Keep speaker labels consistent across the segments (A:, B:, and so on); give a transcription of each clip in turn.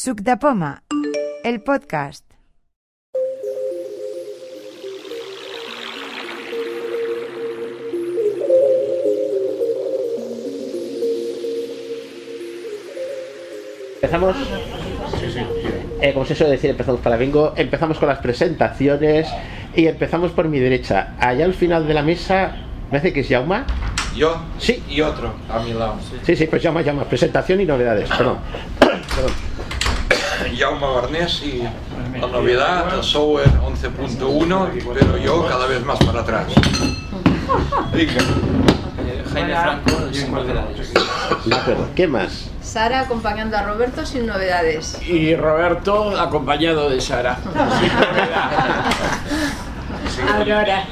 A: Suc de Poma, el podcast.
B: Empezamos, eh, como se suele decir, empezamos para bingo. Empezamos con las presentaciones y empezamos por mi derecha. Allá al final de la mesa, me parece que es Yauma.
C: Yo
B: Sí.
C: y otro a mi lado.
B: Sí, sí, pues Yauma, Yauma. Presentación y novedades, perdón.
C: Jaume Barnés y la novedad, el software 11.1, pero yo cada vez más para atrás. Venga.
D: Jaime Franco, sin novedades.
B: De acuerdo. ¿Qué más?
E: Sara acompañando a Roberto sin novedades.
D: Y Roberto acompañado de Sara.
F: Aurora.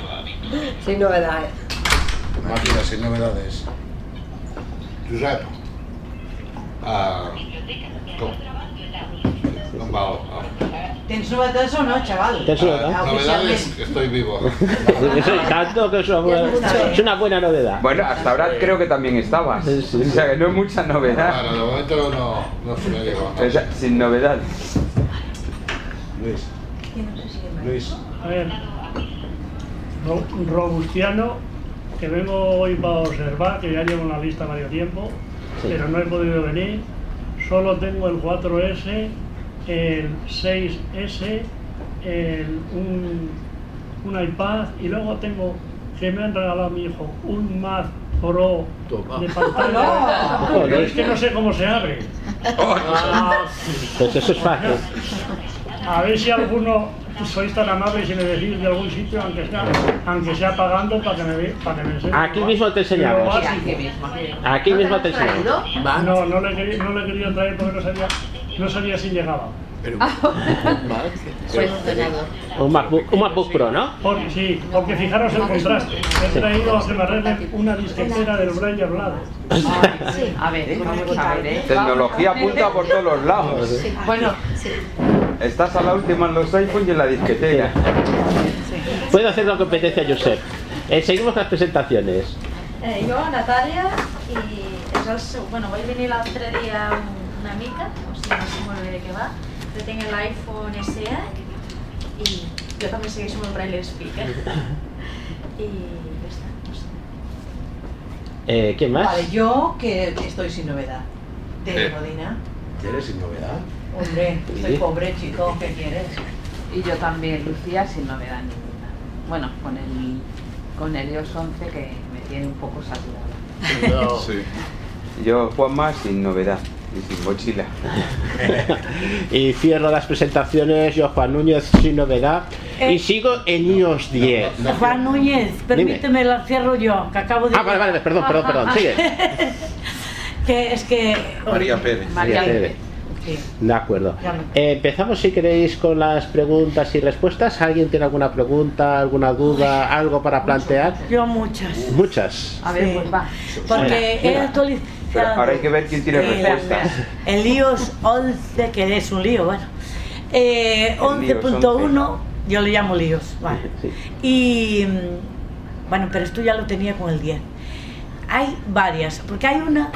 F: Sin novedades.
G: Máquina sin novedades. Josep.
C: Ah, com? Com va?
H: ¿Tens novedades o no, chaval?
B: ¿Tens novedades?
H: Ah,
G: Novedades,
H: oficialmente.
G: que estoy vivo.
B: Eso y tanto que es una buena, es una buena novedad.
I: Bueno, hasta ahora creo que también estabas.
B: Sí, sí.
I: O sea que no es mucha novedad.
G: Bueno, de momento no, no se me ha llegado.
I: O sea, sin novedad.
G: Luis. Luis.
J: A ver, Ro- Robustiano, que vengo hoy para observar, que ya llevo en la lista varios tiempo,
B: Sí.
J: pero no he podido venir. Solo tengo el 4S, el 6S, el, un, un iPad y luego tengo que me han regalado a mi hijo un Mac Pro
D: Toma.
J: de pantalla. Pero es que no sé cómo se abre. Ah,
B: Pues eso es fácil.
J: a ver si alguno sois tan amables y me decís de algún sitio, aunque sea, aunque sea pagando, para que me, ve- para que me enseñe.
B: Aquí mismo te enseñamos.
J: Lo básico.
B: Aquí mismo te enseñamos.
D: Va.
J: No, no le, quería, no le quería traer porque no sabía, no sabía si llegaba.
D: Pero,
B: Un MacBook, un MacBook Pro, ¿no?
J: Porque, sí, porque fijaros el contraste. He traído a Semarrete una disquetera del Brian Blado.
H: A ver, vamos a ver, ¿eh?
I: Tecnología apunta por todos los lados.
H: Bueno,
I: Estás a la última en los iPhones y en la disquetera.
B: Puedo hacer la competencia a Josep. Eh, seguimos con las presentaciones.
F: Eh, jo, Natàlia, i és el seu... Bueno, vaig venir l'altre dia un- una mica, o sigui, no sé molt bé de què va. Jo tinc l'iPhone SE
K: E,
F: i jo també segueixo amb el Braille Speaker. I ja està, no sé.
B: Eh, ¿Qué más?
H: vale, yo que estoy sin novedad. De
C: Eh.
H: Modina.
G: ¿Quieres sin novedad?
H: Hombre,
B: Sí.
H: estoy pobre, chico, ¿qué quieres?
L: Y yo también, Lucía, sin novedad ninguna. Bueno, con el, con el iOS 11 que me tiene un poco saturada.
D: no.
I: Yo, Juanma, sin novedad. Y sin mochila.
B: Y cierro las presentaciones, yo Juan Núñez sin novedad.
H: Eh.
B: Y sigo en iOS 10.
F: Juan Núñez, permíteme, la cierro yo, que acabo de...
B: Ah, vale, vale, perdón, perdón, perdón, sigue.
F: Que es que...
C: María Pérez.
L: María
B: María Pérez.
L: Pérez.
H: Sí.
B: De acuerdo.
H: Ya me-
B: Eh, empezamos, si queréis, con las preguntas y respuestas. ¿Alguien tiene alguna pregunta, alguna duda, algo para plantear?
F: Yo muchas.
B: Muchas.
L: A ver,
F: Sí.
L: pues va.
F: Porque
B: Venga,
F: he
B: venga.
F: actualizado...
I: Pero ahora hay que ver quién tiene
F: el-
I: respuestas.
F: El iOS 11, que es un lío, bueno. Eh,
I: El lío,
F: 11.1,
I: 11.
F: yo le llamo líos, vale.
B: Sí.
F: Y mm, bueno, pero esto ya lo tenía con el 10. Hay varias, porque hay una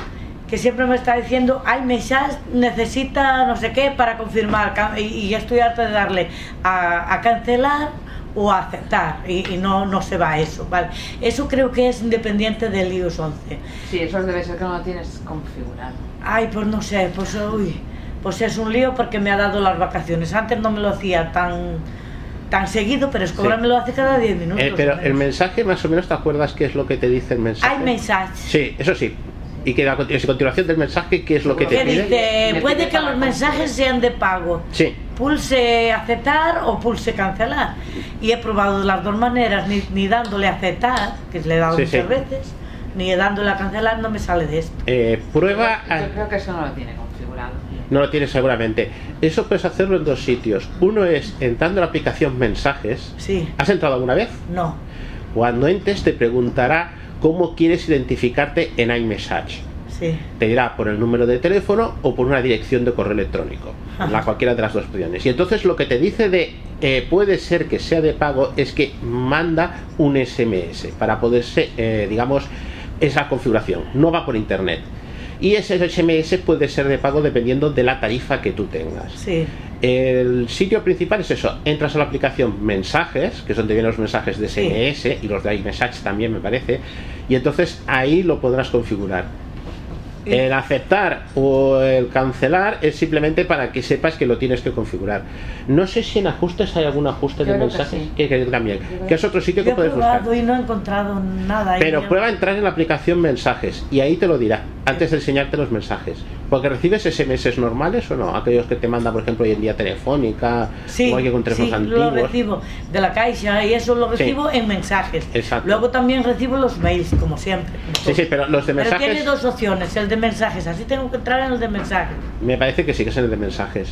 F: que siempre me está diciendo, ay, Meshas necesita no sé qué para confirmar, ca- y, y ya estoy harta de darle a, a cancelar o a aceptar, y, y no, no se va eso, ¿vale? Eso creo que es independiente del iOS 11.
L: Sí, eso debe ser que no lo tienes configurado.
F: Ay, pues no sé, pues uy, pues es un lío porque me ha dado las vacaciones. Antes no me lo hacía tan tan seguido, pero es que ahora
B: Sí.
F: me lo hace cada 10 minutos.
B: Eh, pero
F: o
B: el
F: menos.
B: mensaje, más o menos, ¿te acuerdas qué es lo que te dice el mensaje?
F: Hay mensajes.
B: Sí, eso sí. Y que a continu- a continuación del mensaje, ¿qué es lo que te
F: Que
B: pide?
F: dice,
L: Me
F: puede
L: pide
F: que
L: pagar
F: los
L: con
F: mensajes sean de pago.
B: Sí.
F: Pulse aceptar o pulse cancelar. Y he probado las dos maneras, ni, ni dándole a aceptar, que le he dado
B: Sí,
F: muchas
B: sí.
F: veces, ni dándole a cancelar, no me sale de esto.
B: Eh, prueba.
L: Yo, yo creo que eso no lo tiene configurado.
B: No lo tienes seguramente. Eso puedes hacerlo en dos sitios. Uno es entrando a la aplicación mensajes.
F: Sí,
B: ¿Has entrado alguna vez?
F: no.
B: Cuando entres te preguntará cómo quieres identificarte en iMessage.
F: Sí,
B: Te dirá por el número de teléfono o por una dirección de correo electrónico.
F: Ajá.
B: La cualquiera de las dos opciones. Y entonces lo que te dice de eh, puede ser que sea de pago es que manda un SMS para poderse, eh, digamos, esa configuración. No va por internet. Y ese SMS puede ser de pago dependiendo de la tarifa que tú tengas. El sitio principal es eso, entras a la aplicación mensajes, que es donde vienen los mensajes de SMS y los de iMessage también me parece, y entonces ahí lo podrás configurar. El aceptar o el cancelar es simplemente para que sepas que lo tienes que configurar. No sé si en ajustes hay algún ajuste
F: Yo
B: de
F: creo que
B: mensajes
F: sí.
B: que, que también, que es otro sitio
F: Yo
B: que
F: he
B: puedes
F: probado
B: buscar.
F: y no he encontrado nada. ahí
B: Pero
F: ni-
B: prueba a entrar en la aplicación mensajes y ahí te lo dirá, antes de enseñarte los mensajes. Porque recibes SMS normales o no, aquellos que te manda, por ejemplo, hoy en día telefónica
F: Sí,
B: o alguien con
F: sí,
B: teléfonos
F: lo
B: antiguos.
F: recibo de la caixa y eso lo
B: Sí.
F: recibo en mensajes.
B: Exacto.
F: Luego también recibo los mails, como siempre.
B: Sí, sí, pero los de
F: Pero tiene
B: mensajes
F: dos opciones, el de mensajes, así tengo que entrar en el de mensajes.
B: me parece que sí que es el de mensajes.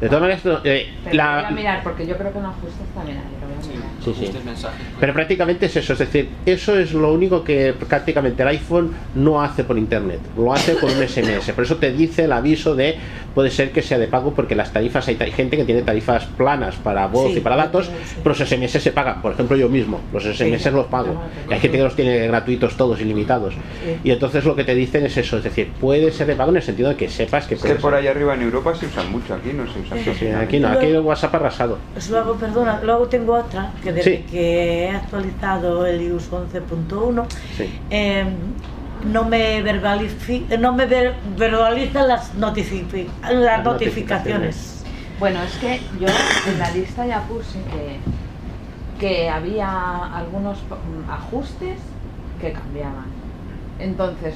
B: De todas maneras, no, eh,
L: Pero voy a
B: la,
L: mirar, Ah, pues, porque yo creo que no ajustes también ahí, lo voy a mirar.
B: Sí, sí. Pero prácticamente es eso, es decir, eso es lo único que prácticamente el iPhone no hace por internet, lo hace con un SMS. Por eso te dice el aviso de puede ser que sea de pago porque las tarifas hay, ta- hay gente que tiene tarifas planas para voz
M: Sí,
B: y para datos, pero los SMS se pagan. Por ejemplo, yo mismo, los SMS los
M: Ah,
B: pago.
M: pues
B: Y hay gente que los tiene gratuitos todos, ilimitados. Y entonces lo que te dicen es eso, es decir, puede ser de pago en el sentido de que sepas que
I: Es que
B: puede
I: por
B: ser.
I: allá arriba en Europa se usan mucho, aquí no se usa
B: Sí, sí,
I: casi nada.
B: aquí no, aquí el WhatsApp arrasado.
F: Luego, Pues perdona, luego tengo otra, que desde
B: Sí.
F: que he actualizado el iOS 11.1,
B: Sí.
F: eh, no me, verbalifi- no me ver- verbalizan las, notifi- las
L: Las
F: notificaciones.
L: Bueno, es que yo en la lista ya puse que, que había algunos mm, ajustes que cambiaban. Entonces,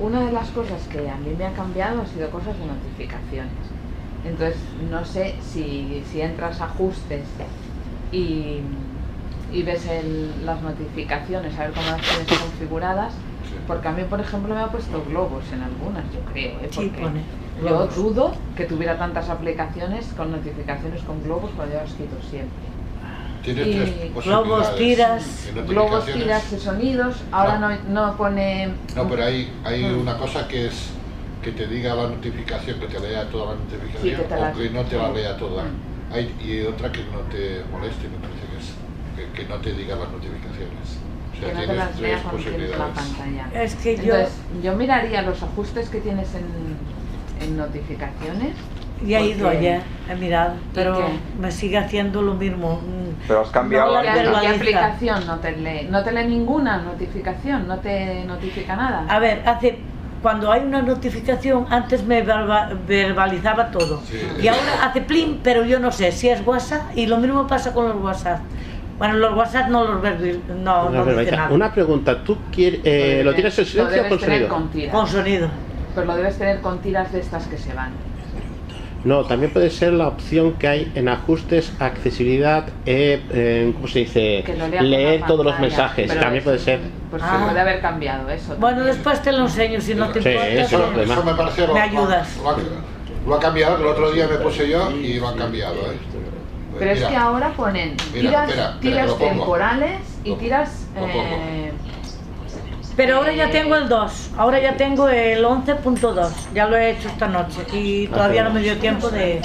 L: una de las cosas que a mí me ha cambiado ha sido cosas de notificaciones. Entonces, no sé si, si entras a ajustes y, y ves el- las notificaciones, a ver cómo las tienes configuradas. Porque a mí, por ejemplo, me ha puesto globos en algunas, yo creo. ¿eh?
F: Sí,
L: Porque
F: pone
L: Yo
F: globos.
L: dudo que tuviera tantas aplicaciones con notificaciones con globos, cuando yo las quito siempre.
G: Tiene
L: Y
G: tres posibilidades.
L: globos, tiras,
G: Y
L: globos,
G: notificaciones. Ah.
L: tiras y sonidos. Ahora no, no pone.
G: No, pero hay, hay
L: Mm.
G: una cosa que es que te diga la notificación, que te lea toda la notificación
L: Sí, que te la- Ah.
G: o que no te la
L: sí.
G: lea toda. Hay, y otra que no te moleste, me parece que es que, que no te diga las notificaciones. O sea,
L: que no te
G: tienes
L: las
G: tres
L: vea cuando tienes la
G: posibilidades.
L: pantalla.
F: Es que yo-
L: Entonces, yo miraría los ajustes que tienes en, en notificaciones.
F: Y he ido
L: porque-
F: ayer, he mirado, pero
L: qué?
F: me sigue haciendo lo mismo. mm,
I: Pero has cambiado
F: No,
I: algo.
F: ya-
L: ¿Qué, qué
F: Verbaliza.
L: aplicación no te lee? No te lee ninguna notificación, no te notifica nada.
F: A ver, hace cuando hay una notificación, antes me verba- verbalizaba todo. Y ahora hace plin, pero yo no sé si es WhatsApp y lo mismo pasa con los WhatsApp. Bueno, los WhatsApp no los verbi- no,
B: Una,
F: no dice
B: pregunta,
F: nada.
B: una pregunta, ¿tú quieres, eh, lo tienes en
L: Lo
B: silencio o
L: debes
B: con
L: tener
B: sonido?
L: con tiras.
F: Con sonido.
L: Pero lo debes tener con tiras de estas que se van.
B: No, también puede ser la opción que hay en ajustes, accesibilidad, eh, eh, ¿cómo se dice?
L: Que lo lea por la
B: Leer todos los
L: pantalla,
B: mensajes,
L: pero
B: también
L: es-
B: puede ser.
L: Pues
F: Ah.
L: se puede haber cambiado eso.
F: Bueno, después te lo enseño si no te
B: Sí,
F: importa.
B: Eh, eso no
F: pero-
B: es problema.
G: Eso me pareció lo,
F: Me ayudas.
G: Lo, ha, lo ha cambiado, que el otro día me puse yo y lo han cambiado. ¿eh? Pues
L: Pero
G: mira,
L: es que ahora ponen
G: Mira,
L: tiras,
G: espera, espera,
L: tiras
G: que lo pongo.
L: temporales y tiras... eh,
F: Pero ahora ya tengo el 2, ahora ya tengo el 11.2, ya lo he hecho esta noche y todavía no me dio tiempo de...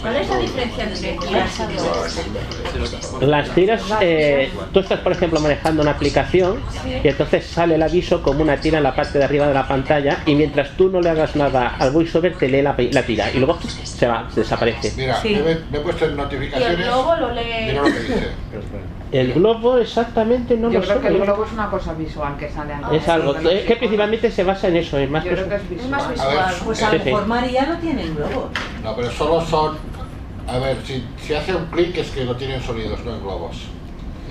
E: ¿Cuál es la diferencia entre tiras
F: Ah,
E: y globos?
B: Las tiras, eh, tú estás por ejemplo manejando una aplicación y entonces sale el aviso como una tira en la parte de arriba de la pantalla y mientras tú no le hagas nada al voiceover te lee la, la tira y luego se va, se desaparece.
G: Mira, me, he- me he puesto en
E: Y el
G: notificaciones.
E: globo lo lee.
G: Mira lo que dice.
B: El globo exactamente no
L: yo
B: lo
L: creo
B: sé.
L: que el globo es una cosa visual que sale ahí.
B: Es algo, es que principalmente se basa en eso, es más
L: Yo creo que es visual.
G: más visual. A ver,
H: Pues a
B: Sí,
H: lo
B: sí.
H: mejor María no tiene globos.
G: No, pero solo son. A ver, si, si hace un clic es que lo tienen sonidos, no en globos.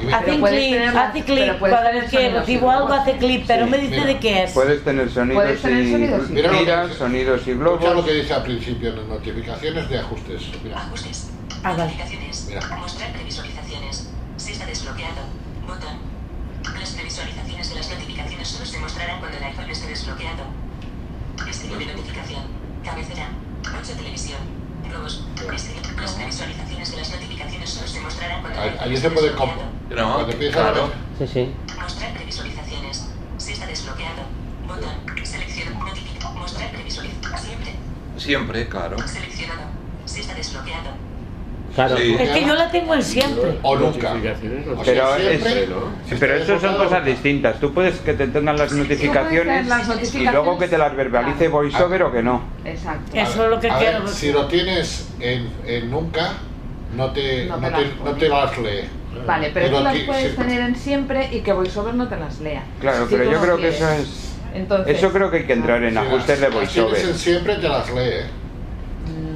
G: Y mira-
F: Hace un clic, hace clic, cada vez que recibo algo hace clic, pero me dice de qué es.
I: Puedes tener sonidos
F: Puedes tener
I: y
F: sonidos y-
G: Mira lo que
I: tiras,
G: dice.
I: sonidos y
G: Escucha lo
I: globos.
G: que dice al principio en las notificaciones de ajustes. Mira. Ajustes.
F: Ah, vale.
G: Mira.
N: Mostrar previsualizaciones. Se está desbloqueado. Botón. Las previsualizaciones de las notificaciones solo se mostrarán cuando el iPhone esté desbloqueado. Estilo de notificación. Cabecera. 8 televisión. Globos. Estilo. Las previsualizaciones de las notificaciones solo se mostrarán cuando el
G: Ahí-
N: iPhone
G: Ahí
N: esté
G: se puede
N: desbloqueado.
G: comp- Cuando empieza a ver-
B: Sí, sí.
N: Mostrar previsualizaciones. Se está desbloqueado. Botón. Selección. Notific- Mostrar previsualizaciones. Siempre.
C: Siempre, claro.
N: Seleccionado. Se está desbloqueado.
B: Claro. Sí.
F: Es que yo la tengo en siempre.
G: O nunca.
I: Pero,
G: siempre,
I: es- pero eso son cosas distintas. Tú puedes que te tengan las notificaciones,
L: las
I: y luego que te las verbalice VoiceOver o que no.
L: Exacto.
G: A ver, a ver, si lo tienes en, en nunca, no te,
L: No
G: no
L: te
G: te,
L: las
G: no te las lee.
L: Vale, pero tú las
G: ti-
L: puedes
G: si-
L: tener en siempre y que VoiceOver no te las lea.
I: Claro,
L: Si
I: pero
L: tú
I: yo
L: no
I: creo que
L: quieres.
I: eso es.
L: Entonces,
I: Eso creo que hay que entrar en ajustes de
G: si las tienes en
I: VoiceOver.
G: siempre te las lee,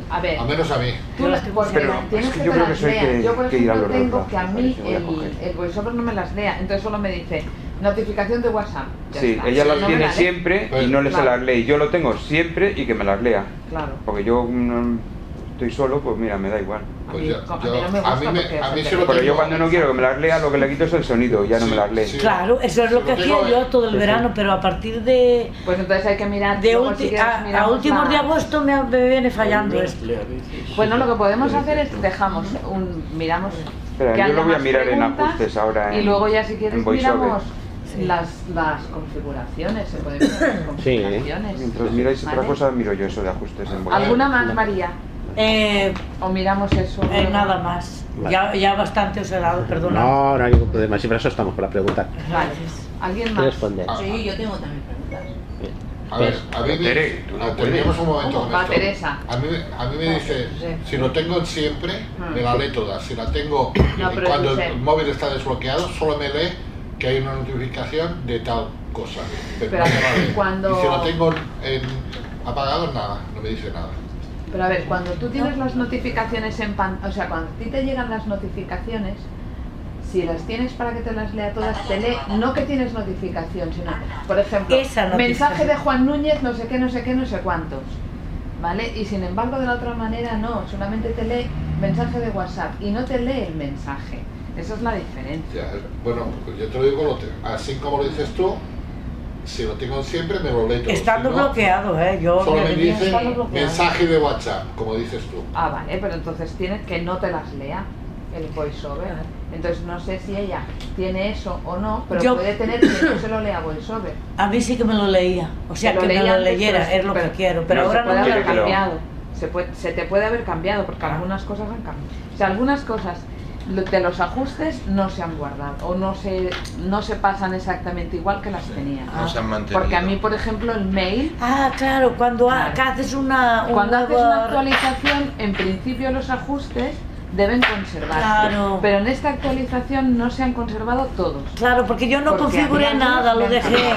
L: a ver,
G: al menos a mí.
L: tú las porque
I: Pero
L: tienes
I: es que
L: que
I: yo
L: te
I: creo que
L: las
I: eso hay
L: lea.
I: que-
L: yo por
I: que ir a
L: ejemplo
I: los
L: tengo
I: dos,
L: que a
I: me
L: mí
I: parece, voy a
L: el, el VoiceOver no me las lea, entonces solo me dice notificación de WhatsApp. ya
I: Sí,
L: está.
I: ella
L: No
I: las
L: me
I: tiene
L: la lee.
I: siempre y no les se
L: Claro.
I: las lee. Yo lo tengo siempre y que me las lea.
L: Claro.
I: Porque yo mm, estoy solo, pues mira, me da igual.
G: Pues ya,
L: a mí
G: yo-
L: no me
G: a mí
L: gusta
G: me-
L: porque
G: a mí
L: se
G: sí lo
I: Pero yo
G: tengo-
I: cuando no quiero que me las lea, lo que le quito es el sonido, ya no me las lee.
F: Claro, eso es lo que
I: tengo
F: hacía yo todo el
I: Sí, sí.
F: verano, pero a partir de.
L: Pues entonces hay que mirar.
F: De
L: luego
F: ulti-
L: si quieres
F: a- a,
L: miramos
F: últimos
L: la-
F: de agosto me, me viene fallando esto.
L: Bueno, Pues lo que podemos hacer es dejamos un miramos
I: Espera,
L: que
I: yo
L: haya
I: lo voy a
L: más
I: mirar en
L: preguntas
I: ajustes ahora. ¿eh?
L: y
I: en-
L: luego ya si
I: en
L: quieres
I: VoiceOver.
L: miramos las, las configuraciones, se pueden mirar las
I: Sí.
L: configuraciones.
I: Mientras miráis otra
L: ¿Vale?
I: cosa, miro yo eso de ajustes en VoiceOver.
L: ¿Alguna más, María? o miramos eso.
F: Eh, nada más.
B: Vale.
F: Ya, ya bastante os he dado, perdona.
B: No, no hay ningún problema. Si para eso estamos, para preguntar.
L: Vale. ¿Alguien
B: ¿Qué
L: más?
B: responde?
H: Sí, yo tengo también preguntas.
G: A ver,
B: Pues,
G: a mí me,
I: Tere, tú no
G: ah,
I: puedes.
G: terminemos un momento
L: ¿Cómo?
G: con
L: Va,
G: esto.
L: Teresa. Ah,
G: A mí, a mí me dice, si lo tengo en siempre,
L: Mm.
G: me la lee toda. Si la tengo
L: No,
G: y
L: pero
G: cuando
L: dice-
G: el móvil está desbloqueado, solo me lee que hay una notificación de tal cosa. Pero,
L: Pero
G: no me la lee.
L: cuando-
G: Y si lo tengo en- apagado, nada, no me dice nada.
L: Pero a ver, cuando tú tienes las notificaciones en pan, o sea, cuando a ti te llegan las notificaciones, si las tienes para que te las lea todas, te lee, no que tienes notificación, sino, por ejemplo,
F: Esa notificación.
L: mensaje de Juan Núñez, no sé qué, no sé qué, no sé cuántos. ¿Vale? Y sin embargo, de la otra manera, no, solamente te lee mensaje de WhatsApp y no te lee el mensaje. Esa es la diferencia.
G: Ya, bueno, pues yo te lo digo, lo te- así como lo dices tú, si lo tengo en siempre, me lo leo todo.
F: Estando
G: Si no,
F: bloqueado, ¿eh? Yo
G: Solo me
F: tenía-
G: dice
F: estando bloqueado.
G: mensaje de WhatsApp, como dices tú.
L: Ah, vale, pero entonces tiene que no te las lea el voiceover. Entonces no sé si ella tiene eso o no, pero
F: Yo-
L: puede tener que no se lo lea voiceover.
F: A mí sí que me lo leía. O sea,
L: Te lo
F: que me
L: leía
F: lo
L: antes,
F: leyera,
L: pero-
F: es lo
L: pero-
F: que quiero. Pero
L: se
F: ahora no
L: puede
F: me
L: haber
F: lo
L: cambiado. Se, puede- se te puede haber cambiado porque algunas cosas han cambiado. O sea, algunas cosas lo- de los ajustes no se han guardado o no se, no se pasan exactamente igual que las tenía.
C: no
G: Ah.
C: se han mantenido.
L: Porque a mí, por ejemplo, el mail...
F: Ah, claro, cuando ha- que haces una... un
L: Cuando haces
F: nuevo-
L: una actualización, en principio los ajustes deben conservarse.
F: Claro.
L: Pero en esta actualización no se han conservado todos.
F: Claro, porque yo no
L: Porque
F: configuré
L: había
F: nada, lo
L: algunos que
F: dejé.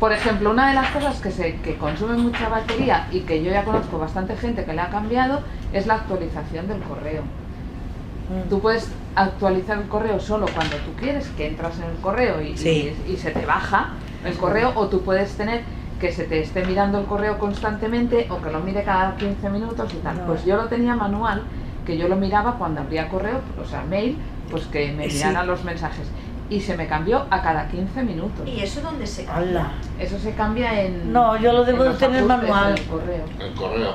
L: Por ejemplo, una de las cosas que, se, que consume mucha batería y que yo ya conozco bastante gente que le ha cambiado es la actualización del correo.
E: Mm.
L: Tú puedes actualizar el correo solo cuando tú quieres, que entras en el correo y,
F: Sí.
L: y- y se te baja el correo, o tú puedes tener que se te esté mirando el correo constantemente o que lo mire cada 15 minutos y tal.
F: No.
L: Pues yo lo tenía manual, que yo lo miraba cuando abría correo, o sea, mail, pues que me
F: Sí.
L: miraran los mensajes. Y se me cambió a cada 15 minutos.
E: ¿Y eso dónde se
F: Hala.
L: Eso se cambia en.
F: No, yo lo debo
L: en
F: de
L: los
F: tener
L: ajustes
F: manual.
L: del correo.
G: El correo.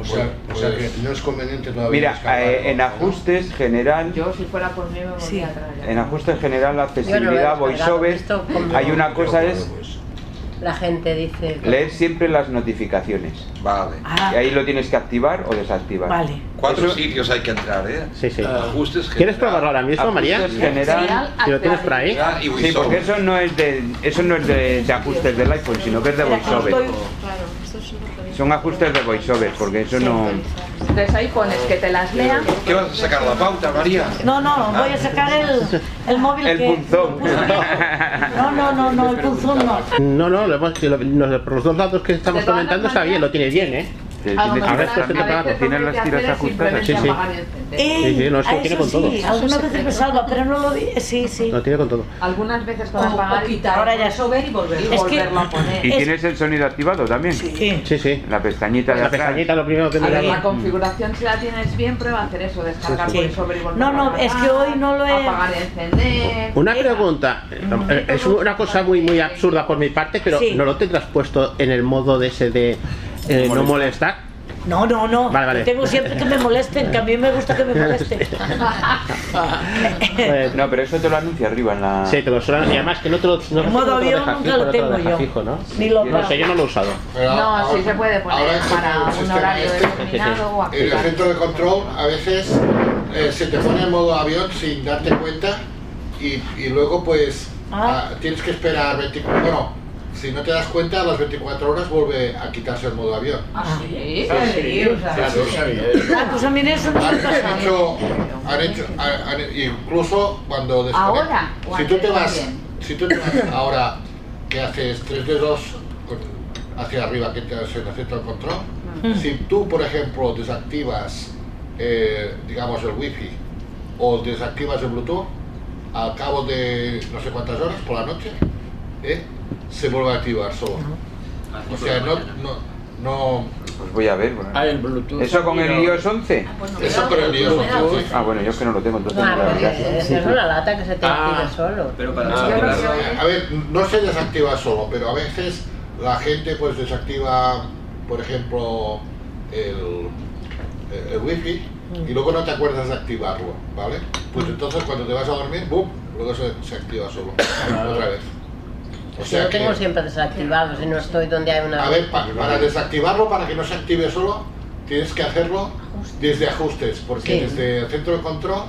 G: O sea, o sea que no es conveniente todavía.
I: Mira,
G: descargar
I: eh,
G: algo,
I: en
G: ¿no?
I: ajustes general,
L: Yo, si fuera por mí, me volvía atrás. ya.
I: en ajustes general, la accesibilidad,
M: descargado,
I: VoiceOver,
M: esto como-
I: hay una cosa es
M: La gente dice.
I: leer siempre las notificaciones.
C: Vale.
L: Ah.
I: Y ahí lo tienes que activar o desactivar.
C: Vale. Cuatro sitios hay que entrar, ¿eh?
B: Sí, sí.
C: Ajustes
B: ¿Quieres probarlo ahora mismo,
I: Ajustes
B: María?
I: general.
B: Si lo tienes por ahí.
C: Ya, Ah, y
I: Sí, porque eso no es de, eso no es de, de ajustes del iPhone, sino que es de VoiceOver.
K: Claro, esto es una cosa.
I: Son ajustes de VoiceOver, porque eso no...
L: Entonces ahí pones que te las lea.
C: ¿Qué vas a sacar la pauta, María?
F: No, no, voy a sacar el, el móvil que...
I: punzón.
F: No, no, no, no, el punzón no.
B: No, no, lo hemos- lo- los, los dos datos que estamos
F: De todas
B: comentando está bien, lo tiene bien, ¿eh?
F: A lo mejor
B: Ahora esto
F: a-
B: se te
F: a veces
B: paga.
F: lo Tienen que las tiras hacer es ajustadas.
B: Sí, sí.
F: simplemente apagar
B: Sí, sí, no, es que
F: a
B: lo tiene
F: eso
B: con todo.
F: Eh, sí, alguna vez me salva, pero no lo vi. Sí, sí.
B: Lo tiene con todo.
L: Algunas veces con apagar y quitar.
F: Ahora ya sobe
L: y volver-
F: Es que-
L: volverlo a poner.
I: ¿Y tienes el sonido activado también?
F: Sí.
B: Sí, sí.
I: La pestañita de
B: La
I: atrás.
B: pestañita lo primero que
L: A ver, la
I: mira.
L: configuración si la tienes bien, prueba a hacer eso, descargar
B: Sí, sí.
L: por sobre y volver
F: No, no,
L: a
F: es que hoy no lo he...
L: apagar y encender.
B: Una pregunta, eh, es una cosa muy muy absurda por mi parte, pero
F: Sí.
B: ¿no lo tendrás puesto en el modo de ese de eh, no molestar?
F: No, no, no.
B: Vale, vale.
F: Yo Tengo siempre que me molesten, que a mí me gusta que me molesten.
E: Ah,
I: No, pero eso te lo anuncia arriba en la.
B: Sí, te lo suelen. Y además que no te lo. No,
F: En modo
B: no te
F: avión
B: deja
F: nunca lo
B: no te
F: tengo
B: deja
F: yo.
B: Fijo, ¿no?
F: Ni lo
B: no sé, yo no lo he usado.
L: No, sí se puede poner para un horario determinado o
G: En el
L: activar.
G: centro de control a veces eh, se te pone en modo avión sin darte cuenta y, y luego pues ah, tienes que esperar 24 Bueno, si no te das cuenta a las 24 horas vuelve a quitarse el modo avión.
L: Ah, sí.
G: Sí, sí, eh. sí.
E: ¿eh?
F: Ah, pues a mí eso no
G: Han
F: me pasa.
G: hecho- han hecho- han- han- incluso cuando desconectas-
F: Ahora, o
G: si tú te
F: antes
G: vas,
F: también.
G: si tú te vas ahora que haces 3 de 2 hacia arriba que te hace el centro de control,
F: Mm.
G: si tú por ejemplo desactivas eh, digamos el wifi o desactivas el bluetooth al cabo de no sé cuántas horas por la noche eh, se vuelve a activar solo. O sea, no, no, no
I: Pues voy a ver. bueno.
G: Ah, el Bluetooth.
I: ¿Eso con el iOS 11?
F: Ah, pues
G: Eso con el iOS 11.
I: Ah, bueno, yo es que no lo tengo, entonces
M: No,
I: no lo
M: porque
I: verás.
M: es una lata que se
G: Ah,
M: te activa solo.
G: A ver, no se desactiva solo, pero a veces la gente pues desactiva, por ejemplo, el, el wifi y luego no te acuerdas de activarlo, ¿vale? Pues entonces cuando te vas a dormir, ¡bum! Luego se, se activa solo, otra vez. O
M: Yo
G: sea
M: lo tengo
G: que,
M: siempre desactivado, si no estoy donde hay una...
G: a ver, pa- para desactivarlo, para que no se active solo, tienes que hacerlo desde ajustes, porque
M: Sí.
G: desde el centro de control,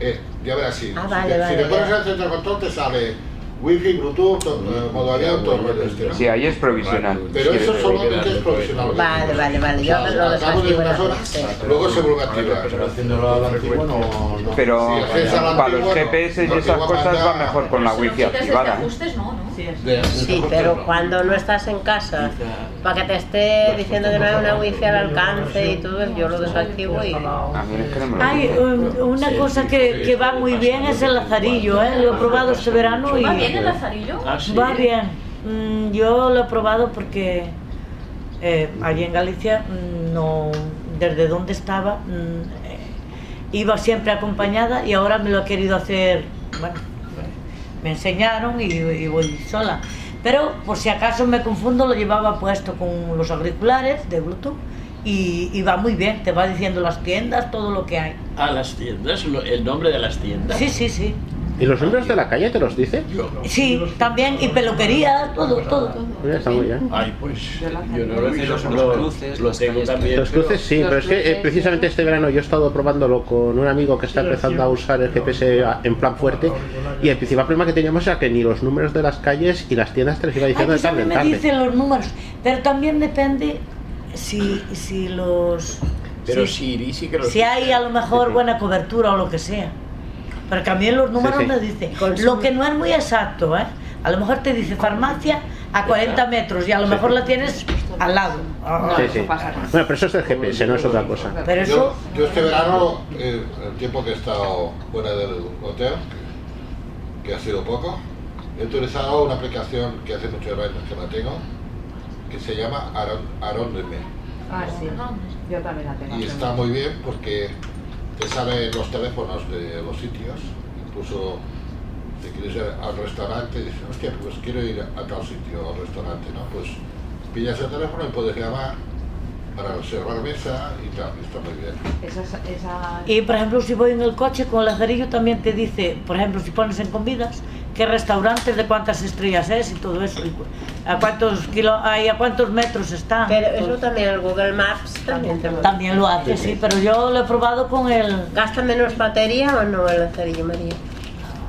G: eh, ya verás si,
M: Ah,
G: si
M: vale,
G: te, si
M: vale,
G: te
M: ya.
G: pones en el centro de control te sale wifi, bluetooth, to- eh, modo avión, todo el rollo este, ¿no?
I: Mm, Sí, ahí es provisional.
G: Pero eso solamente es provisional.
M: Vale, vale, vale, yo
G: O sea,
M: lo
G: al cabo de
M: desactivo.
G: unas
M: la-
G: horas,
M: sí.
G: luego se vuelve a activar.
I: Pero
G: Si haces a la
I: para los
G: antigua,
I: GPS y
G: no,
I: esas
G: antigua
I: cosas
G: banda-
I: va mejor con la wifi
G: este
I: activada.
E: ajustes, no, ¿no? Sí,
M: Sí, pero cuando no estás en casa, para que te esté diciendo que no hay una wifi al alcance y todo, eso, yo lo desactivo y...
I: Ah,
F: Ay, un- una cosa que, que va muy bien es el lazarillo, ¿eh? Lo he probado este verano y... Ah,
E: ¿Va bien el lazarillo?
F: Va bien. Mm, yo lo he probado porque eh, allí en Galicia mm, no, desde donde estaba mm, eh, iba siempre acompañada y ahora me lo he querido hacer. Bueno, pues, me enseñaron y, y voy sola. Pero por si acaso me confundo lo llevaba puesto con los auriculares de Bluetooth y, y va muy bien. Te va diciendo las tiendas, todo lo que hay.
D: A las tiendas, lo- el nombre de las tiendas.
F: Sí, sí, sí.
B: ¿Y los
F: Ah,
B: números de la calle te los dice?
F: Sí, también y peluquería, todo, todo. todo.
B: Mira, está muy bien.
D: Ay, pues yo no lo
B: Los
D: sé,
B: cruces,
D: lo- lo tengo también.
B: Los cruces sí, pero es que eh, precisamente este verano yo he estado probándolo con un amigo que está empezando a usar el GPS a- en plan fuerte y el principal problema que teníamos era que ni los números de las calles y las tiendas te los iba
F: Ay,
B: diciendo de
F: pues a
B: tarde
F: mí
B: en
F: me
B: tarde.
F: dicen los números, pero también depende si, si los...
D: Pero
F: si,
D: Siri sí que lo
F: si hay a lo mejor buena cobertura o lo que sea. Porque a mí los números
D: Sí, sí.
F: me dicen, lo que no es muy exacto, ¿eh? A lo mejor te dice farmacia a 40 metros y a lo mejor la tienes al lado. Ah,
B: Sí, sí. Bueno, pero eso es del GPS, no es otra cosa.
F: Pero eso-
G: Yo, yo este verano, eh, el tiempo que he estado fuera del hotel, que, que ha sido poco, he utilizado una aplicación que hace muchos años que la tengo, que se llama Arondeme.
L: Ah, sí. Yo también la tengo.
G: Y está muy bien porque te salen los teléfonos de los sitios, incluso te quieres ir al restaurante y dices, hostia, pues quiero ir a tal sitio, al restaurante, ¿no? Pues pillas el teléfono y puedes llamar para reservar mesa y tal, está muy bien.
L: Esa, esa...
F: Y por ejemplo, si voy en el coche con el lazarillo también te dice, por ejemplo, si pones en comidas, qué restaurantes, de cuántas estrellas es y todo eso, y cu- a cuántos kilo, ay, a cuántos metros está. Pues,
M: Pero eso también el Google Maps también te lo
F: También lo hace, sí, pero yo lo he probado con el...
M: ¿Gasta menos batería o no el lazarillo, María?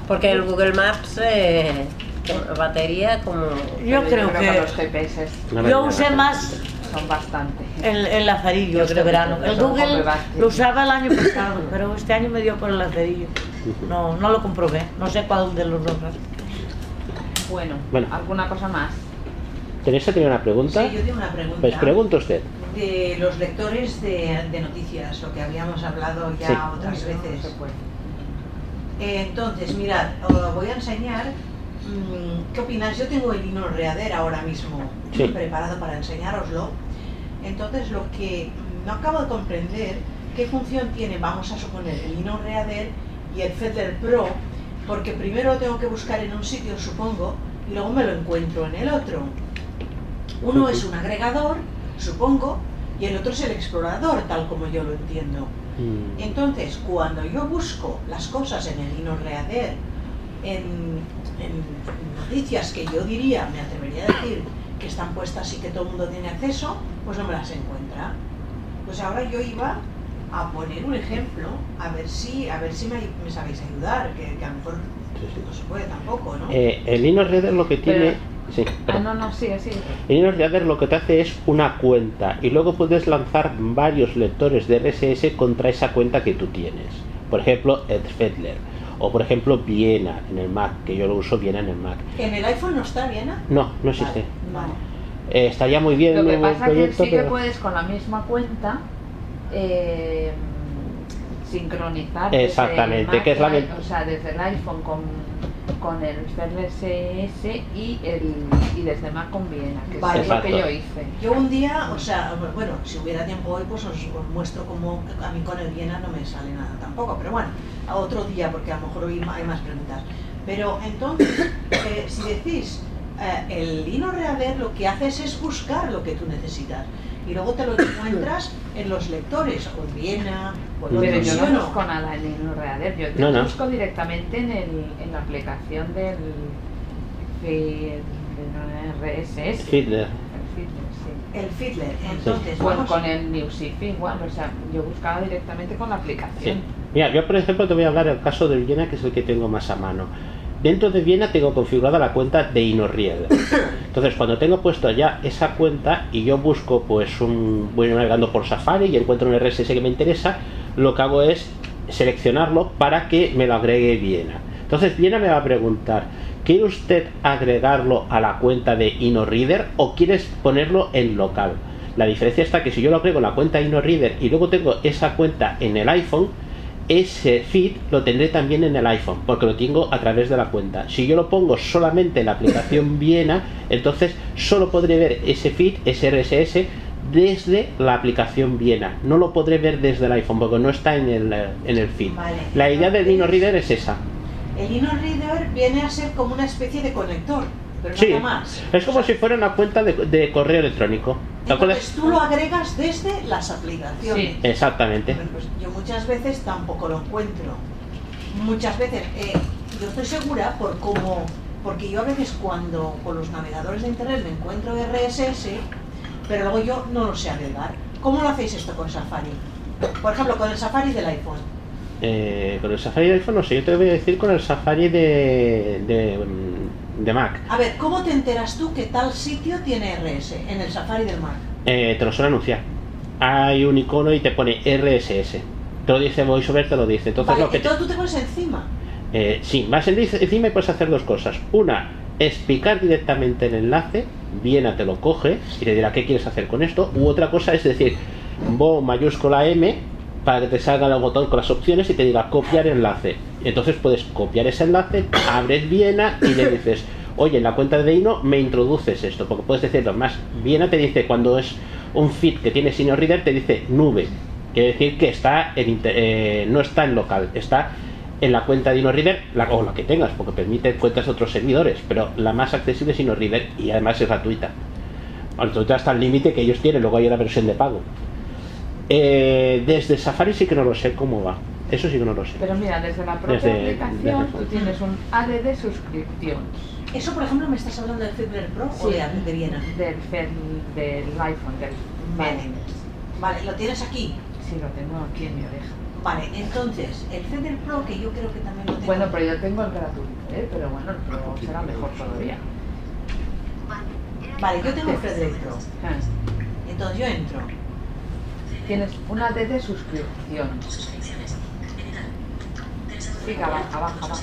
M: Porque el Google Maps, eh, con batería como...
F: Yo creo
L: con
F: que-
L: los GPS
F: Yo usé más
L: son bastante.
F: el, el lazarillo este
L: creo que
F: verano.
L: todos
F: El
L: son
F: Google
L: complementarios.
F: lo usaba el año pasado, pero este año me dio por el lazarillo. No, no lo comprobé, no sé cuál de los dos.
L: Bueno,
B: Bueno.
L: alguna cosa más.
B: ¿Tenéis que tener una pregunta?
H: Sí, yo tengo una pregunta.
B: Pues pregunta usted.
H: De los lectores de, de noticias, lo que habíamos hablado ya
B: Sí.
H: otras veces. Eh, entonces, mirad, os voy a enseñar. mm, ¿Qué opináis? Yo tengo el Lino Reader ahora mismo
B: Sí.
H: preparado para enseñároslo. Entonces, lo que no acabo de comprender, ¿qué función tiene, vamos a suponer, el Lino Reader y el Fedler Pro? Porque primero lo tengo que buscar en un sitio, supongo, y luego me lo encuentro en el otro. Uno es un agregador, supongo, y el otro es el explorador, tal como yo lo entiendo. Entonces, cuando yo busco las cosas en el INORREADER, en, en noticias que yo diría, me atrevería a decir, que están puestas y que todo el mundo tiene acceso, pues no me las encuentra. Pues ahora yo iba a poner un ejemplo, a ver si, a ver si me, me sabéis ayudar, que, que a lo mejor no se puede tampoco, ¿no?
B: Eh, el Linux Reader lo que tiene. Sí,
L: Ah,
B: perdón.
L: no, no, sigue, sigue.
B: El Linux Reader lo que te hace es una cuenta y luego puedes lanzar varios lectores de RSS contra esa cuenta que tú tienes. Por ejemplo, Edfedler. O por ejemplo, Viena en el Mac, que yo lo uso Viena en el Mac.
H: En el iPhone no está bien, ¿ah?
B: No, no existe.
H: Vale.
B: Eh, estaría muy bien
L: Lo
B: un
L: que
B: nuevo
L: pasa que
B: proyecto,
L: sí que
B: pero-
L: puedes con la misma cuenta eh, sincronizar. desde el
B: Exactamente,
L: Mac,
B: que es la
L: la-
B: ventaja.
L: O sea, desde el iPhone con, con el FLSS y, el, y desde Mac con Viena, que
H: Vale.
L: es lo que
H: Exacto.
L: yo hice.
H: Yo un día, o sea, bueno, si hubiera tiempo hoy, pues os, os muestro cómo a mí con el Viena no me sale nada tampoco, pero bueno, a otro día, porque a lo mejor hoy hay más preguntas. Pero entonces, eh, si decís, eh, el Lino Reader lo que haces es buscar lo que tú necesitas y luego te lo encuentras en los lectores, o en Viena, o en
L: Pero
H: otros, ¿sí
L: yo
H: o
L: no
H: no?
L: busco nada en el Reader, yo te
B: No, no.
L: busco directamente en, el, en la aplicación del, feed- del RSS.
B: Fiddler.
H: El Fiddler,
B: entonces,
L: Con,
B: vamos.
L: con el Music igual, o sea, yo buscaba directamente con la aplicación.
B: Sí. Mira, yo por ejemplo te voy a hablar del caso de Viena, que es el que tengo más a mano. Dentro de Viena tengo configurada la cuenta de InnoReader. Entonces, cuando tengo puesto ya esa cuenta y yo busco, pues, un. Voy navegando por Safari y encuentro un RSS que me interesa, lo que hago es seleccionarlo para que me lo agregue Viena. Entonces, Viena me va a preguntar: ¿quiere usted agregarlo a la cuenta de InnoReader o quieres ponerlo en local? La diferencia está que si yo lo agrego en la cuenta InnoReader y luego tengo esa cuenta en el iPhone, ese feed lo tendré también en el iPhone, porque lo tengo a través de la cuenta. Si yo lo pongo solamente en la aplicación Viena, entonces solo podré ver ese feed, ese RSS, desde la aplicación Viena. No lo podré ver desde el iPhone, porque no está en el, eh, en el feed.
H: Vale.
B: La idea del Nino Reader es esa.
H: El Lino Reader viene a ser como una especie de conector, pero
B: Sí,
H: nada más.
B: es como si fuera una cuenta de, de correo electrónico. ¿Te
H: Entonces
B: acuerdas?
H: tú lo agregas desde las aplicaciones.
B: Exactamente.
H: Bueno, pues yo muchas veces tampoco lo encuentro. Muchas veces, eh, yo estoy segura por cómo, porque yo a veces cuando con los navegadores de internet me encuentro RSS, pero luego yo no lo sé agregar. ¿Cómo lo hacéis esto con Safari? Por ejemplo, con el Safari del iPhone.
B: Eh, con el Safari del iPhone, no sé, yo te voy a decir con el Safari de, de, mm, de Mac.
H: A ver, ¿cómo te enteras tú que tal sitio tiene RS en el Safari del Mac?
B: Eh, te lo suelen anunciar. Hay un icono y te pone RSS. Te lo dice VoiceOver, te lo dice. Entonces
H: Vale,
B: lo que te-
H: entonces tú te pones encima.
B: eh, sí, más en- encima y puedes hacer dos cosas. Una es picar directamente el enlace, Viena te lo coge y te dirá qué quieres hacer con esto. U otra cosa es decir, Bo mayúscula M para que te salga el botón con las opciones y te diga copiar enlace. Entonces puedes copiar ese enlace, abres Viena y le dices, oye, en la cuenta de Ino me introduces esto, porque puedes decirlo más. Viena te dice cuando es un feed que tiene Senior Reader, te dice nube. Quiere decir que está en inter- eh, no está en local, está en la cuenta de InnoReader, la, o la que tengas, porque permite cuentas de otros servidores, pero la más accesible es InnoReader y además es gratuita. Gratuita hasta el límite que ellos tienen, luego hay una versión de pago. Eh, desde Safari sí que no lo sé cómo va, eso sí que no lo sé.
L: Pero mira, desde la propia
B: Desde-
L: aplicación
B: desde-
L: tú tienes un ADD suscripción.
H: Eso, por ejemplo, me estás hablando del Fiddler Pro o de, de Viena.
L: Del, Fed- del iPhone, del
H: Vale.
L: Fed.
H: Vale, ¿lo tienes aquí?
L: Sí, lo tengo aquí en mi oreja.
H: Vale, entonces, el Fender Pro, que yo creo que también lo tengo.
L: Bueno, pero yo tengo el gratuito, ¿eh? pero bueno, el Pro será mejor todavía.
H: Vale, yo tengo el Fender Pro. Entonces yo entro.
L: Tienes una D de suscripción. Sigue abajo, abajo, abajo.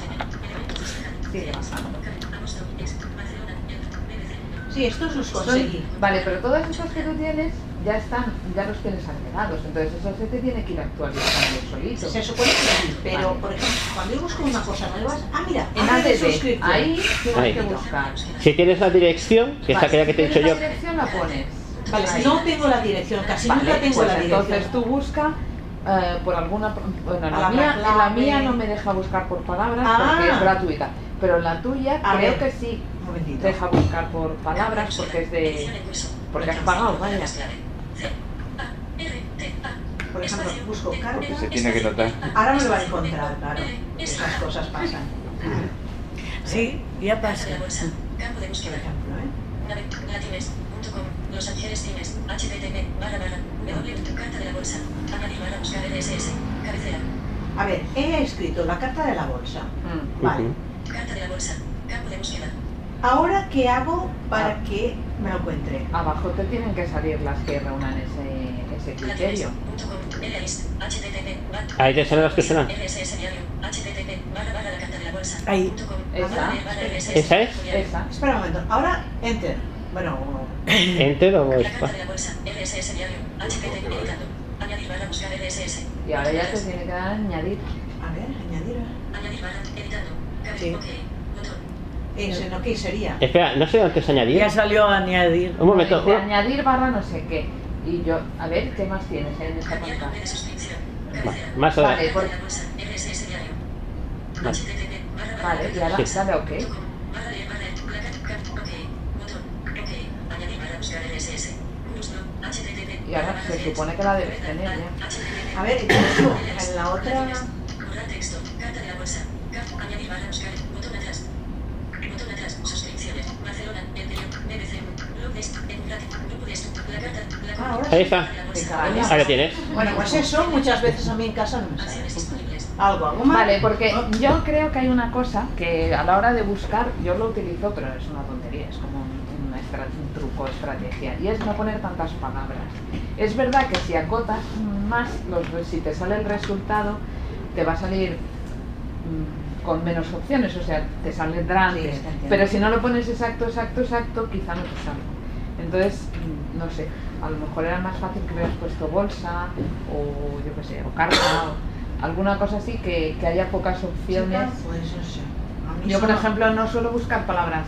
L: Sigue bajando.
N: este
H: Sí, estos los
L: Son-
H: conseguí.
L: Vale, pero todos estos que tú tienes ya están, ya los tienes agregados, entonces eso se te tiene que ir actualizando solito.
H: Se supone que sí, pero por ejemplo, cuando yo busco una cosa nueva, ah, mira,
L: En
H: ADD
L: ADD,
H: suscripción.
L: ahí tienes
B: Ahí.
L: que buscar.
B: Si tienes la dirección, que es
L: Vale,
B: aquella que te he
L: si
B: dicho
L: tienes
B: yo,
L: La dirección la pones.
H: Vale,
L: Ahí.
H: no tengo la dirección, casi
L: Vale,
H: nunca tengo
L: pues
H: la dirección.
L: Entonces tú busca eh, por alguna. Bueno,
H: A
L: la,
H: la
L: mía,
H: clave.
L: la mía no me deja buscar por palabras
H: Ah.
L: porque es gratuita. Pero la tuya
H: A
L: creo
H: ver.
L: que sí deja buscar por palabras porque es de. Porque has pagado, vaya.
H: Por ejemplo, busco
I: Porque se
H: carta.
I: tiene que notar.
H: Ahora me lo va a encontrar, claro. Esas cosas pasan.
F: Sí, ya pasa.
N: Campo de búsqueda.
L: ¿eh?
N: Nave- natives.com, Los Ángeles Times. HTTP. Barra barra. W. Carta de la bolsa. Añadir barra buscar RSS. Cabecera.
H: A ver, he escrito la carta de la bolsa. Vale.
N: Carta de la bolsa. Campo de búsqueda.
H: Ahora, ¿qué hago para que me lo encuentre?
L: Abajo te tienen que salir las que reúnan ese, ese criterio.
B: Ahí te salen las que suenan.
N: RSS diario. HTTP. Barra barra la carta de la bolsa.
H: Ahí.
N: Esa.
B: ¿Esa es?
L: Esa.
H: Espera un momento. Ahora, enter. Bueno,
B: ¿Entero o
N: La carta de la bolsa. RSS diario. HTTP. editando. Añadir barra buscar RSS.
L: Y ahora ya te tiene que dar añadir.
H: A ver, añadir.
N: Añadir barra. Editando. Cabe- Ok. Botón.
H: ese no, ¿qué sería?
B: Espera, no sé antes añadir.
F: Ya salió a añadir.
B: Un momento.
L: Dice añadir barra no sé qué. Y yo, a ver, ¿qué más tienes eh, en esta pantalla?
B: Va, más ahora.
L: Vale, por-
B: Vale.
L: Vale, y ahora
B: Sí.
L: dale OK. Y ahora se supone que la debes tener ¿eh? ya.
H: A ver, eso, en la otra.
N: Borrar texto. Carta de la bolsa. Carta. Añadir barra. Buscar. Botón atrás. Botón atrás. Suscripciones. Barcelona. Enterior. BBC. Blog de esto. En Plata. Grupo de esto. La carta. La
H: Ah, ahora
B: Ahí
H: sí.
B: está.
H: caballo.
B: Ahí la tienes.
H: Bueno, pues eso muchas veces a mí en casa no me sale. Algo, algo más.
L: Vale, porque yo creo que hay una cosa que a la hora de buscar yo lo utilizo, pero es una tontería, es como un, un estra- un truco, estrategia, y es no poner tantas palabras. Es verdad que si acotas más, los, re- si te sale el resultado, te va a salir mm, con menos opciones, o sea, te saldrá antes.
M: entiendo.
L: pero si no lo pones exacto, exacto, exacto, quizá no te salga. Entonces, mm, no sé, a lo mejor era más fácil que hubieras puesto bolsa o yo qué sé, o carta o alguna cosa así que, que haya pocas opciones.
H: Chica, Pues no sé. A mí
L: Yo, por
H: eso-
L: ejemplo, no suelo buscar palabras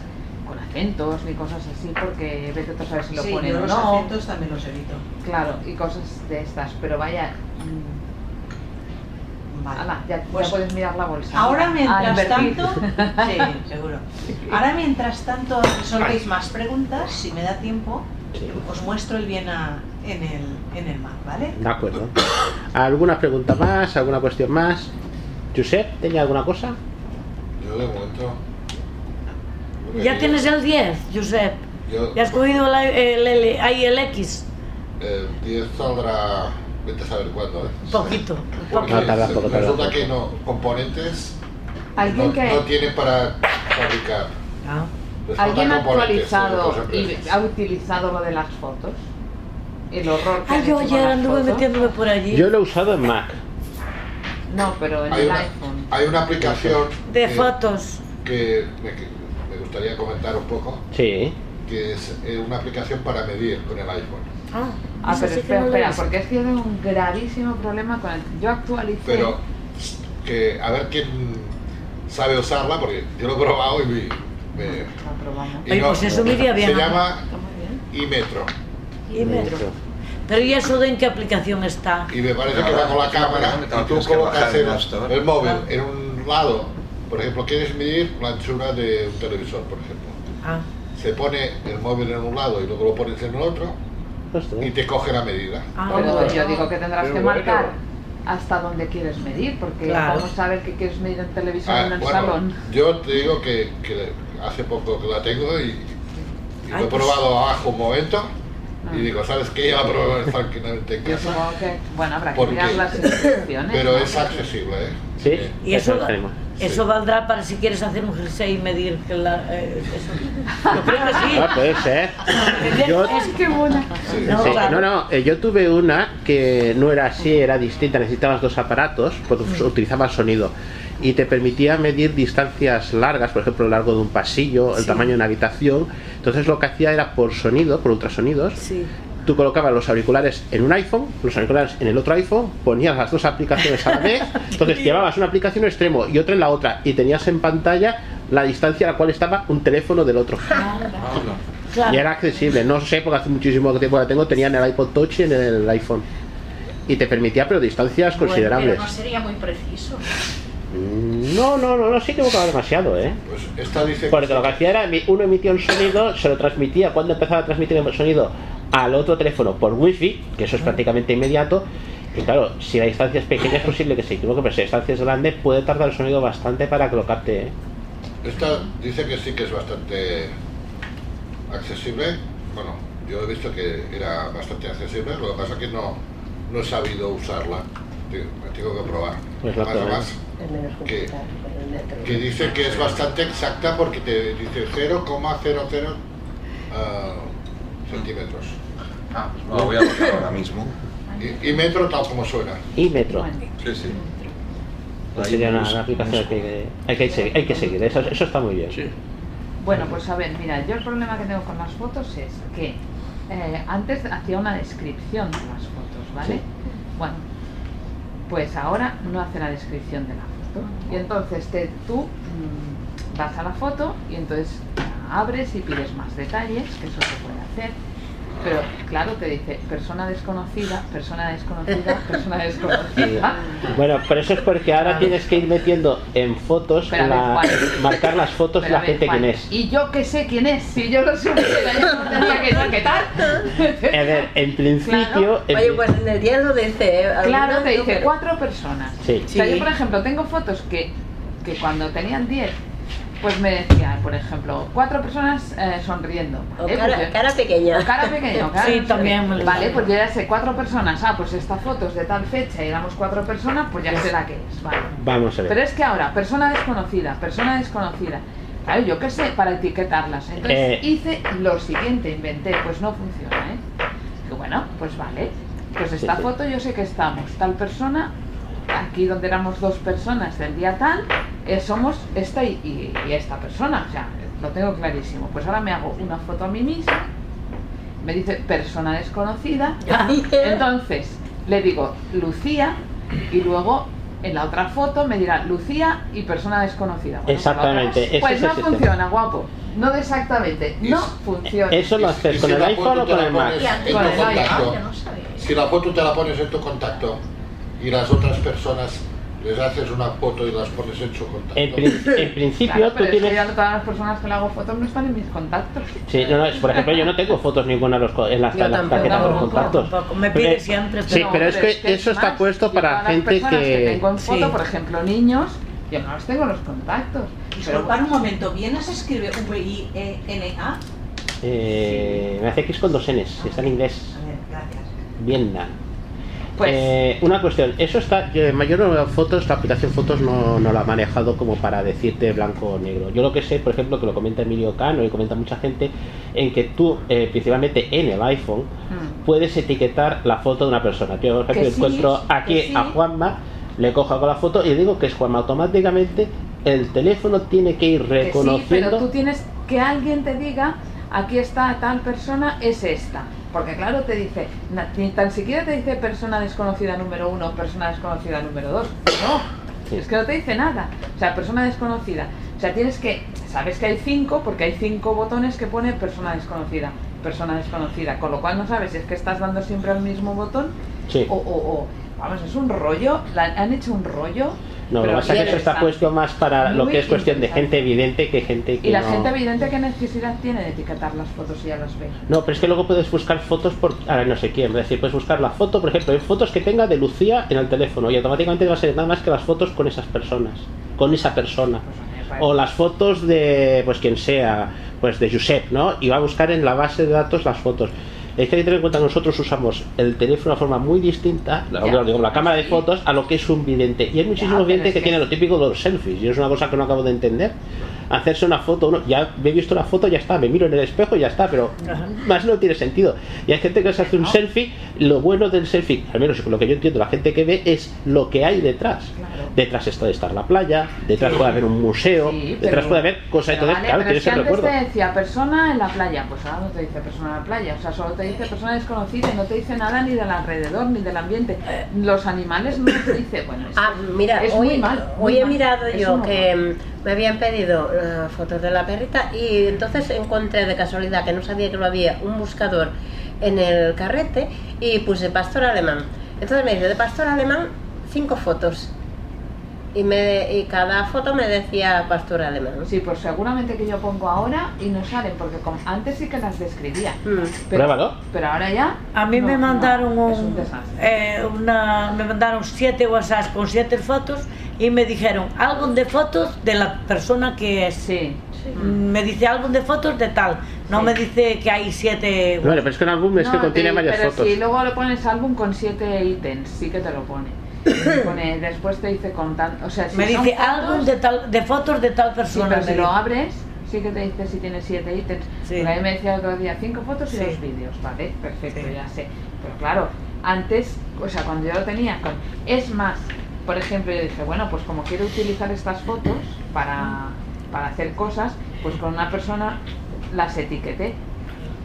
L: con acentos ni cosas así porque vete tú a saber si lo
H: Sí,
L: ponen
H: yo
L: o
H: los
L: no.
H: acentos también los evito.
L: Claro, y cosas de estas, pero vaya. mm, ala, ya, ya puedes mirar la bolsa.
H: Pues Ahora
L: A
H: mientras
L: invertir.
H: tanto, sí, seguro. Ahora mientras tanto resolvéis más preguntas, si me da tiempo, os muestro el bien a- en el en el map, ¿vale?
B: De acuerdo. ¿Alguna pregunta más? ¿Alguna cuestión más? Josep, ¿tenía alguna cosa?
G: Yo de momento.
F: ¿Ya tienes el 10, Josep?
G: Yo,
F: ¿Ya has cogido la- el, L- ahí el X?
G: eh, 10 saldrá. ah, Vete a saber cuándo, ¿eh?
F: Poquito.
G: Porque
B: No, tarda poco, tarda
G: resulta
B: poco.
G: que no, componentes
L: Alguien
G: no,
L: que-
G: no tiene para fabricar.
F: Ah.
G: Les faltan
L: ¿Alguien ha
G: Pues componentes Pues de
L: actualizado
G: otras
L: y
G: empresas.
L: ha utilizado lo de las fotos? El horror que
F: Ay,
L: han
F: yo
L: hecho con
F: ayer
L: las
F: anduve
L: fotos.
F: metiéndome por allí.
B: Yo lo he usado en Mac.
L: No, pero en
G: Hay
L: el
G: una-
L: iPhone.
G: Hay una aplicación
F: De
G: que-
F: fotos.
G: que me, que me gustaría comentar un poco,
B: Sí.
G: que es eh, una aplicación para medir con el iPhone.
F: Ah,
L: Ah,
F: eso
L: pero
F: sí que
L: espera,
F: no lo
L: espera,
F: hice.
L: porque es que tiene un gravísimo problema con el... Yo actualicé...
G: Pero que a ver quién sabe usarla, porque yo lo he probado y me... me- y
F: Ay, pues eso me iría bien.
G: Se llama iMetro.
F: Y metro. Pero ¿y eso de en qué aplicación está?
G: Y me parece que va con la cámara y tú colocas el, el móvil
F: Ah.
G: en un lado. Por ejemplo, quieres medir la anchura de un televisor, por ejemplo.
F: Ah.
G: Se pone el móvil en un lado y luego lo pones en el otro y te coge la medida.
F: Ah,
L: Pero Ah, yo digo que tendrás
G: Qué
L: que
G: bueno.
L: marcar hasta dónde quieres medir, porque
G: Claro.
L: vamos a ver qué quieres medir en televisión
G: Ah,
L: en el
G: bueno,
L: salón.
G: Yo te digo que, que hace poco que la tengo y, y
L: Ay,
G: lo he
L: pues-
G: probado abajo un momento
L: Ah.
G: y digo, ¿sabes qué? Ya la probé tranquilamente en
L: Yo
G: casa.
L: supongo que, bueno, habrá que
G: Porque-
L: mirar las instrucciones.
G: Pero es accesible, ¿eh?
B: Sí.
F: Y eso, eso valdrá para si quieres hacer un jersey y medir que la, eh, eso. Yo creo que sí.
B: Ah, puede ser. Yo-
F: Es que buena.
B: Sí, No, no, eh, yo tuve una que no era así, era distinta, necesitabas dos aparatos, porque
F: Mm.
B: utilizaba sonido y te permitía medir distancias largas, por ejemplo, el largo de un pasillo, el
F: Sí.
B: tamaño de una habitación. Entonces lo que hacía era por sonido, por ultrasonidos. Tú colocabas los auriculares en un iPhone, los auriculares en el otro iPhone, ponías las dos aplicaciones a la vez, entonces llevabas una aplicación en un extremo y otra en la otra, y tenías en pantalla la distancia a la cual estaba un teléfono del otro. Y era accesible, no sé, porque hace muchísimo tiempo que la tengo, tenía en el iPod Touch y en el iPhone. Y te permitía, pero distancias considerables.
E: Bueno, pero no sería muy preciso.
B: Mm, No, no, no, no se equivocaba demasiado, ¿eh?
G: Pues esta dice que
B: Porque
G: sí.
B: lo que hacía era, emi- uno emitía un sonido, se lo transmitía, cuando empezaba a transmitir el sonido al otro teléfono por wifi, que eso es prácticamente inmediato, Y claro, si la distancia es pequeña es posible que se equivoque, pero si la distancia es grande puede tardar el sonido bastante para colocarte. ¿eh?
G: Esta dice que sí que es bastante accesible. Bueno, yo he visto que era bastante accesible, lo que pasa que no, no he sabido usarla. Te- La tengo que probar.
B: Pues la
G: Más
B: probaré.
G: más, que, que dice que es bastante exacta porque te dice 0,00 ah, centímetros.
C: Ah, No lo voy a tocar ahora mismo.
G: Y, y metro tal como suena.
B: Y metro.
C: Sí, sí.
B: Pues sería una, una aplicación que hay que, seguir, hay que seguir, eso, eso está muy bien.
L: Bueno, pues a ver, mira, yo el problema que tengo con las fotos es que eh, antes hacía una descripción de las fotos, ¿vale?
B: Sí.
L: Bueno, pues ahora no hace la descripción de la foto. Y entonces te, tú mm, vas a la foto y entonces la abres y pides más detalles, que eso se puede hacer. Pero claro, te dice persona desconocida, persona desconocida, persona desconocida.
B: Bueno, pero eso es porque ahora tienes que ir metiendo en fotos,
L: Pero a ver,
B: la-
L: Juan.
B: marcar las fotos de
L: Pero
B: la
L: a ver,
B: gente
L: Juan,
B: quién es.
L: Y yo que sé quién es, si yo lo supiera, yo no tendría que etiquetar.
B: A ver, en principio... en
M: Oye,
B: pri-
M: pues en el día lo dice, ¿eh?
L: Claro,
M: Algunos
L: te dice
M: números.
L: cuatro personas.
B: Sí.
L: pues, O sea,
M: Sí.
L: yo, por ejemplo, tengo fotos que, que cuando tenían diez, pues me decían, por ejemplo, cuatro personas eh, sonriendo.
M: O
L: ¿vale?
M: cara-
L: Pues yo-
M: cara pequeña.
L: O cara pequeña, o cara
M: Sí,
L: no sé
M: también
L: qué.
M: me lo
L: Vale,
M: digo.
L: pues yo ya sé cuatro personas. Ah, pues esta foto es de tal fecha y éramos cuatro personas, pues ya sé la que es. Vale.
B: Vamos a ver.
L: Pero es que ahora, persona desconocida, persona desconocida. Claro, yo qué sé, para etiquetarlas. Entonces
B: Eh.
L: hice lo siguiente, inventé, pues no funciona, ¿eh? Que bueno, pues vale. Pues
B: Sí,
L: esta
B: sí.
L: foto yo sé que estamos, tal persona, aquí donde éramos dos personas del día tal, eh, somos esta y, y- y esta persona, o sea, lo tengo clarísimo. Pues ahora me hago una foto a mí misma, me dice persona desconocida, entonces le digo Lucía y luego en la otra foto me dirá Lucía y persona desconocida. Bueno, pues la otra,
B: Exactamente, ese
L: Pues
B: es
L: no
B: el sistema.
L: funciona, guapo. No exactamente, no funciona.
B: Eso lo haces con el
G: la
B: iPhone o
G: foto
B: con
G: te
B: el
G: la
B: Mac.
G: pones en
L: Con
G: tu
L: el iPhone.
G: contacto, si la foto te la pones en tu contacto y las otras personas les haces una foto y las pones en su contacto.
B: En, prin- en principio
L: Claro,
B: tú
L: pero es que
B: tienes...
L: ya todas las personas que le hago fotos no están en mis contactos.
B: Sí, no, no, es- por ejemplo, yo no tengo fotos ninguna en, los co- en las,
L: Yo
B: en las
L: tampoco,
B: tarjetas de los
L: tampoco,
B: contactos.
L: tampoco. Me pide
B: Pero-
L: siempre,
B: Sí,
L: pero-
B: pero es
L: pero
B: que
L: es que es
B: eso está
L: más,
B: puesto para
L: Todas
B: gente
L: las personas que... tengo en foto,
H: Sí.
L: por ejemplo, niños, yo no los tengo en los contactos. Pero
H: Disculpad un momento, ¿Viena se escribe E V-I-E-N-A?
B: Eh, Me hace X con dos Ns, está en inglés.
H: Gracias.
B: Viena.
L: Pues.
B: Eh, una cuestión, eso está, yo, yo no veo fotos, la aplicación fotos no, no la ha manejado como para decirte blanco o negro. Yo lo que sé, por ejemplo, que lo comenta Emilio Cano y comenta mucha gente, en que tú, eh, principalmente en el iPhone,
L: Hmm,
B: puedes etiquetar la foto de una persona. Yo, por ejemplo,
O: Que sí,
B: encuentro
O: que
B: aquí
O: sí.
B: a Juanma, le cojo con la foto y le digo que es Juanma. Automáticamente el teléfono tiene que ir
L: que sí, pero
B: reconociendo.
L: tú tienes que alguien te diga, aquí está tal persona, es esta. Porque claro, te dice, na- ni tan siquiera te dice persona desconocida número uno, persona desconocida número dos. No,
B: Sí.
L: es que no te dice nada. O sea, persona desconocida. O sea, tienes que, sabes que hay cinco, porque hay cinco botones que pone persona desconocida, persona desconocida. Con lo cual no sabes si es que estás dando siempre al mismo botón
B: Sí.
L: o, o- o- vamos, es un rollo, la- han hecho un rollo.
B: No, lo
L: pero
B: que pasa es que
L: bien
B: eso está
L: interesante.
B: puesto más para lo
L: Muy
B: que es cuestión de
L: interesante.
B: gente evidente que gente que
L: Y la
B: no...
L: gente evidente que necesidad tiene de etiquetar las fotos y ya las ve.
B: No, pero es que luego puedes buscar fotos por ahora no sé quién, es decir, puedes buscar la foto, por ejemplo, hay fotos que tenga de Lucía en el teléfono y automáticamente va a ser nada más que las fotos con esas personas, con esa persona. O las fotos de pues quien sea, pues de Josep, ¿no? Y va a buscar en la base de datos las fotos. Es que hay que tener en cuenta que nosotros usamos el teléfono de una forma muy distinta, la,
O: Ya.
B: digo, la cámara de fotos, a lo que es un vidente. Y hay muchísimos
O: Ah, pero
B: videntes
O: es
B: que,
O: que-
B: tienen lo típico de los selfies, y es una cosa que no acabo de entender. Hacerse una foto, uno, ya me he visto una foto, ya está, me miro en el espejo y ya está, pero más no tiene sentido. Y hay gente que se hace un selfie, lo bueno del selfie, al menos lo que yo entiendo, la gente que ve es lo que hay detrás. Detrás esto de estar la playa, detrás
L: Sí.
B: puede haber un museo,
L: Sí,
B: detrás
L: pero-
B: puede haber cosas, entonces,
L: Vale,
B: claro,
L: pero
B: tienes
L: es que
B: el
L: antes
B: recuerdo.
L: te decía persona en la playa, pues ahora no te dice persona en la playa, o sea, solo te dice persona desconocida y no te dice nada ni del alrededor ni del ambiente. Los animales no te dice, bueno, es,
M: Ah, mira,
L: es
M: hoy,
L: muy mal. muy
M: hoy he
L: mal.
M: mirado
L: Es un
M: yo
L: horror.
M: que mm, me habían pedido eh, fotos de la perrita y entonces encontré de casualidad que no sabía que lo había un buscador en el carrete y puse pastor alemán. Entonces me dice de pastor alemán cinco fotos. Y, me, y cada foto me decía pastor alemán.
L: Sí, pues seguramente que yo pongo ahora y no salen, porque como- antes sí que las describía.
M: Mm.
B: Pruébalo.
L: Pero ahora ya.
F: A mí
L: no,
F: me
L: no,
F: mandaron un,
L: es un desastre.
F: eh, una, me mandaron siete WhatsApp con siete fotos y me dijeron álbum de fotos de la persona que es. Mm, Me dice álbum de fotos de tal. No me dice que hay siete.
B: Bueno, pero es que un álbum es que
L: No,
B: contiene
L: te-
B: varias
L: pero
B: fotos.
L: si luego le pones álbum con siete ítems, sí que te lo pone. Y pone después te dice con tan, o sea, si
F: me
L: son
F: dice
L: fotos,
F: álbum de tal, de fotos de tal
L: sí,
F: persona.
L: pero
F: me
L: si lo
F: dice.
L: abres, sí que te dice si tiene siete ítems. Porque a mí me decía el otro día cinco fotos y
F: Sí.
L: dos vídeos, vale, perfecto, ya sé. Pero claro, antes, o sea, cuando yo lo tenía con es más, por ejemplo, yo dije, bueno, pues como quiero utilizar estas fotos para, para hacer cosas, pues con una persona las etiqueté.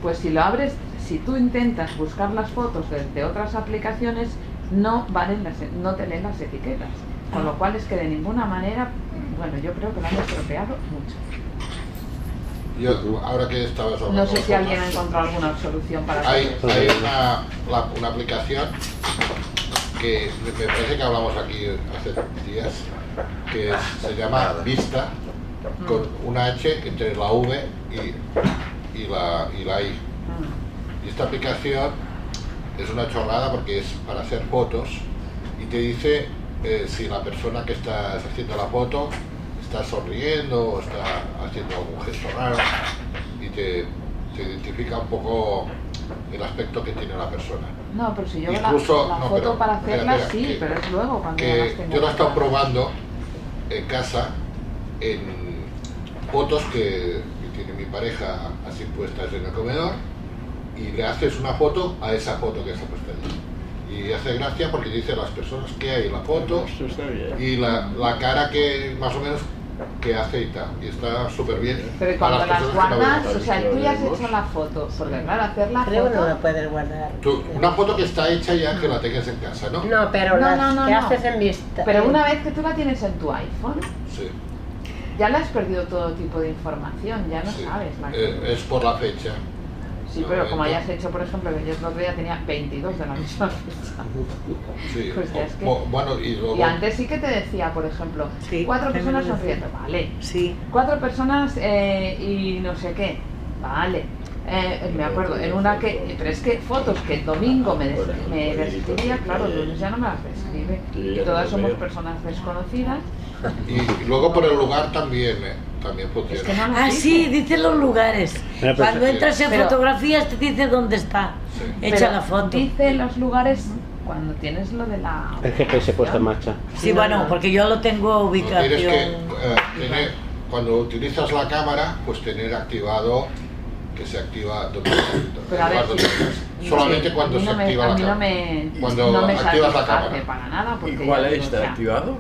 L: Pues si lo abres, si tú intentas buscar las fotos desde otras aplicaciones, no, valen las, e, no te leen las etiquetas. Con
G: Ah.
L: lo cual es que de ninguna manera, bueno, yo creo que lo han estropeado mucho.
G: Yo, ahora que estabas hablando.
L: No sé
G: de
L: si alguien ha
G: fotos,
L: encontrado alguna solución para
G: Hay,
L: hacer
G: hay
L: eso.
G: una, la- una aplicación que me parece que hablamos aquí hace días, que es- se llama Vista, con
L: Mm.
G: una H entre la V y, y la, y la I.
L: Mm.
G: Y esta aplicación es una chorrada porque es para hacer fotos y te dice eh, si la persona que estás haciendo la foto está sonriendo o está haciendo algún gesto raro y te, te identifica un poco el aspecto que tiene la persona.
L: No, pero si yo la-
G: Incluso-
L: la,
G: no,
L: foto
G: pero-
L: para
G: espera,
L: hacerla
G: espera,
L: sí,
G: que-
L: pero es luego cuando ya las
G: Que
L: tengo.
G: yo lo he estado
L: guardadas.
G: probando en casa en fotos que, que tiene mi pareja así puestas en el comedor y le haces una foto a esa foto que se ha puesto allí. Y hace gracia porque dice las personas que hay en la foto y la, la cara que más o menos que hace y tal. Y está súper bien.
L: Pero
G: para
L: cuando las
G: personas que no
L: guardas,
G: ven.
L: o sea, tú ya has hecho la foto, porque claro, hacer la
M: Creo que no
L: foto...
M: la puedes guardar.
G: Tú- una foto que está hecha ya que la tengas en casa, ¿no?
M: No, pero
L: No,
M: las
L: no, no,
M: que
L: no.
M: haces en vista.
L: Pero una vez que tú la tienes en tu iPhone,
G: Sí.
L: ya le has perdido todo tipo de información, ya no sabes. la-
G: Eh, es por la fecha. Eh,
L: Sí,
G: No,
L: pero como
G: entonces-
L: hayas hecho, por ejemplo, que yo el otro día tenía 22 de la misma fecha.
G: Sí.
L: Pues ya es que-
G: Bu- Bueno, y luego...
L: Y antes sí que te decía, por ejemplo, cuatro personas
F: menos de
L: sonriendo, vale. Cuatro personas eh, y no sé qué, vale. Eh, me acuerdo, en una que. Pero es que fotos que el domingo me, des- me describía, claro, el lunes ya no me las describe. Y todas somos personas desconocidas.
G: Y, y luego por el lugar también, eh, también funciona.
F: Ah, sí, dice los lugares.
G: pero
F: Cuando
G: sí.
F: entras en
L: Pero-
F: fotografías te dice dónde está. Echa
L: Pero
F: la foto.
L: Dice los lugares cuando tienes lo de la.
B: El GPS puesto en marcha.
F: Sí, bueno, porque yo lo tengo
G: No,
F: ubicación.
G: tienes que, eh, tener- cuando utilizas la cámara, pues tener activado que se activa donde-
L: Pero a ver,
G: lugar donde
L: sí.
G: estás. Solamente
L: Sí,
G: cuando
L: a mí
G: se
L: no me-
G: activa
L: a
G: la
L: mí
G: cámara.
L: no me,
G: Cuando
L: no me
G: activas la
L: satisface
G: cámara.
L: para nada. Porque
D: ¿Cuál
L: ya
D: es?
L: digo, o
D: ¿Está
L: sea,
D: activado?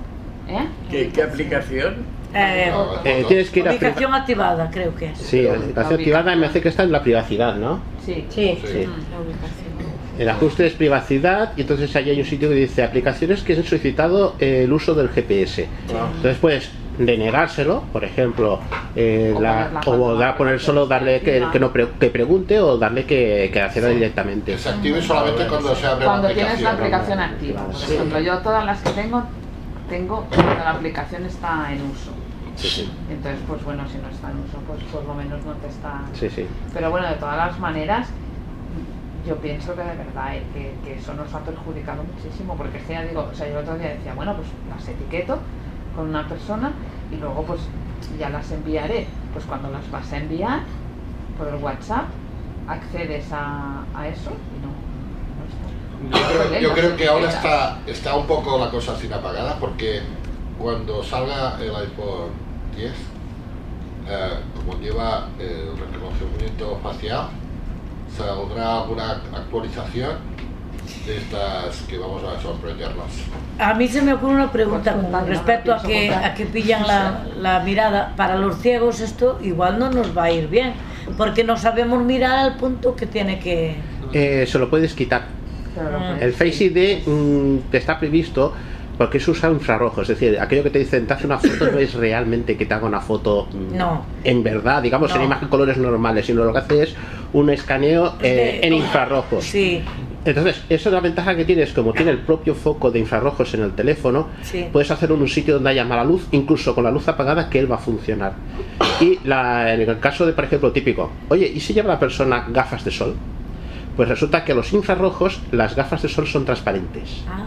L: ¿Eh?
D: ¿Qué, qué aplicación?
F: Eh,
B: Eh, tienes que ir a
F: ubicación activada, creo que es.
B: Sí, la aplicación activada me hace que está en la privacidad, ¿no?
L: Sí. Mm,
F: Sí.
B: Sí.
F: La ubicación.
B: El ajuste es privacidad y entonces allí hay un sitio que dice aplicaciones que han solicitado eh, el uso del GPS. Entonces puedes denegárselo, por ejemplo, eh, la- o da- poner solo darle que, que no pre- que pregunte o darle que, que acceda directamente.
G: Se active solamente cuando se abre
L: Cuando
G: la
L: tienes
G: aplicación.
L: la aplicación activa. Por
G: Sí.
L: ejemplo, yo todas las que tengo, tengo cuando la aplicación está en uso. Entonces, pues bueno, si no está en uso, pues por lo menos no te está...
B: Sí, sí.
L: Pero bueno, de todas las maneras, yo pienso que de verdad, eh, que, que eso nos ha perjudicado muchísimo, porque es que ya digo, o sea, yo el otro día decía, bueno, pues las etiqueto con una persona y luego pues ya las enviaré. Pues cuando las vas a enviar por el WhatsApp, accedes a, a eso y no.
G: Yo creo, yo creo que ahora está, está un poco la cosa sin apagada porque cuando salga el iPhone 10, eh, como lleva el reconocimiento facial, saldrá alguna actualización de estas que vamos a sorprenderlas.
F: A mí se me ocurre una pregunta con respecto a que, a que pillan la, la mirada. Para los ciegos esto igual no nos va a ir bien, porque no sabemos mirar al punto que tiene que... eh,
B: Eh, se lo puedes quitar.
F: Ah.
B: El Face ID mm, está previsto porque es usado infrarrojo, es decir, aquello que te dicen te hace una foto no es realmente que te haga una foto mm,
F: No.
B: en verdad, digamos
F: No.
B: en imagen colores normales, sino lo que hace es un escaneo eh,
F: De-
B: en infrarrojos.
F: Sí.
B: Entonces, eso es la ventaja que tiene, es como tiene el propio foco de infrarrojos en el teléfono,
F: Sí.
B: puedes hacerlo en un sitio donde haya mala luz, incluso con la luz apagada, que él va a funcionar. Y la- en el caso de, por ejemplo, típico, oye, ¿y si lleva la persona gafas de sol? Pues resulta que a los infrarrojos las gafas de sol son transparentes.
F: Ah.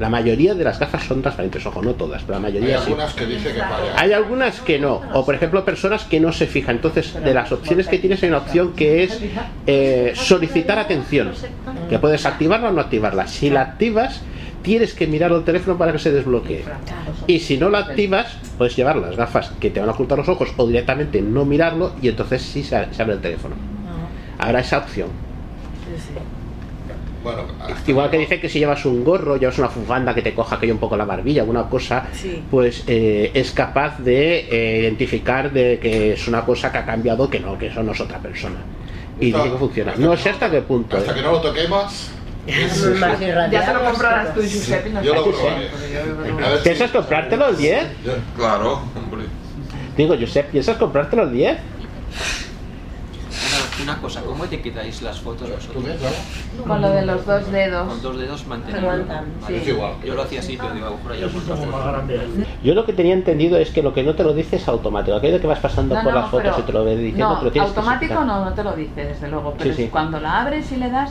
B: La mayoría de las gafas son transparentes, ojo, no todas, pero la
G: Hay
B: mayoría sí.
G: algunas que dice que falla.
B: Hay algunas que no, o por ejemplo personas que no se fijan. Entonces, de las opciones que tienes hay una opción que es eh, solicitar atención, que puedes activarla o no activarla. Si la activas, tienes que mirar el teléfono para que se desbloquee. Y si no la activas, puedes llevar las gafas que te van a ocultar los ojos o directamente no mirarlo y entonces sí se se abre el teléfono. Habrá esa opción.
G: Bueno,
B: Igual que dice que si llevas un gorro, llevas una fufanda que te coja que un poco la barbilla, alguna cosa,
F: Sí.
B: pues eh, es capaz de eh, identificar de que es una cosa que ha cambiado, que no, que eso no es otra persona. Y dice que funciona. No sé hasta qué punto.
G: hasta
B: eh.
G: que no lo toquemos. es-
M: Más irradiado.
O: Ya te lo comprarás tú, Giuseppe. no
G: Yo lo
O: sé.
G: probaré.
B: ¿Piensas comprártelo el 10?
C: Claro, hombre.
B: Digo, Josep, ¿piensas comprártelo el 10?
P: Una cosa, ¿cómo etiquetáis las fotos vosotros?
L: Con lo de los dos dedos.
P: Con dos dedos
L: Pero
P: manteniendo.
L: aguantan, sí.
P: Vale.
L: Es igual.
P: Yo lo hacía así, pero digo, a lo mejor hay
J: Eso es
P: alguna
J: como
P: foto.
J: más grande.
B: Yo lo que tenía entendido es que lo que no te lo dice es automático. Aquello que vas pasando
L: No,
B: por
L: no,
B: las fotos
L: pero-
B: y te lo ve diciendo,
L: no,
B: pero tienes que
L: automático
B: explicar.
L: no, no te lo dice, desde luego. Pero
B: Sí,
L: es
B: sí.
L: cuando la abres y le das,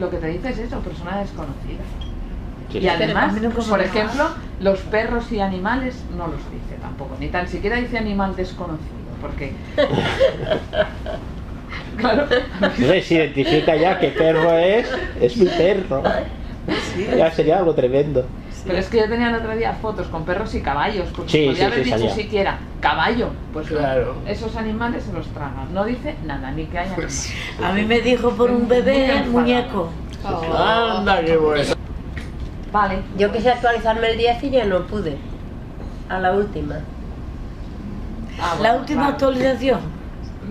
L: lo que te dice es eso, persona desconocida.
B: Sí,
L: y
B: sí.
L: además,
F: Pero a mí
K: pues,
F: nunca me
L: por
F: lo
L: ejemplo, los perros y animales no los dice tampoco, ni tan siquiera dice animal desconocido, porque... claro,
B: Entonces, se identifica ya qué perro es, es mi perro. Ya sería algo tremendo.
L: pero es que yo tenía el otro día fotos con perros y caballos, porque
B: Sí,
L: podría
B: sí,
L: haber
B: sí,
L: dicho
B: salía.
L: siquiera caballo, pues no.
B: Claro.
L: esos animales se los tragan, no dice nada, ni que haya...
F: Pues A mí me dijo por un bebé muñeco.
M: Anda,
D: qué bueno.
L: Vale.
M: Yo quise actualizarme el 10 y ya no pude. A la última.
L: Ah,
F: La última actualización.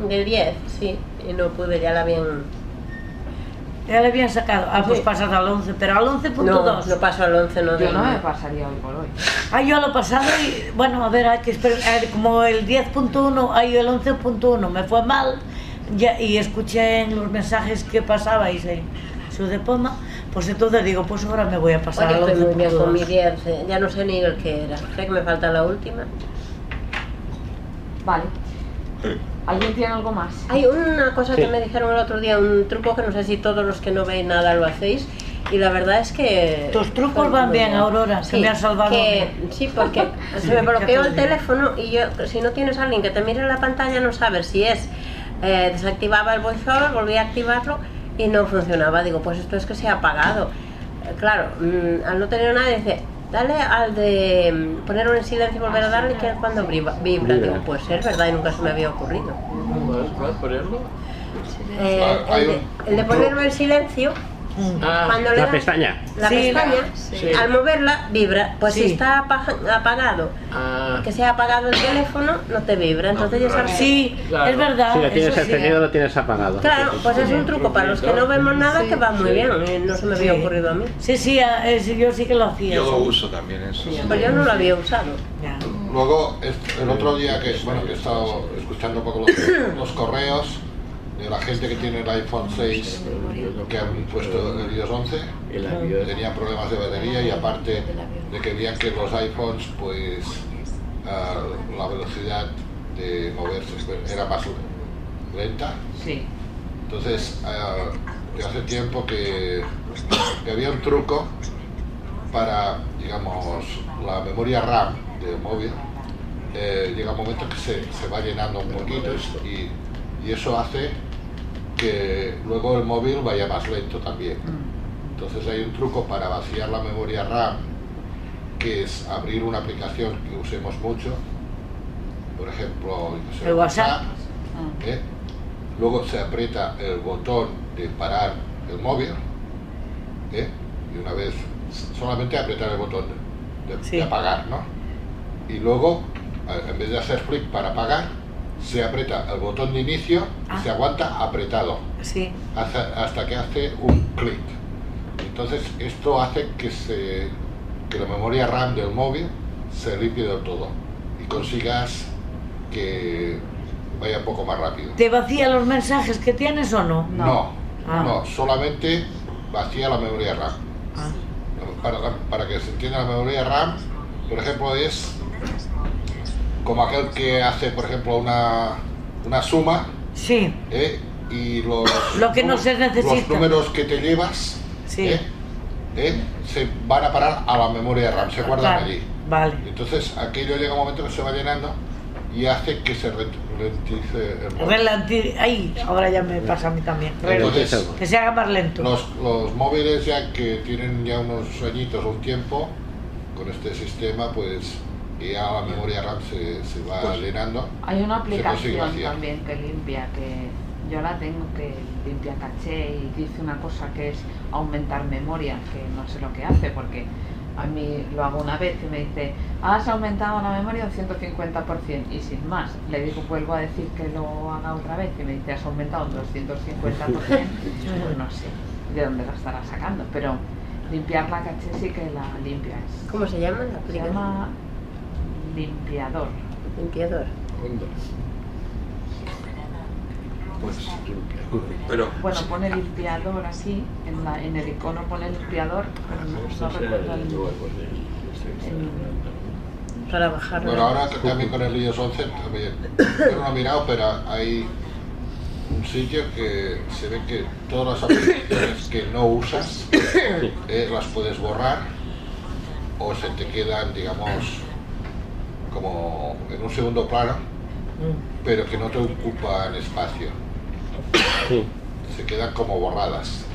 M: Del 10, sí. Y no pude, ya la habían.
F: Ya la habían sacado. Ah, pues pasas al 11, pero al 11.2.
M: No, no paso al 11, no.
L: Yo
M: doy.
L: no me pasaría hoy por hoy.
F: Ah, yo lo he pasado y, bueno, a ver, hay que esperar, a ver, como el 10.1, ahí el 11.1 me fue mal ya- y escuché en los mensajes que pasabais en su de Poma, pues entonces digo, pues ahora me voy a pasar
M: Oye,
F: al
M: pues estoy muy bien con mi
F: 11.2.
M: 10, eh, ya no sé ni el que era. Creo que me falta la última.
L: Vale. ¿Alguien tiene algo más?
M: Hay una cosa
L: Sí.
M: que me dijeron el otro día, un truco que no sé si todos los que no veis nada lo hacéis. Y la verdad es que...
F: Tus trucos van bien, Aurora, que me has salvado
M: que-
F: a mí.
M: sí, porque
F: Sí,
M: se me
F: ya te
M: bloqueó
F: lo
M: el
F: digo.
M: teléfono y yo, si no tienes a alguien que te mire la pantalla, no sabes si es... eh, desactivaba el voiceover, volví a activarlo y no funcionaba. Digo, pues esto es que se ha apagado. Eh, Claro, mm, al no tener nada, dice, dale al de mm, ponerlo en silencio y volver a darle, que es cuando vibra. vibra.
D: Vibra.
M: Digo, puede ser, ¿verdad? Y nunca se me había ocurrido.
D: ¿Puedes ponerlo?
M: Eh,
D: Ah, hay
M: el, de,
D: un- Ah.
M: el de ponerlo en silencio, cuando le
B: la
M: das
B: pestaña.
M: la
B: Sí,
M: pestaña,
B: la- sí.
M: al moverla vibra. Pues
F: Sí.
M: si está apaja- apagado, que se ha apagado el teléfono, no te vibra. Entonces ya sabes.
F: Sí,
B: Claro.
M: es verdad.
B: Si lo tienes
M: eso sí.
B: encendido, lo tienes apagado.
M: Claro, pues es un truco para los que no vemos nada que va muy
F: Sí.
M: bien. eh, No se me había
F: Sí.
M: ocurrido a mí.
F: Sí, sí, a- eh, sí, yo sí que lo hacía.
C: Yo lo uso también eso.
M: Pues yo no lo había usado.
G: Luego, es- el otro día que, bueno, que he estado escuchando un poco los, los correos de la gente que tiene el iPhone 6, que han puesto el iOS 11, tenían problemas de batería y aparte de que veían que los iPhones, pues ah, la velocidad de moverse pues, era más lenta.
L: Sí.
G: Entonces, ah, yo hace tiempo que, que había un truco para, digamos, la memoria RAM del móvil. eh, llega un momento que se, se va llenando un poquito y, y eso hace que luego el móvil vaya más lento también. Entonces hay un truco para vaciar la memoria RAM, que es abrir una aplicación que usemos mucho, por ejemplo, yo qué sé,
F: El WhatsApp.
G: ¿eh? Luego se aprieta el botón de parar el móvil. ¿eh? Y una vez, solamente apretar el botón de, de apagar, ¿no? Y luego, a- en vez de hacer clic para apagar, se aprieta el botón de inicio y se aguanta apretado
F: Sí.
G: hasta, hasta que hace un clic. Entonces, esto hace que, se, que la memoria RAM del móvil se limpie del todo y consigas que vaya un poco más rápido.
F: ¿Te vacía los mensajes que tienes o no? Ah.
G: No, no, solamente vacía la memoria RAM.
F: Ah.
G: Para, para que se entienda la memoria RAM, por ejemplo, es como aquel que hace, por ejemplo, una, una suma.
F: Sí.
G: ¿eh? Y los,
F: Lo que no
G: números-
F: se necesita.
G: Los números que te llevas
F: Sí.
G: ¿eh? ¿eh? se van a parar a la memoria RAM, se guardan
F: Vale,
G: allí.
F: Vale.
G: Entonces, aquello llega un momento que se va llenando y hace que se ralentice el móvil.
F: Relantir. Ay, ahora ya me pasa a mí también.
G: Entonces,
F: Rel- que se haga más lento.
G: Los, los móviles ya que tienen ya unos añitos o un tiempo, con este sistema, pues ya la memoria RAM se, se va
L: Pues,
G: llenando.
L: Hay una
G: se consigue
L: aplicación
G: vaciar.
L: también que limpia, que yo la tengo que limpia caché y dice una cosa que es aumentar memoria, que no sé lo que hace porque a mí lo hago una vez y me dice, has aumentado la memoria un 150% y sin más. Le digo, vuelvo a decir que lo haga otra vez y me dice, has aumentado un 250%. Pues no sé de dónde la estará sacando, pero limpiar la caché sí que la limpia. es-
M: ¿Cómo se llama la
L: Se llama limpiador.
M: Limpiador.
C: Pues, pero
L: Bueno, pone limpiador aquí, en, la, en el icono pone limpiador, pero no, no recuerdo el...
M: Para bajar
G: Bueno, ahora que también con el iOS 11, también, yo no lo he mirado, pero hay un sitio que se ve que todas las aplicaciones que no usas eh, las puedes borrar o se te quedan, digamos, como en un segundo plano, pero que no te ocupan espacio. Se quedan como borradas.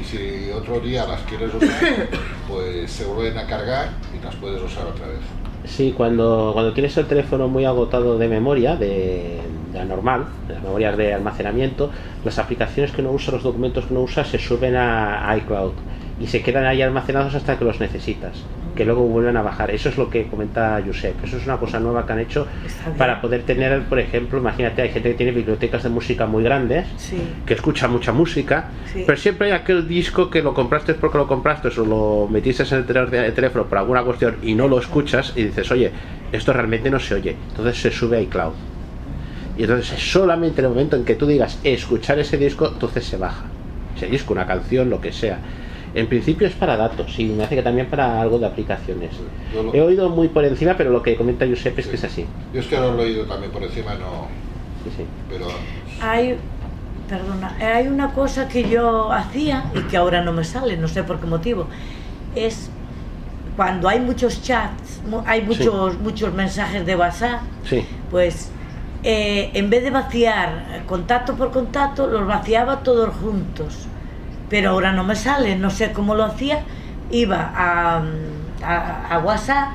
G: Y si otro día las quieres usar, pues se vuelven a cargar y las puedes usar otra vez.
B: Sí, cuando, cuando tienes el teléfono muy agotado de memoria, de, de la normal, de las memorias de almacenamiento, las aplicaciones que no usas, los documentos que no usas, se suben a, a iCloud y se quedan ahí almacenados hasta que los necesitas, que luego vuelven a bajar. Eso es lo que comenta Josep. Eso es una cosa nueva que han hecho para poder tener, por ejemplo, imagínate, hay gente que tiene bibliotecas de música muy grandes, que escucha mucha música,
F: Sí.
B: pero siempre hay aquel disco que lo compraste porque lo compraste o lo metiste en el tel- el teléfono por alguna cuestión y no lo escuchas y dices, oye, esto realmente no se oye. Entonces se sube a iCloud. Y entonces solamente en el momento en que tú digas escuchar ese disco, entonces se baja. Ese disco, una canción, lo que sea. En principio es para datos y me hace que también para algo de aplicaciones.
G: Yo lo-
B: He oído muy por encima, pero lo que comenta Josep es que es así.
G: Yo es que lo he leído también por encima, no. Pero
F: Hay, perdona, hay una cosa que yo hacía y que ahora no me sale, no sé por qué motivo. Es cuando hay muchos chats, mu- hay muchos, muchos mensajes de WhatsApp,
B: Sí.
F: pues eh, en vez de vaciar contacto por contacto, los vaciaba todos juntos. Pero ahora no me sale, no sé cómo lo hacía. Iba a, mm, a- a WhatsApp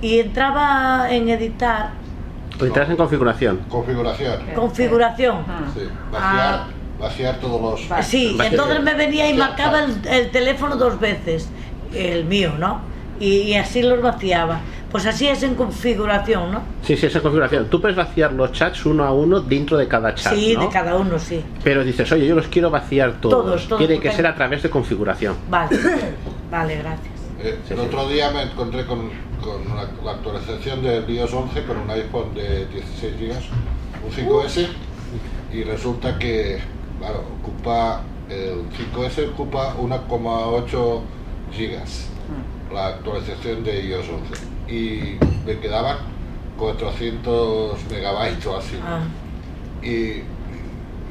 F: y entraba en editar
B: Entras Pues en configuración.
G: Configuración.
F: configuración.
G: Sí, vaciar,
F: Ah.
G: vaciar todos los.
F: Sí, entonces me venía y marcaba el, el teléfono dos veces, el mío, ¿no? Y, y así los vaciaba. Pues así es en configuración, ¿no?
B: Sí, sí, esa configuración. Tú puedes vaciar los chats uno a uno dentro de cada chat.
F: sí,
B: ¿no?
F: de cada uno, sí.
B: Pero dices, oye, yo los quiero vaciar todos.
F: Todos, todos,
B: Tiene que
F: porque-
B: ser a través de configuración.
F: Vale, vale, gracias.
G: Eh, el otro día me encontré con, con una- la actualización del iOS 11 con un iPhone de 16 GB, un 5S, y resulta que, claro, ocupa, el 5S ocupa 1,8
F: Mm.
G: GB, la actualización de iOS 11, y me quedaban 400 megabytes o así.
F: Ah,
G: Y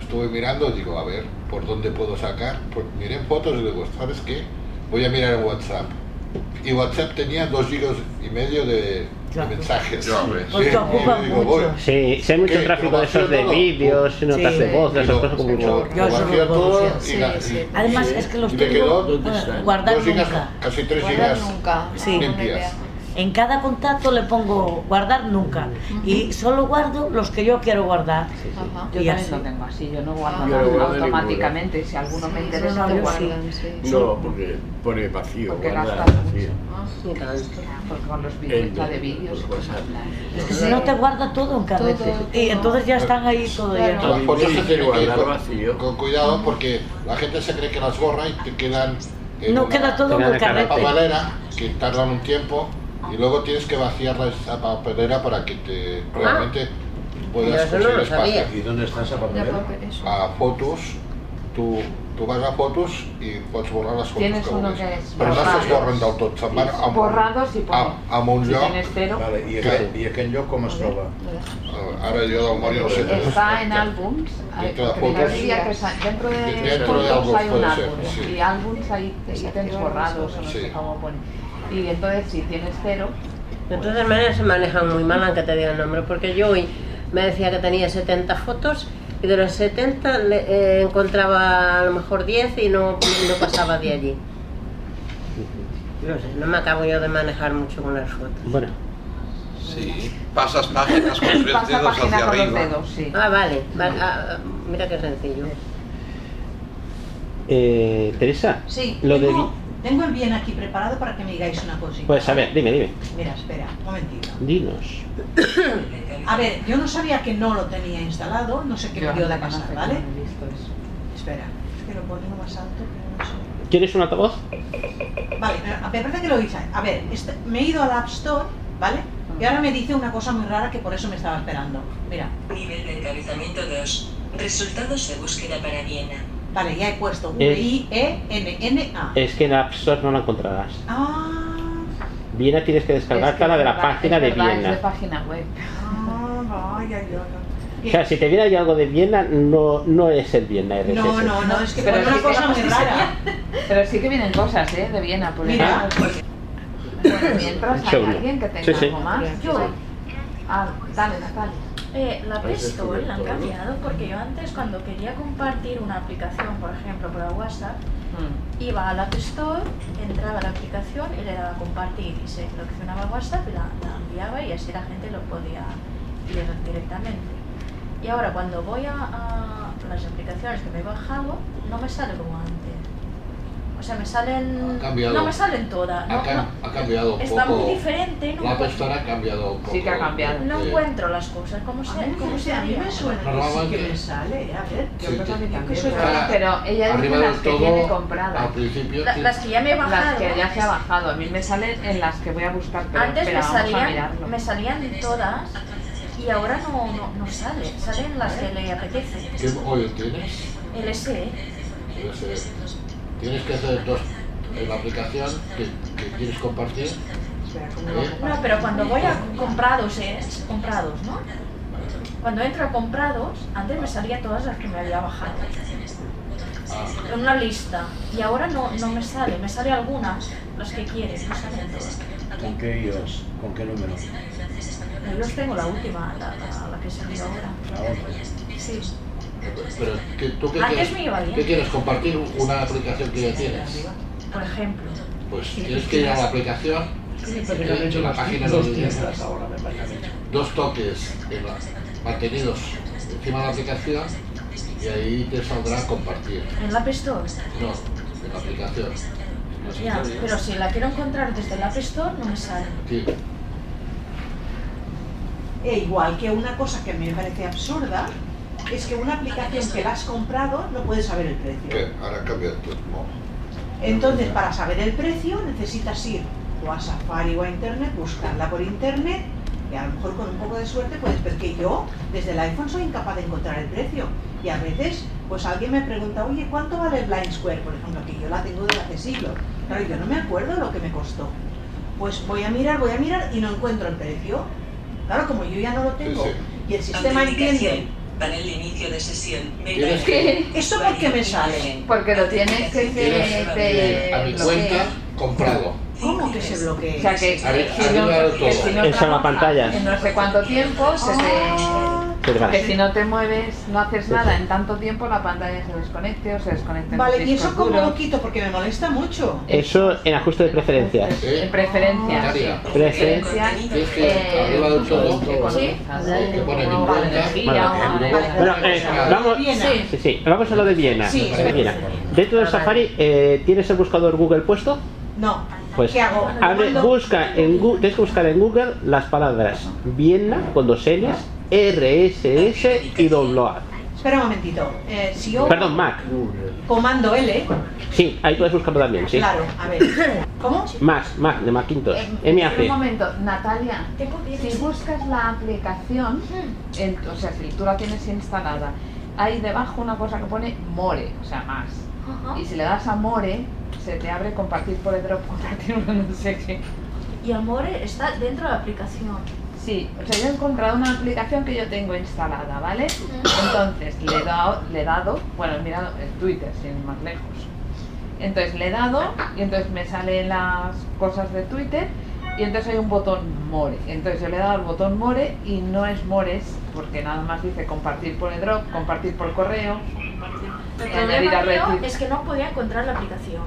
G: estuve mirando, digo, a ver, ¿por dónde puedo sacar? Pues miré fotos y digo, ¿sabes qué? Voy a mirar en WhatsApp. Y WhatsApp tenía dos gigas y medio de, de mensajes.
B: Porque
F: Pues
G: Sí,
B: ocupa
G: y digo, voy.
B: Sí, si hay mucho
G: ¿Qué?
B: tráfico de esos de
G: ¿Lo vacío todo?
B: vídeos, y notas
G: Sí.
B: de voz, de esas
G: Digo,
B: cosas como mucho.
G: Lo vacío todo y
F: sí,
G: la-
F: sí.
G: y-
F: Además,
G: sí.
F: es que los
G: Y me
F: tengo,
G: quedó
F: ¿dónde están? guardar
G: dos gigas,
F: nunca.
G: casi tres
F: Guardar
G: gigas
F: nunca. Sí.
G: limpias.
F: En cada contacto le pongo guardar nunca. Y solo guardo los que yo quiero guardar.
L: Yo también lo tengo así, yo no
G: Ah.
L: guardo
O: Yo no
L: nada
O: guardo
L: automáticamente,
O: ninguno.
L: si alguno
O: Sí,
L: me
O: sí,
L: interesa
O: no,
L: lo
O: yo
L: guardo.
O: sí. No, porque pone vacío,
L: Porque
O: guarda
L: gastas
O: vacío.
L: Porque con los
O: El
L: vídeos, la
O: de-
L: de vídeos. pues,
F: Es que si no te guarda todo en cada
L: Todo,
F: Y entonces ya están ahí todo lleno.
G: Las fotos se tienen que ir
O: guardar
G: con, con cuidado porque la gente se cree que las borra y te quedan. eh,
F: No, queda todo en el carrete.
G: papelera que tardan un tiempo y luego tienes que vaciar la- esa papelera para que te
M: Ah.
G: realmente puedas
M: Yo eso no
G: conseguir
M: lo
G: espacio.
M: sabía.
G: ¿Y dónde está esa
M: papelera? La papel-
G: A fotos, tu, tu tu vas a fotos i pots borrar les fotos
L: Tienes
G: que
L: uno
G: vulguis.
L: que es
G: Però no ah,
L: borrados.
G: se'ls borren del tot, se'n van a un,
L: Borrados y
G: a,
L: pone.
G: a un
L: Si
G: lloc...
L: tienes cero.
G: Vale,
O: I
G: que, Eh,
O: aquest, I aquest lloc com es troba?
G: ara jo del Mori no sé.
L: Está en álbums. hay-
G: Dentro de
L: porque
G: fotos.
L: habría que sa- Dentro de,
G: Dentro de
L: fotos
G: álbums
L: hay un
G: puede ser,
L: álbum.
G: sí.
L: Y álbums hay ítems borrados o no
G: Sí.
L: sé cómo pone. Y entonces este si tienes cero,
M: De todas maneras se manejan muy mal, aunque te diga el nombre, porque yo hoy me decía que tenía 70 fotos y de las 70 le- eh, encontraba a lo mejor 10 y no, no pasaba de allí. No sé, no me acabo yo de manejar mucho con las fotos.
B: Bueno.
C: Sí, pasas páginas con tres
M: Pasa
C: dedos
M: página
C: hacia
M: con los
C: arriba.
M: dedos, sí. Ah, vale. vale, ah, ah, mira qué sencillo.
B: Eh, Teresa,
H: Sí,
B: lo de...
H: tengo, tengo el bien aquí preparado para que me digáis una cosita.
B: Pues a ver, dime, dime.
H: Mira, espera, un momentito.
B: Dinos.
H: A ver, yo no sabía que no lo tenía instalado, no sé qué me dio de pasar, ¿vale? Espera, es que lo pone lo más alto, pero no sé.
B: ¿Quieres un altavoz?
H: Vale, me- me parece que lo hice. A ver, este- me he ido al App Store, ¿vale? Y ahora me dice una cosa muy rara que por eso me estaba esperando. Mira,
N: Nivel de encabezamiento 2. Resultados de búsqueda para Viena.
H: vale, ya he puesto E
B: Eh.
H: V-I-E-N-N-A.
B: Es que en App Store no la encontrarás.
H: Ah,
B: Viena tienes que descargarte la de la página
L: es
B: de
L: verdad, es de
B: Viena.
L: página web.
H: ah, vaya, yo
B: O sea, si te viene ahí algo de Viena, no, no es el Viena RSS.
H: No, no, no, es que
L: Pero
H: pone una
L: sí que-
H: cosa muy rara.
L: Pero sí que vienen cosas, ¿eh? De Viena, por
H: Mira.
L: ejemplo. Bueno, mientras hay
B: Seguro.
L: alguien que tenga
B: Sí, sí.
L: algo más. Yo. Ah, dale, Natalia.
K: Eh, la App
L: Parece
K: Store la han
L: descubierto, ¿no?
K: cambiado porque yo antes cuando quería compartir una aplicación, por ejemplo, por WhatsApp, iba al App Store, entraba a la aplicación y le daba compartir y se seleccionaba WhatsApp y la, la enviaba y así la gente lo podía leer directamente. Y ahora cuando voy a, a las aplicaciones que me he bajado, no me sale como antes. O sea, me salen...
G: Ha cambiado.
K: No me salen todas.
G: Ha,
K: No,
G: cam-
K: no.
G: ha cambiado un
K: Está
G: poco.
K: muy diferente. No
G: La
K: encuentro-
G: pastora ha cambiado un poco.
K: no
G: Eh,
K: encuentro las cosas, ¿cómo se, cómo se
H: A mí me
K: haría?
H: suena que sí que me sale, a ver.
G: Sí, creo que a mí también.
H: que soy
G: Ah,
L: Pero ella dice
G: arriba
L: las
G: del
L: que
G: todo,
L: tiene compradas.
G: Al principio
L: La-
G: tiene-
L: las que ya me he bajado.
K: Las que ya se ha
L: bajado. A mí me salen en las que voy a buscar.
K: Antes me salían, me salían todas y ahora no, no, no sale, salen las que le apetece.
G: ¿Qué hoyo tienes?
K: El ¿eh? SE,
G: Yo sé. Tienes que hacer dos. En la aplicación que, que quieres compartir. ¿eh?
K: no, pero cuando voy a comprados, es comprados, ¿no? Cuando entro a comprados, antes me salían todas las que me había bajado.
G: Ah,
K: En una lista. Y ahora no, no me sale, me sale algunas, las que quieres, no salen todas.
O: ¿Con qué iOS? ¿Con qué número?
K: Yo los tengo la última, la, la, la que salió ahora. Sí.
G: Pero ¿qué- tú qué
K: Antes
G: quieres,
K: me iba bien.
G: ¿qué quieres compartir? Una aplicación que ya tienes.
K: Por ejemplo.
G: Pues tienes que ir a la aplicación,
K: Sí,
G: que
K: porque
G: he hecho la
K: los
G: página de
K: dos
G: los
K: días.
G: idiomas. Dos toques en la- mantenidos encima de la aplicación y ahí te saldrá compartir.
K: En la App Store.
G: No, en la aplicación.
K: Ya, pero si la quiero encontrar desde la App Store, no me sale.
G: Sí.
H: E igual que una cosa que me parece absurda es que una aplicación que la has comprado no puedes saber el precio.
G: Que ahora cambia tu no.
H: Entonces, para saber el precio necesitas ir o a Safari o a Internet, buscarla por Internet y a lo mejor con un poco de suerte puedes ver que yo desde el iPhone soy incapaz de encontrar el precio. Y a veces, pues alguien me pregunta, oye, ¿cuánto vale el Blind Square? Por ejemplo, que yo la tengo desde hace siglos. Claro, yo no me acuerdo lo que me costó. Pues voy a mirar, voy a mirar y no encuentro el precio. Claro, como yo ya no lo tengo
N: sí.
H: y el sistema entiende.
N: Panel de inicio de sesión.
G: ¿Tienes
H: ¿Eso por qué me sale?
L: Porque lo tienes que
G: Tienes
L: eh,
G: que ir a mi cuenta comprado.
H: ¿Cómo que se bloquea?
L: O sea que,
G: A ver,
L: que si no,
G: arregla todo.
L: que si no
B: Esa es la
L: trabajas
B: pantalla. Pues
L: en no sé cuánto tiempo se
B: Se te va.
L: te, que si no te mueves, no haces nada en tanto tiempo la pantalla se desconecte o se desconecte.
H: Vale, ¿y eso cómo lo quito? Porque me molesta mucho.
B: Eso en ajuste de preferencias.
L: En preferencias. Eh, sí.
B: Natalia. Preferencias.
G: Tienes que ir arriba del todo, que pone mi cuenta.
B: Bueno, eh, vamos,
L: Sí.
B: sí, sí, vamos a lo de Viena.
H: Sí.
B: De Viena. Dentro del Safari, eh, ¿tienes el buscador Google puesto?
H: No.
B: Pues
H: ¿Qué hago?
B: abre-
H: Mando-
B: busca en Google, tienes que buscar en Google las palabras Viena con dos Ns, RSS y download.
H: Espera un momentito. Eh, si yo
B: Perdón, Mac.
H: comando L,
B: Sí, ahí puedes buscarlo también, sí.
H: claro, a ver. ¿Cómo?
B: Mac, Mac, de Macintosh.
L: Eh,
B: Eh,
L: Un
B: MAC.
L: momento, Natalia, si buscas la aplicación,
H: Mm.
L: en- o sea, si tú la tienes instalada, hay debajo una cosa que pone more, o sea, más.
H: ¿Ah?
L: Y si le das a More, se te abre compartir por el drop, compartir por no sé qué.
K: Y Amore está dentro de la aplicación.
L: Sí, o sea, yo he encontrado una aplicación que yo tengo instalada, ¿vale? Entonces, le he dado, le he dado bueno, mira, el Twitter, sin ir más lejos. Entonces le he dado y entonces me salen las cosas de Twitter y entonces hay un botón More. Entonces yo le he dado al botón More y no es Mores, porque nada más dice compartir por el drop, compartir por correo,
K: El
L: añadir a
K: problema mío
L: Reddit.
K: es que no podía encontrar la aplicación.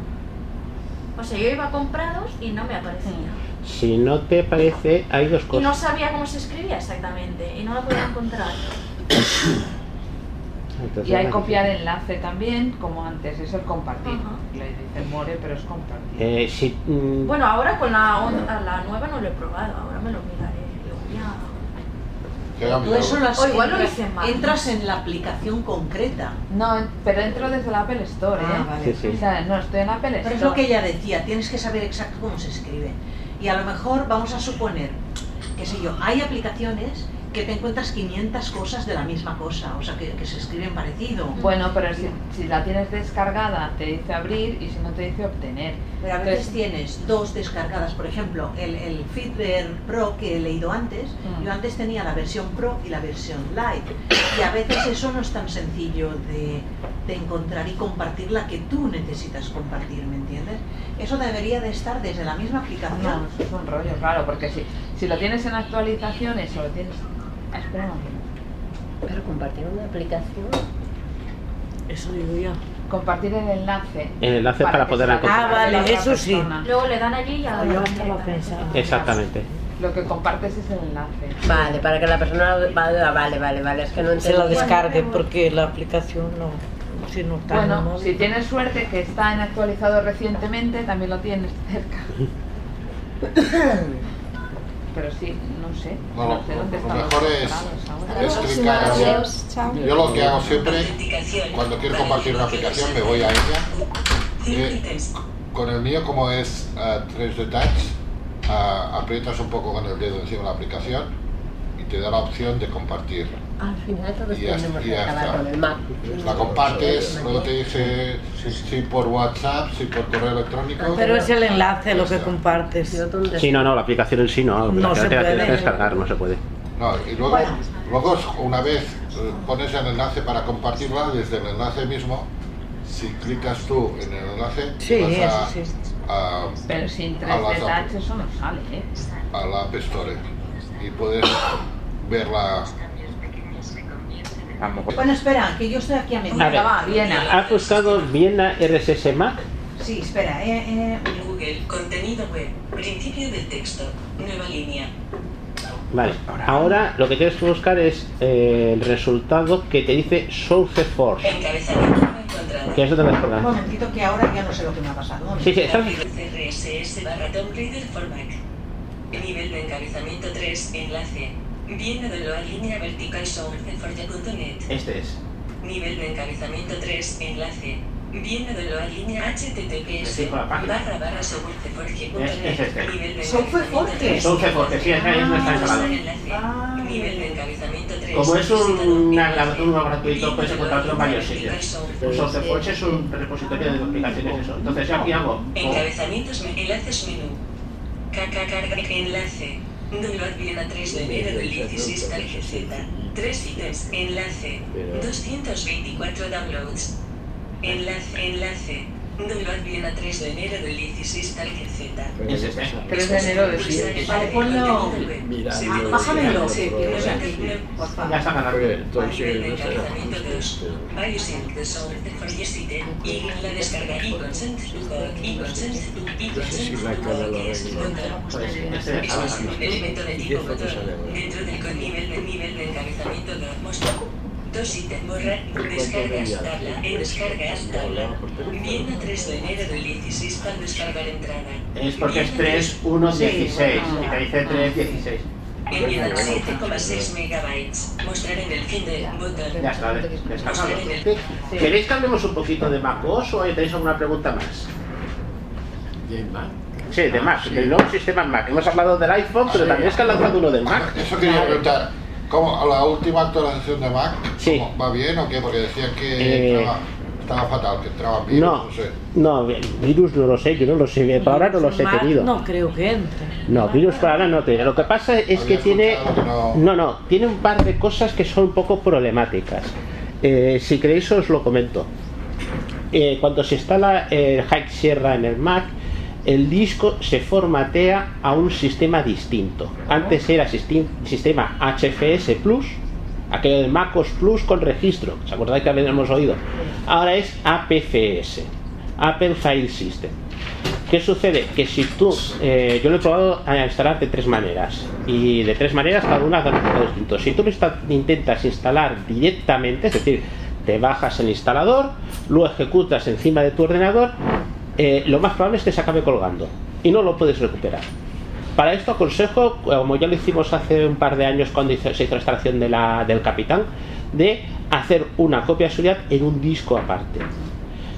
K: O sea, yo iba comprados y no me aparecía.
L: Mm.
B: Si no te parece, hay dos
K: Y no
B: cosas.
K: sabía cómo se escribía exactamente y no la podía encontrar.
B: Entonces,
L: Y hay
B: la-
L: copiar enlace también, como antes, es el compartir. Le dice More, pero es compartir.
B: Eh, si, mm,
K: Bueno, ahora con la, on- a la nueva no lo he probado, ahora me lo miraré. Lo voy a-
H: Tú pues eso lo has-
K: O igual lo
H: entra-
K: hice mal.
H: Entras en la aplicación concreta. Ah,
L: No, pero entro desde la Apple Store, ¿eh?
H: vale. Sí, sí.
L: O sea, no, estoy en la Apple Store.
H: Pero es lo que ella decía, tienes que saber exacto cómo se escribe. Y a lo mejor vamos a suponer, qué sé yo, hay aplicaciones que te encuentras 500 cosas de la misma cosa, o sea, que, que se escriben parecido.
L: Bueno, pero si, si la tienes descargada, te dice abrir y si no, te dice obtener.
H: Pero a veces tienes dos descargadas, por ejemplo, el, el Fitbit Pro que he leído antes,
L: Mm.
H: yo antes tenía la versión Pro y la versión Lite, y a veces eso no es tan sencillo de, de encontrar y compartir la que tú necesitas compartir, ¿me entiendes? Eso debería de estar desde la misma aplicación.
L: No, eso es un rollo, claro, porque si, si lo tienes en actualizaciones o lo tienes... Ah, espera un momento.
M: Pero compartir una aplicación.
L: Eso digo yo. Compartir el enlace.
B: El enlace para
L: que
B: poder
L: se la
B: encontrar.
L: comparta
B: Ah, vale,
L: la otra
B: eso sí.
L: persona.
K: Luego le dan allí y ya lo conectan.
M: Ah,
B: Exactamente.
L: Lo que compartes es el enlace.
M: Vale, para que la persona va- ah, vale, vale, vale, es que no
F: se la
M: entiendo.
F: descargue porque la aplicación no, si no está en el
L: Bueno,
F: móvil.
L: si tienes suerte que está en actualizado recientemente, también lo tienes cerca. Pero sí, no sé.
G: No,
L: No sé
G: lo-
L: dónde
G: lo
L: están los
G: mejor es-
L: instalados ahora.
G: es clicar.
L: Adiós, chao.
G: Yo lo que hago siempre, cuando quiero compartir una aplicación, me voy a ella. Eh, con el mío, como es ah, 3D Touch, ah, aprietas un poco con el dedo encima de la aplicación y te da la opción de compartir.
M: Al final todos
G: Y ya-
M: tenemos
G: y
M: que
G: ya
M: acabar
G: está.
M: con el Mac.
G: La compartes, luego te dice si, si por WhatsApp, si por correo electrónico.
F: Pero es el enlace lo que compartes.
B: Sí, no, no, la aplicación en sí no. La
F: No
B: aplicación
F: se
B: te la tienes
F: puede.
B: que descargar, no se puede.
G: No, y luego, luego una vez eh, pones el enlace para compartirla, desde el enlace mismo, si clicas tú en el enlace,
L: Sí,
G: vas a,
L: eso sí.
G: a-
L: Pero sin
G: a la
L: 3D
G: App-
L: Touch eso no sale, ¿eh?
G: a la App Store y puedes ver la...
B: A lo mejor.
H: Bueno, espera, que yo estoy aquí a medio.
B: A ver, ¿has buscado Viena RSS Mac?
H: Sí, espera. Eh, eh.
N: Google, contenido web, principio del texto, nueva línea.
B: Vale, ahora lo que tienes que buscar es eh, el resultado que te dice SourceForge,
N: Encabezamiento.
B: que eso te lo descargas.
H: Un momentito que ahora ya no sé lo que me ha pasado. un momento.
B: Sí, sí, está-
N: RSS barra Tomb Raider format. Nivel de encabezamiento 3, enlace. Viene de la línea vertical sourceforge.net.
B: Este es.
N: Nivel de encabezamiento 3, enlace. Viene de la línea
B: Es decir,
N: https
B: con la página.
N: barra barra sourceforge.net.
B: Es- es este.
N: Nivel de
B: Sourceforge.
N: encabezamiento
B: Sourceforge, sí, es ahí donde está
N: Ah,
B: instalado.
N: enlace. Nivel de encabezamiento 3.
B: Como es un arreglador gratuito, puedes encontrarlo en varios sitios. SourceForge es un repositorio de aplicaciones, eso. Entonces, yo aquí hago.
N: Encabezamientos, me- enlaces menú. Caca carga enlace. Download bien a 3 de enero del 16 tal GZ. 3 ítems, enlace. 224 downloads. Enlace, enlace. Download bien a 3 de enero del 16 tal GZ.
B: Es este.
L: 3 de enero de este 10.
N: Vale,
B: ah,
N: ponlo. Mira,
H: Bájamelo.
N: Sí,
H: o sea,
B: Ya está ganando.
N: Encabezamiento 2. Biosync the soul the forest item. Y la descarga y consent to code. Y consent to y consent to code. Que es
B: Este
N: Es un elemento de tipo motor. Dentro del con- nivel de nivel de encabezamiento de atmósfera. Dos ítem borra, descargas tabla, en descargas tabla. Viene 3 de enero del 16 para descargar entrada.
B: Es porque es 3, 1, 16. Y te dice 3, 16.
N: Enviada 7,6 megabytes. Mostrar en el fin de botón.
B: Ya está, des-
N: Mostrar
B: descargado.
N: en el
B: ¿Queréis que hablemos un poquito de MacOS o tenéis alguna pregunta más?
O: ¿De Mac?
B: Sí,
G: Ah,
B: de Mac, del nuevo sistema Mac. Hemos hablado del iPhone, pero también es que han lanzado uno del Mac.
G: Eso quería preguntar, ¿cómo, a la última actualización de Mac ¿cómo, va bien o qué? Porque decían que
B: Eh,
G: traba- estaba fatal, que entraba Ah, virus,
B: No,
G: no sé.
B: no, virus no lo sé, yo no lo sé, para ahora no los he
F: Mar-
B: tenido.
F: No creo que entre.
B: No, virus para ahora no te. Lo que pasa es que tiene. No, no, tiene un par de cosas que son un poco problemáticas. Eh, si queréis os lo comento. Eh, cuando se instala el High Sierra en el Mac, el disco se formatea a un sistema distinto. Antes era sistem- sistema HFS Plus, aquello de MacOS Plus con registro. ¿Se acordáis que habíamos oído? Ahora es APFS, Apple File System. ¿Qué sucede? Que si tú, eh, yo lo he probado a instalar de tres maneras y de tres maneras cada una da un resultado distinto. Si tú lo insta- intentas instalar directamente, es decir, te bajas el instalador, lo ejecutas encima de tu ordenador, eh, lo más probable es que se acabe colgando y no lo puedes recuperar. Para esto aconsejo, como ya lo hicimos hace un par de años cuando hizo- se hizo la instalación de la- del Capitán, de hacer una copia de seguridad en un disco aparte.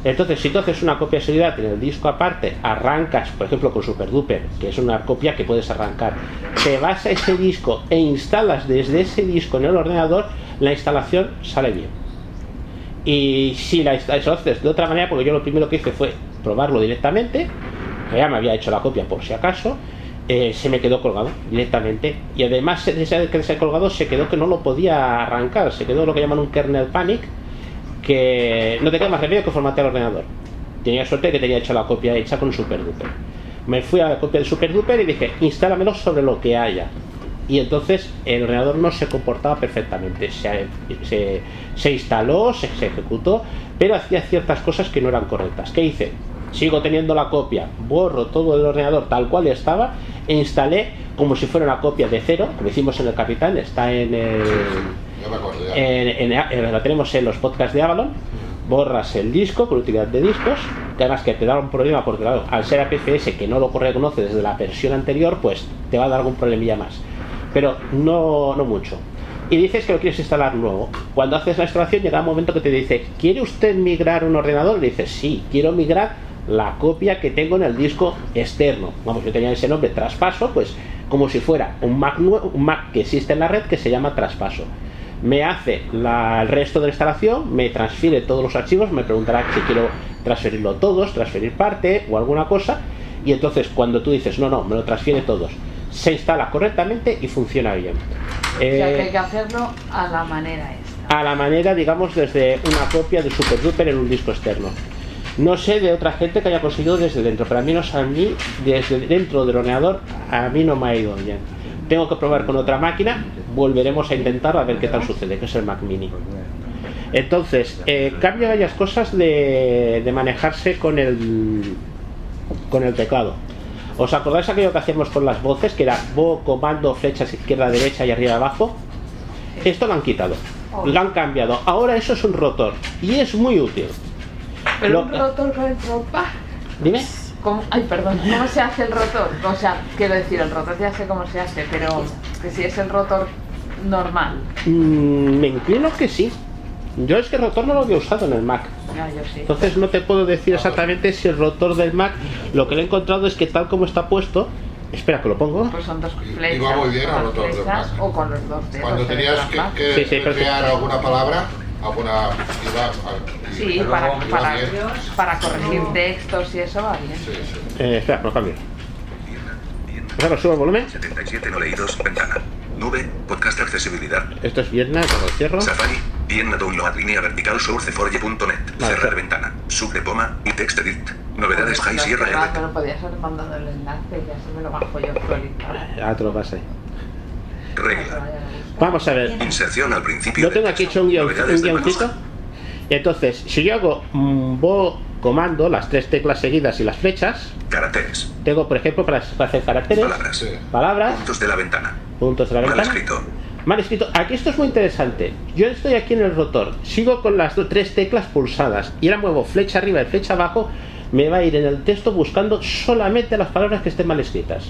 B: Entonces, si tú haces una copia de seguridad en el disco aparte, arrancas, por ejemplo, con SuperDuper, que es una copia que puedes arrancar, te vas a ese disco e instalas desde ese disco en el ordenador, la instalación sale bien. Y si la insta- eso lo haces de otra manera, porque yo lo primero que hice fue probarlo directamente, que ya me había hecho la copia por si acaso, eh, se me quedó colgado directamente. Y además de ese que se colgado se quedó que no lo podía arrancar, se quedó lo que llaman un kernel panic, que no te queda más remedio que formatear el ordenador. Tenía suerte que tenía hecho la copia hecha con SuperDuper. Me fui a la copia del SuperDuper y dije, instálamelo sobre lo que haya. Y entonces el ordenador no se comportaba perfectamente. Se, se- se instaló, se, se ejecutó, pero hacía ciertas cosas que no eran correctas. ¿Qué hice? Sigo teniendo la copia, borro todo el ordenador tal cual estaba e instalé como si fuera una copia de cero, como hicimos en el Capitán, está en el,
G: Ya me acuerdo,
B: Eh,
G: ya.
B: en- en- en- la tenemos en los podcasts de Avalon. Borras el disco con utilidad de discos, que además que te da un problema porque claro, al ser APFS que no lo reconoce desde la versión anterior, pues te va a dar algún problemilla más. Pero no, no mucho. Y dices que lo quieres instalar nuevo. Cuando haces la instalación llega un momento que te dice, ¿quiere usted migrar un ordenador? Le dices, sí, quiero migrar la copia que tengo en el disco externo. Vamos, yo tenía ese nombre, traspaso, pues como si fuera un Mac, nue- un Mac que existe en la red que se llama traspaso me hace la- el resto de la instalación, me transfiere todos los archivos, me preguntará si quiero transferirlo todos, transferir parte o alguna cosa, y entonces cuando tú dices, no, no, me lo transfiere todos, se instala correctamente y funciona bien.
L: O sea,
B: Eh,
L: que hay que hacerlo a la manera esta.
B: a la manera, digamos, desde una copia de Super Duper en un disco externo. No sé de otra gente que haya conseguido desde dentro, pero al menos a mí, desde dentro del ordenador, a mí no me ha ido bien. Tengo que probar con otra máquina, volveremos a intentar a ver qué tal sucede, que es el Mac Mini. Entonces, eh, cambia varias cosas de, de manejarse con el, con el teclado. ¿Os acordáis aquello que hacíamos con las voces, que era bo, comando, flechas izquierda, derecha y arriba, abajo? Esto lo han quitado, lo han cambiado. Ahora eso es un rotor y es muy útil.
L: Pero
B: Lo-
L: un rotor con ropa.
B: Dime.
L: ¿Cómo? Ay, perdón. ¿Cómo se hace el rotor? O sea, quiero decir, el rotor ya sé cómo se hace, pero que si es el rotor normal.
B: Mm, me inclino que sí. Yo es que el rotor no lo había usado en el Mac.
L: No, yo sí.
B: Entonces no te puedo decir exactamente si el rotor del Mac, lo que le he encontrado es que tal como está puesto, espera que lo pongo.
L: Pues son dos flechas.
G: Iba muy bien
L: con
G: al
L: las
G: rotor del
L: flechas O con los dos dedos.
G: Cuando
L: pero
G: tenías
L: con
G: que,
L: las
G: que
B: Sí, sí, perfecto.
G: crear alguna palabra, alguna... iba a-
L: Sí,
G: iba
L: para,
G: bien.
L: para, para corregir textos y eso va bien.
B: Eh, espera, lo cambio. Claro, subo el volumen.
Q: 77 no leídos, ventana. Nube, podcast accesibilidad.
B: Esto es viernes, cuando cierro.
Q: Safari, bien download línea vertical sourceforge.net. Cerrar ventana. Sub de poma y text edit. Novedades High Sierra
L: Ah,
Q: RT.
L: pero podías haber mandado el enlace y así me lo bajo yo solita.
B: Ah, te lo pasé.
Q: Regla.
B: Vamos a ver.
Q: Inserción al principio.
B: Yo tengo aquí hecho un, guion-
Q: Novedades
B: un
Q: de
B: guioncito. Y entonces, si yo hago un bo comando, las tres teclas seguidas y las flechas,
Q: Caracteres.
B: tengo, por ejemplo, para, para hacer caracteres,
Q: Palabras.
B: palabras,
Q: Puntos de la ventana.
B: puntos de la
Q: Mal
B: ventana.
Q: escrito.
B: Mal escrito. Aquí esto es muy interesante. Yo estoy aquí en el rotor, sigo con las do- tres teclas pulsadas y ahora muevo flecha arriba y flecha abajo. Me va a ir en el texto buscando solamente las palabras que estén mal escritas.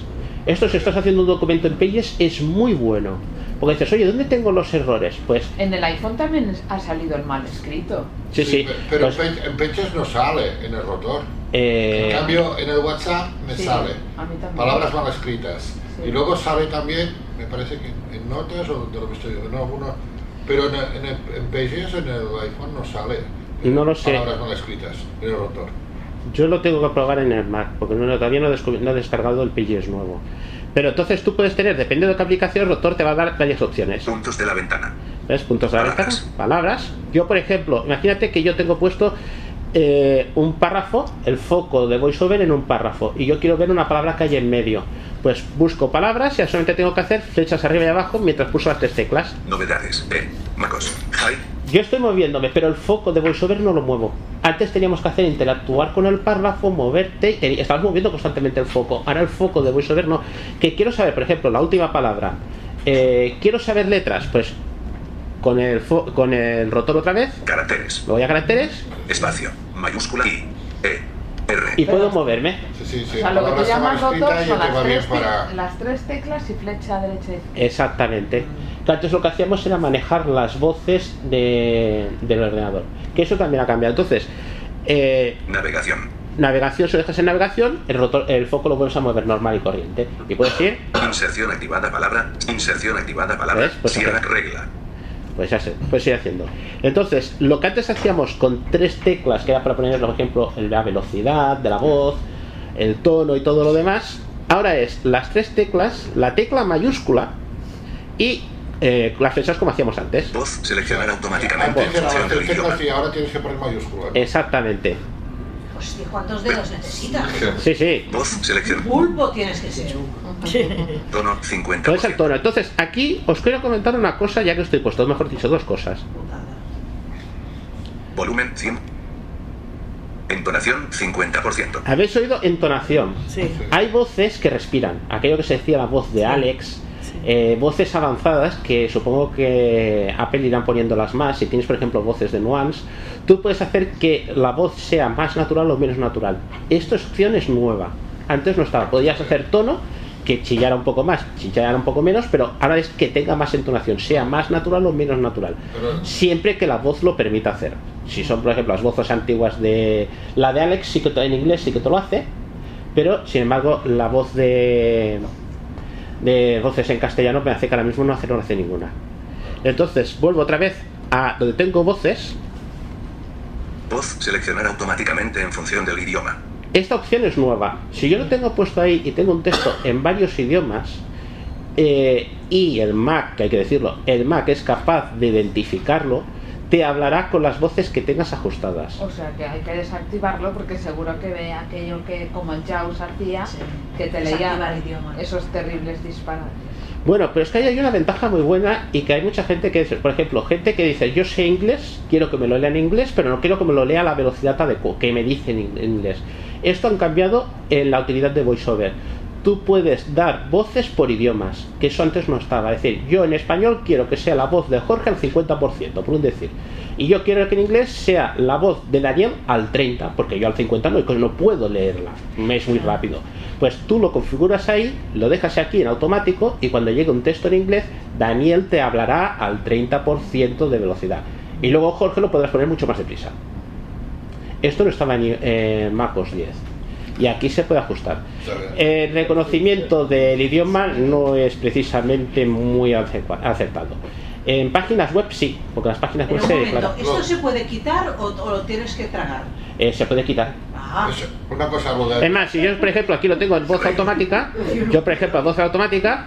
B: Esto, si estás haciendo un documento en Pages, es muy bueno. Porque dices, oye, ¿dónde tengo los errores? Pues,
L: En el iPhone también es- ha salido el mal escrito.
B: sí, sí.
G: Pero
B: pues,
G: en Pe- en Peches no sale en el rotor.
B: eh,
G: En cambio, en el WhatsApp me
L: Sí,
G: sale.
L: A mí también.
G: Palabras mal escritas. Y luego sale también, me parece que en notas o de lo que estoy en algunos. Pero en, en, en Pages, en el iPhone no sale.
B: No lo sé.
G: palabras mal escritas en el rotor.
B: Yo lo tengo que probar en el Mac, porque no, no- todavía no, he descubri- no he descargado el PGS nuevo. Pero entonces tú puedes tener, dependiendo de qué aplicación, el rotor te va a dar varias opciones.
Q: Puntos de la ventana.
B: ¿Ves? Puntos de la ventana, palabras. Yo, por ejemplo, imagínate que yo tengo puesto eh, un párrafo, el foco de VoiceOver en un párrafo, y yo quiero ver una palabra que hay en medio. Pues busco palabras y solamente tengo que hacer flechas arriba y abajo mientras pulso las tres teclas.
Q: Novedades. E. Macos. High.
B: Yo estoy moviéndome, pero el foco de VoiceOver no lo muevo. Antes teníamos que hacer interactuar con el párrafo, moverte, y te- estabas moviendo constantemente el foco. Ahora el foco de VoiceOver no. Que quiero saber, por ejemplo, la última palabra. Eh, quiero saber letras, pues con el, fo- con el rotor otra vez,
Q: Caracteres.
B: me voy a caracteres
Q: Espacio. Mayúscula I. E. R.
B: y puedo moverme.
L: O sea, lo que tú llamas rotor son las tres, te-
B: para-
L: las tres teclas y flecha derecha e izquierda.
B: Exactamente. Claro, Entonces lo que hacíamos era manejar las voces de- del ordenador. Que eso también ha cambiado. Entonces, eh,
Q: Navegación.
B: navegación, si lo dejas en navegación, el, rotor- el foco lo vuelves a mover normal y corriente. Y puedes ir,
Q: Inserción activada palabra. Inserción activada palabra.
B: Pues
Q: Cierra
B: acá.
Q: regla.
B: pues ya sé, puedes ir haciendo. Entonces, lo que antes hacíamos con tres teclas, que era para poner, por ejemplo, la velocidad de la voz, el tono y todo lo demás, ahora es las tres teclas, la tecla mayúscula y eh, las flechas como hacíamos antes.
Q: Voz. Seleccionar automáticamente
G: Antes
Q: en
G: era
Q: función
G: las
Q: del
G: tres
Q: idioma.
G: teclas y ahora tienes que poner mayúsculas.
B: Exactamente.
H: Pues,
E: Hostia, ¿cuántos dedos necesitas?
B: Sí, sí.
Q: Voz. Selección.
E: Pulpo tienes que ser.
B: Pues
Q: Tono. 50.
B: Entonces, el tono. Pues Entonces, aquí os quiero comentar una cosa, ya que estoy puesto, mejor dicho, dos cosas.
Q: Volumen 100. Entonación 50%.
B: Habéis oído entonación. Hay voces que respiran. Aquello que se decía la voz de Alex. eh, voces avanzadas que supongo que Apple irán poniéndolas más. Si tienes, por ejemplo, voces de nuance, tú puedes hacer que la voz sea más natural o menos natural. Esta opción es nueva. Antes no estaba. Podías hacer tono que chillara un poco más, chillara un poco menos, pero ahora es que tenga más entonación, sea más natural o menos natural. Siempre que la voz lo permita hacer. Si son, por ejemplo, las voces antiguas de la de Alex, sí que te- en inglés sí que te lo hace, pero sin embargo, la voz de de voces en castellano me hace que ahora mismo no hace, no hace ninguna. Entonces, vuelvo otra vez a donde tengo voces.
Q: Voz. Seleccionar automáticamente en función del idioma.
B: Esta opción es nueva. Si yo lo tengo puesto ahí y tengo un texto en varios idiomas, eh, y el Mac, que hay que decirlo, el Mac es capaz de identificarlo, te hablará con las voces que tengas ajustadas.
L: O sea que hay que desactivarlo porque seguro que ve aquello que como el Jaws hacía, que te
E: Desactivar
L: leía esos terribles disparates.
B: Bueno, pero es que ahí hay una ventaja muy buena y que hay mucha gente que dice, por ejemplo, gente que dice, yo sé inglés, quiero que me lo lea en inglés, pero no quiero que me lo lea a la velocidad adecu- que me dice en in- en inglés. Esto han cambiado en la utilidad de VoiceOver. Tú puedes dar voces por idiomas, que eso antes no estaba. Es decir, yo en español quiero que sea la voz de Jorge al 50%, por un decir. Y yo quiero que en inglés sea la voz de Daniel al 30%, porque yo al 50% no, pues no puedo leerla. Me es muy rápido. Pues tú lo configuras ahí, lo dejas aquí en automático y cuando llegue un texto en inglés, Daniel te hablará al 30% de velocidad. Y luego Jorge lo podrás poner mucho más deprisa. Esto no estaba en eh, MacOS 10. Y aquí se puede ajustar. El reconocimiento del idioma no es precisamente muy acecua- acertado. En páginas web sí, porque las páginas web
H: Pero un
B: se
H: momento,
B: declaran-
H: ¿esto se puede quitar o, o lo tienes que tragar?
B: eh, se puede quitar.
H: Ah,
G: Una cosa ruda.
B: Es más, si yo, por ejemplo, aquí lo tengo en voz automática, yo, por ejemplo, en voz automática,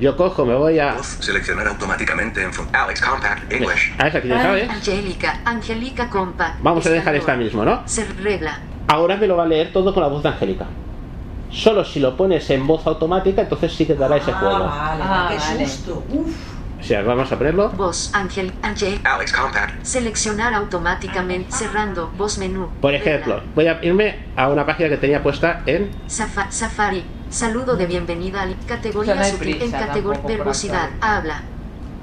B: yo cojo, me voy a...
Q: Seleccionar automáticamente en función. Alex Compact English.
B: A esa que
H: Ah.
B: ya sabes.
R: Angélica, Angélica compa.
B: Vamos a dejar esta mismo, ¿no?
R: Se regla.
B: Ahora me lo va a leer todo con la voz de Angélica. Solo si lo pones en voz automática, entonces sí que dará ese juego.
R: Ah,
E: qué
R: vale.
E: susto.
H: Uh.
B: O sea, vamos a ponerlo.
R: Voz, Ángel, Ángel.
Q: Alex Compact.
R: Seleccionar
H: Ah.
R: automáticamente cerrando voz menú.
B: Por ejemplo, voy a irme a una página que tenía puesta en...
R: Safa- safari. Saludo de bienvenida al categoría
L: O sea, no hay
R: sutil en
L: prisa
R: categoría
L: tampoco por
R: verbosidad. Habla.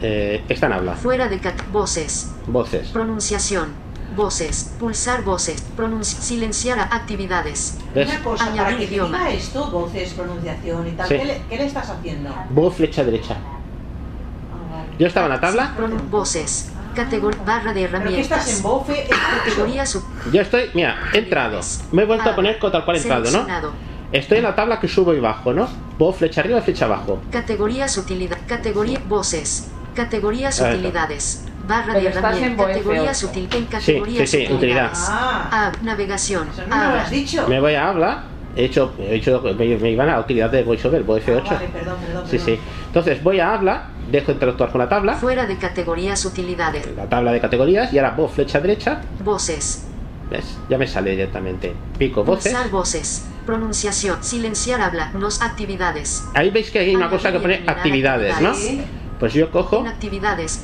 B: Eh, esta en habla.
R: Fuera de cat voces.
B: Voces.
R: Pronunciación. Voces. Pulsar voces. Pronunciar. Silenciar a- actividades.
B: ¿Ves?
H: una cosa, para
R: Añadir
H: que te
R: idioma.
H: diga esto, voces, pronunciación y tal,
B: Sí.
H: ¿qué, le, qué le estás haciendo?
B: Voz flecha derecha.
H: ah,
B: Yo estaba en la tabla.
R: Pronunciar voces. Categoría
H: ¿Pero
R: barra de
H: qué
R: herramientas. Ah,
H: estás en bofe?
R: Categoría sub.
B: Yo estoy, mira, he entrado. Me he vuelto a poner con tal cual he entrado, ¿no?
R: Seleccionado.
B: Estoy en la tabla que subo y bajo, ¿no? Voz flecha arriba, flecha abajo.
R: Categorías utilidad. Categoría voces. Categorías
B: Ahí está.
R: utilidades. barra
L: Pero
R: de
L: estás en
R: herramienta, categoría
L: VF8.
R: sutil, en
B: Sí,
R: categoría
B: sí, sí,
R: sutil.
B: utilidad.
R: Ah, navegación.
H: me lo
R: Habla.
H: has dicho.
B: Me voy a hablar. He hecho, he hecho me, me iban a utilidad de VoiceOver, VoiceOver 8
R: Ah, vale, perdón, perdón,
B: Sí, sí. Entonces voy a hablar, dejo interactuar con la tabla,
R: Fuera de categorías utilidades.
B: la tabla de categorías, y ahora voz flecha derecha,
R: Voces.
B: ¿ves? Ya me sale directamente. Pico voces.
R: Pulsar voces. Pronunciación. Silenciar habla. Nos actividades.
B: Ahí veis que hay
R: Ah,
B: una cosa que pone actividades, ¿no?
R: actividades.
B: Pues yo cojo
R: En actividades.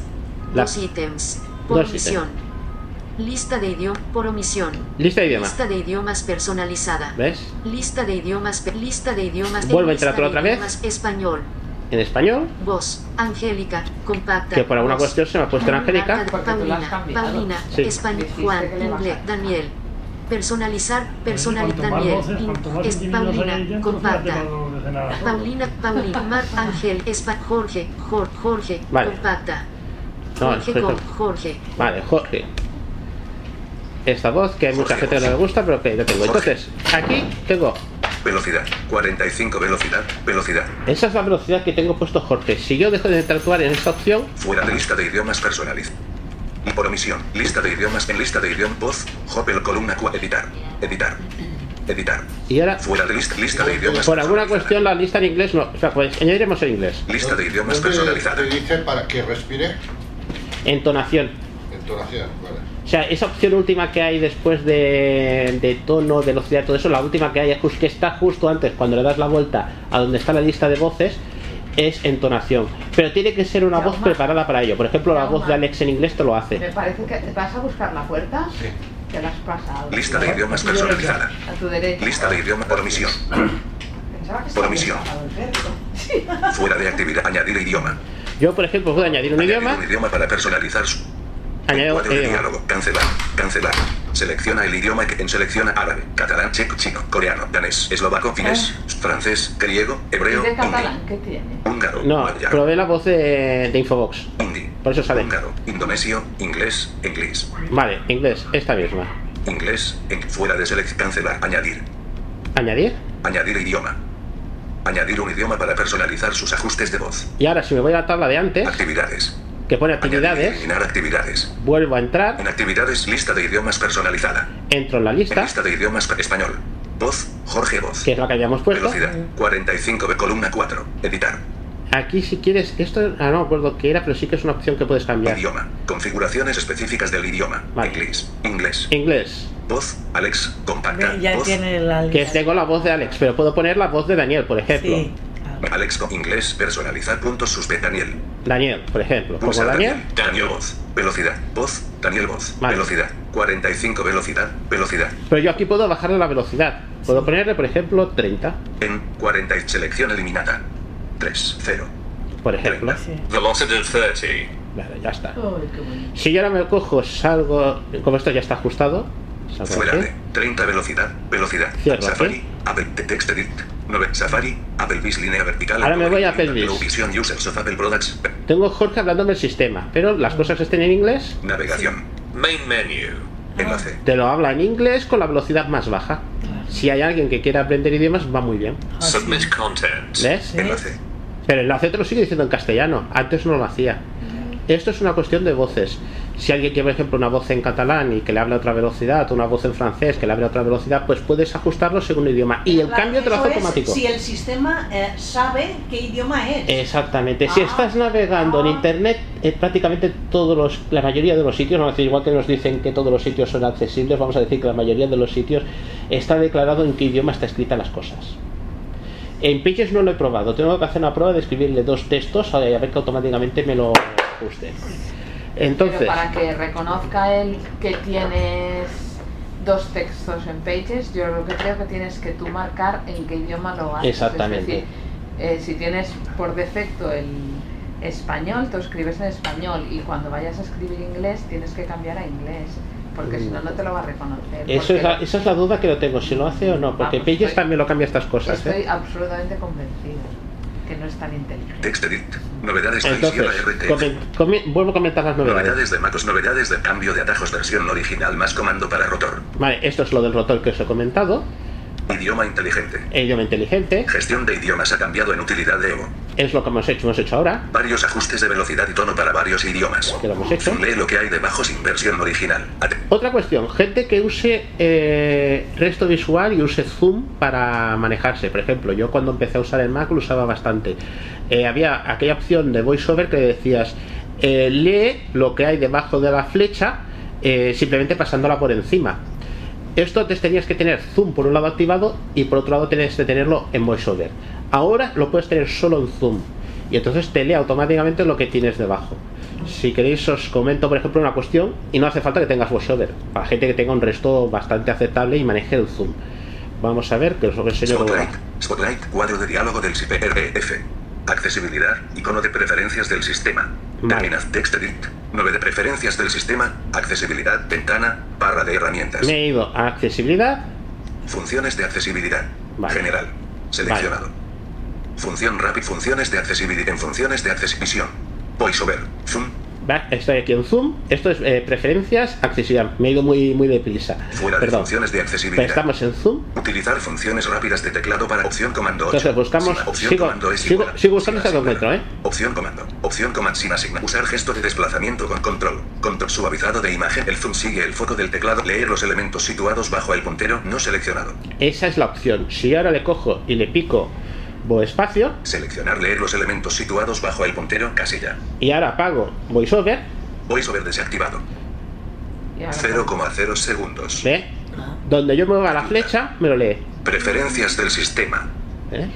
B: la
R: eh. Dos ítems. Por
B: Dos
R: omisión. Lista de idioma. Por omisión.
B: lista de idiomas.
R: Lista de idiomas personalizada.
B: ¿Ves?
R: Lista de idiomas. pe- Lista de idiomas.
B: Vuelve a
R: Lista
B: interactuar
R: de
B: otra vez.
R: idiomas, Español.
B: En español,
R: Voz. Angélica. Compacta.
B: que por alguna
R: voz.
B: cuestión se me ha
R: Ah,
B: puesto en Angélica.
R: Paulina, Paulina,
B: Sí.
R: España,
L: Dijiste
R: Juan,
L: que le
R: Inglés, Daniel. Personalizar, personal,
J: Cuanto más
R: Daniel,
J: voces,
R: In-
J: cuanto más
R: es
J: individuos hay
R: Paulina,
J: dentro, fíjate
R: compacta.
J: cuando dicen nada.
R: Paulina, Paulina, Mar, Ángel, Espa, Jorge, Jorge, Jorge,
B: Vale.
R: compacta.
B: No,
R: Jorge,
B: Jorge.
R: con- Jorge,
B: Vale, Jorge. Esta voz que hay mucha gente que no le gusta, pero que yo tengo. Entonces, aquí tengo.
Q: Velocidad. 45 velocidad. Velocidad.
B: Esa es la velocidad que tengo puesto Jorge. Si yo dejo de interactuar en esta opción,
Q: Fuera de lista de idiomas personaliz. Y por omisión. Lista de idiomas en lista de idioma voz. Hopper columna cua editar. Editar. Editar.
B: y ahora,
Q: Fuera de lista, lista de idiomas.
B: por alguna cuestión, la lista en inglés no. O sea, pues añadiremos en inglés.
Q: Lista de idiomas
G: ¿Dónde
Q: personalizada.
G: Te dice para que respire
B: Entonación.
G: entonación, vale.
B: O sea, esa opción última que hay después de, de tono, velocidad, todo eso, la última que hay es just- que está justo antes, cuando le das la vuelta a donde está la lista de voces, es entonación. Pero tiene que ser una voz preparada para ello. Por ejemplo, la voz de Alex en inglés te lo hace.
L: Me parece que te vas a buscar la puerta. Te la has pasado.
Q: Lista de idiomas personalizada.
L: A tu derecha.
Q: Lista de idioma por omisión.
L: Pensaba que
Q: Por
L: estaba
Q: omisión.
L: Alberto.
Q: Fuera de actividad. Añadir idioma.
B: Yo, por ejemplo, puedo añadir un idioma,
Q: Un idioma para personalizar su.
B: añado
Q: Cuadro
B: otro
Q: de
B: idioma.
Q: diálogo. Cancelar. Cancelar. Selecciona el idioma que en selecciona árabe, catalán, checo, chino, coreano, danés, eslovaco, finés, francés, griego,
L: ¿Y
Q: hebreo,
L: de
Q: hindi,
L: catalán qué tiene?
Q: húngaro,
B: No,
Q: maya,
B: probé la voz de, de Infobox. Por eso sale.
Q: húngaro, indonesio, inglés, inglés,
B: Vale, inglés, esta misma.
Q: inglés, en- fuera de selección, cancelar, añadir,
B: Añadir.
Q: añadir idioma. Añadir un idioma para personalizar sus ajustes de voz.
B: Y ahora, si me voy a la tabla de antes,
Q: Actividades.
B: que pone actividades,
Q: Eliminar actividades.
B: vuelvo a entrar,
Q: En actividades, lista de idiomas personalizada.
B: entro en la lista,
Q: Lista de idiomas pa- español. Voz, Jorge Voz.
B: que es la que habíamos puesto.
Q: Velocidad, 45 de columna 4. Editar.
B: Aquí si quieres, esto ah, no me acuerdo qué era, pero sí que es una opción que puedes cambiar.
Q: Idioma. Configuraciones específicas del idioma. Inglés. Inglés.
B: Inglés,
Q: Voz, Alex, compacta. voz,
B: que tengo la voz de Alex, pero puedo poner la voz de Daniel, por ejemplo.
Q: Alex con inglés, personalizar puntos suspe Daniel.
B: Daniel, por ejemplo. Como
Q: Pulsa
B: Daniel,
Q: Daniel. Daniel Voz. Velocidad. Voz, Daniel Voz. Velocidad. 45 velocidad. Velocidad.
B: pero yo aquí puedo bajarle la velocidad. Puedo ponerle, por ejemplo, 30,
Q: En 40 y selección eliminada. 3, 0.
B: por ejemplo.
Q: Velocity 30.
B: Vale, ya está. Si yo ahora me cojo, salgo, como esto ya está ajustado, salgo
Q: Fuera
B: aquí.
Q: de 30 velocidad, velocidad.
B: Cierro aquí.
Q: Safari, Apple Te- Text Edit, 9 Safari, Apple Vis línea vertical.
B: Ahora me voy a Apple Vis.
Q: Low Vision Users of Apple Products.
B: Tengo Jorge hablándome del sistema, pero las cosas estén en inglés,
Q: Navegación. Main Menu. Enlace.
B: te lo habla en inglés con la velocidad más baja. Si hay alguien que quiera aprender idiomas, va muy bien.
L: Ah,
Q: Submit Content.
B: ¿Ves?
Q: Enlace.
B: Pero el enlace te lo sigue diciendo en castellano. Antes no lo hacía. Esto es una cuestión de voces. Si alguien tiene, por ejemplo, una voz en catalán y que le habla a otra velocidad, o una voz en francés que le habla a otra velocidad, pues puedes ajustarlo según el idioma. Y el
H: Claro,
B: cambio te lo
H: eso
B: hace
H: es
B: automático. Eh,
H: Si el sistema eh, sabe qué idioma es.
B: Exactamente.
H: Ah.
B: Si estás navegando en internet, eh, prácticamente todos los, la mayoría de los sitios, vamos a decir, igual que nos dicen que todos los sitios son accesibles, vamos a decir que la mayoría de los sitios está declarado en qué idioma está escrita las cosas. En Pages no lo he probado. Tengo que hacer una prueba de escribirle dos textos eh, a a ver que automáticamente me lo ajuste. Entonces,
L: Pero para que reconozca él que tienes dos textos en Pages, yo lo que creo que tienes que tú marcar en qué idioma lo haces.
B: Exactamente.
L: Es decir, eh, si tienes por defecto el español, tú escribes en español y cuando vayas a escribir inglés tienes que cambiar a inglés, porque si no, no te lo va a reconocer.
B: eso
L: porque
B: es la, esa es la duda que lo tengo, si lo hace o no, porque
L: Vamos,
B: Pages
L: estoy-
B: también lo cambia estas cosas.
L: Estoy
B: ¿eh?
L: absolutamente convencida que no es tan inteligente.
Q: Text Edit. Novedades de
B: Entonces,
Q: Sierra RT.
B: comen- comi- vuelvo a comentar las novedades.
Q: Novedades de MacOS. Novedades de cambio de atajos versión original más comando para rotor.
B: Vale, esto es lo del rotor que os he comentado.
Q: Idioma inteligente.
B: El idioma inteligente.
Q: Gestión de idiomas ha cambiado en utilidad de Evo.
B: Es lo que hemos hecho, hemos hecho ahora.
Q: Varios ajustes de velocidad y tono para varios idiomas.
B: Que lo hemos hecho.
Q: Lee lo que hay debajo sin versión original. Ate-
B: Otra cuestión, gente que use eh, resto visual y use zoom para manejarse. Por ejemplo, yo cuando empecé a usar el Mac lo usaba bastante. Eh, había aquella opción de voiceover que decías, eh, lee lo que hay debajo de la flecha eh, simplemente pasándola por encima. Esto antes tenías que tener zoom por un lado activado y por otro lado tenías que tenerlo en voiceover. Ahora lo puedes tener solo en zoom y entonces te lee automáticamente lo que tienes debajo. Si queréis os comento por ejemplo una cuestión y no hace falta que tengas voiceover para gente que tenga un resto bastante aceptable y maneje el zoom. Vamos a ver que os lo enseño cómo va.
Q: Spotlight. Spotlight. Cuadro de diálogo del CPRF. Accesibilidad. Icono de preferencias del sistema. Termina text edit. 9 de preferencias del sistema. Accesibilidad. Ventana. Barra de herramientas.
B: Me he ido a accesibilidad.
Q: Funciones de accesibilidad. General. Seleccionado. Función rápida. Funciones de accesibilidad. En funciones de accesibilidad. VoiceOver. Zoom.
B: Va, Estoy aquí en zoom. Esto es eh, preferencias, accesibilidad. Me he ido muy, muy deprisa.
Q: Fuera de
B: Perdón.
Q: funciones de
B: Pero
Q: accesibilidad.
B: estamos en zoom.
Q: Utilizar funciones rápidas de teclado para opción comando 8.
B: Entonces buscamos.
Q: Opción
B: Sigo,
Q: comando es
B: sigo,
Q: igual a-
B: sigo usando este documento, ¿eh?
Q: Opción comando. Opción comando sin asignar. Usar gesto de desplazamiento con control. Control suavizado de imagen. El zoom sigue el foco del teclado. Leer los elementos situados bajo el puntero no seleccionado.
B: ¿eh? Esa es la opción. Si ahora le cojo y le pico voy espacio
Q: Seleccionar leer los elementos situados bajo el puntero. Casilla.
B: y ahora apago voiceover,
Q: VoiceOver desactivado. 0,0 segundos.
B: ¿ve? Donde yo mueva la flecha, me lo lee.
Q: Preferencias del sistema.
B: ¿eh?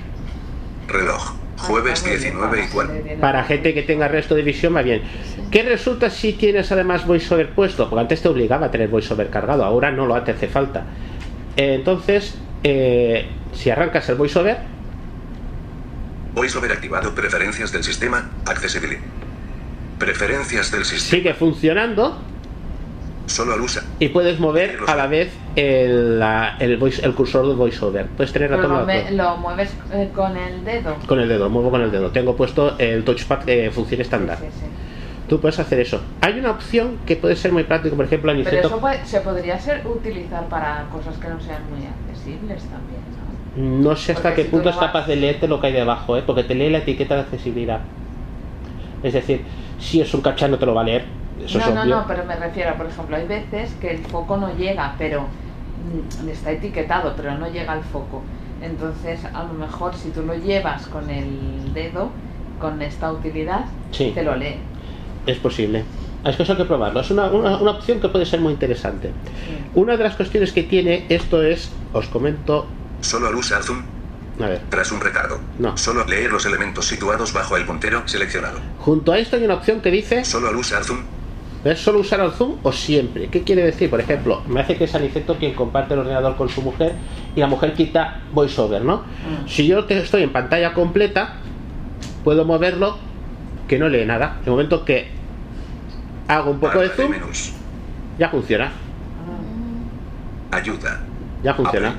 Q: Reloj. Jueves 19 y 4.
B: Para gente que tenga resto de visión, va bien. ¿Qué resulta si tienes además voiceover puesto? Porque antes te obligaba a tener voiceover cargado, ahora no lo hace hace falta. Eh, Entonces, eh, si arrancas el voiceover,
Q: VoiceOver activado. Preferencias del sistema. Accesibilidad. Preferencias del sistema.
B: sigue funcionando
Q: Solo al usa.
B: y puedes mover a la vez el, la- el voice- el cursor de voiceover. Puedes tener a
L: Pero
B: todo
L: lo, me- lo mueves eh, con el dedo.
B: Con el dedo, muevo con el dedo. Tengo puesto el touchpad de función estándar. Tú puedes hacer eso. Hay una opción que puede ser muy práctica, por ejemplo, en
L: Pero eso
B: Niceto
L: puede- se podría ser utilizar para cosas que no sean muy accesibles también, ¿no?
B: no sé hasta
L: porque
B: qué
L: si tú
B: punto
L: no
B: es
L: vas-
B: capaz de leerte lo que hay debajo, ¿eh? porque te lee la etiqueta de accesibilidad. Es decir, si es un captcha no te lo va a leer, eso es
L: no, no,
B: obvio.
L: no, pero me refiero, por ejemplo, hay veces que el foco no llega, pero mm, está etiquetado, pero no llega al foco. Entonces, a lo mejor si tú lo llevas con el dedo, con esta utilidad,
B: Sí.
L: te lo lee.
B: Es posible. Ah, Es que eso hay que probarlo. Es una, una- una opción que puede ser muy interesante. Una de las cuestiones que tiene esto es, os comento,
Q: Solo al usar zoom.
B: a ver,
Q: Tras un retardo. Solo leer los elementos situados bajo el puntero seleccionado.
B: junto a esto hay una opción que dice
Q: Solo al usar zoom.
B: ¿Es solo usar al Zoom o siempre? ¿Qué quiere decir? Por ejemplo, me hace que es Aniceto quien comparte el ordenador con su mujer y la mujer quita VoiceOver, ¿no? Si yo te- estoy en pantalla completa, puedo moverlo que no lee nada. El momento que hago un poco de zoom, ya funciona,
Q: Ayuda.
B: ya funciona.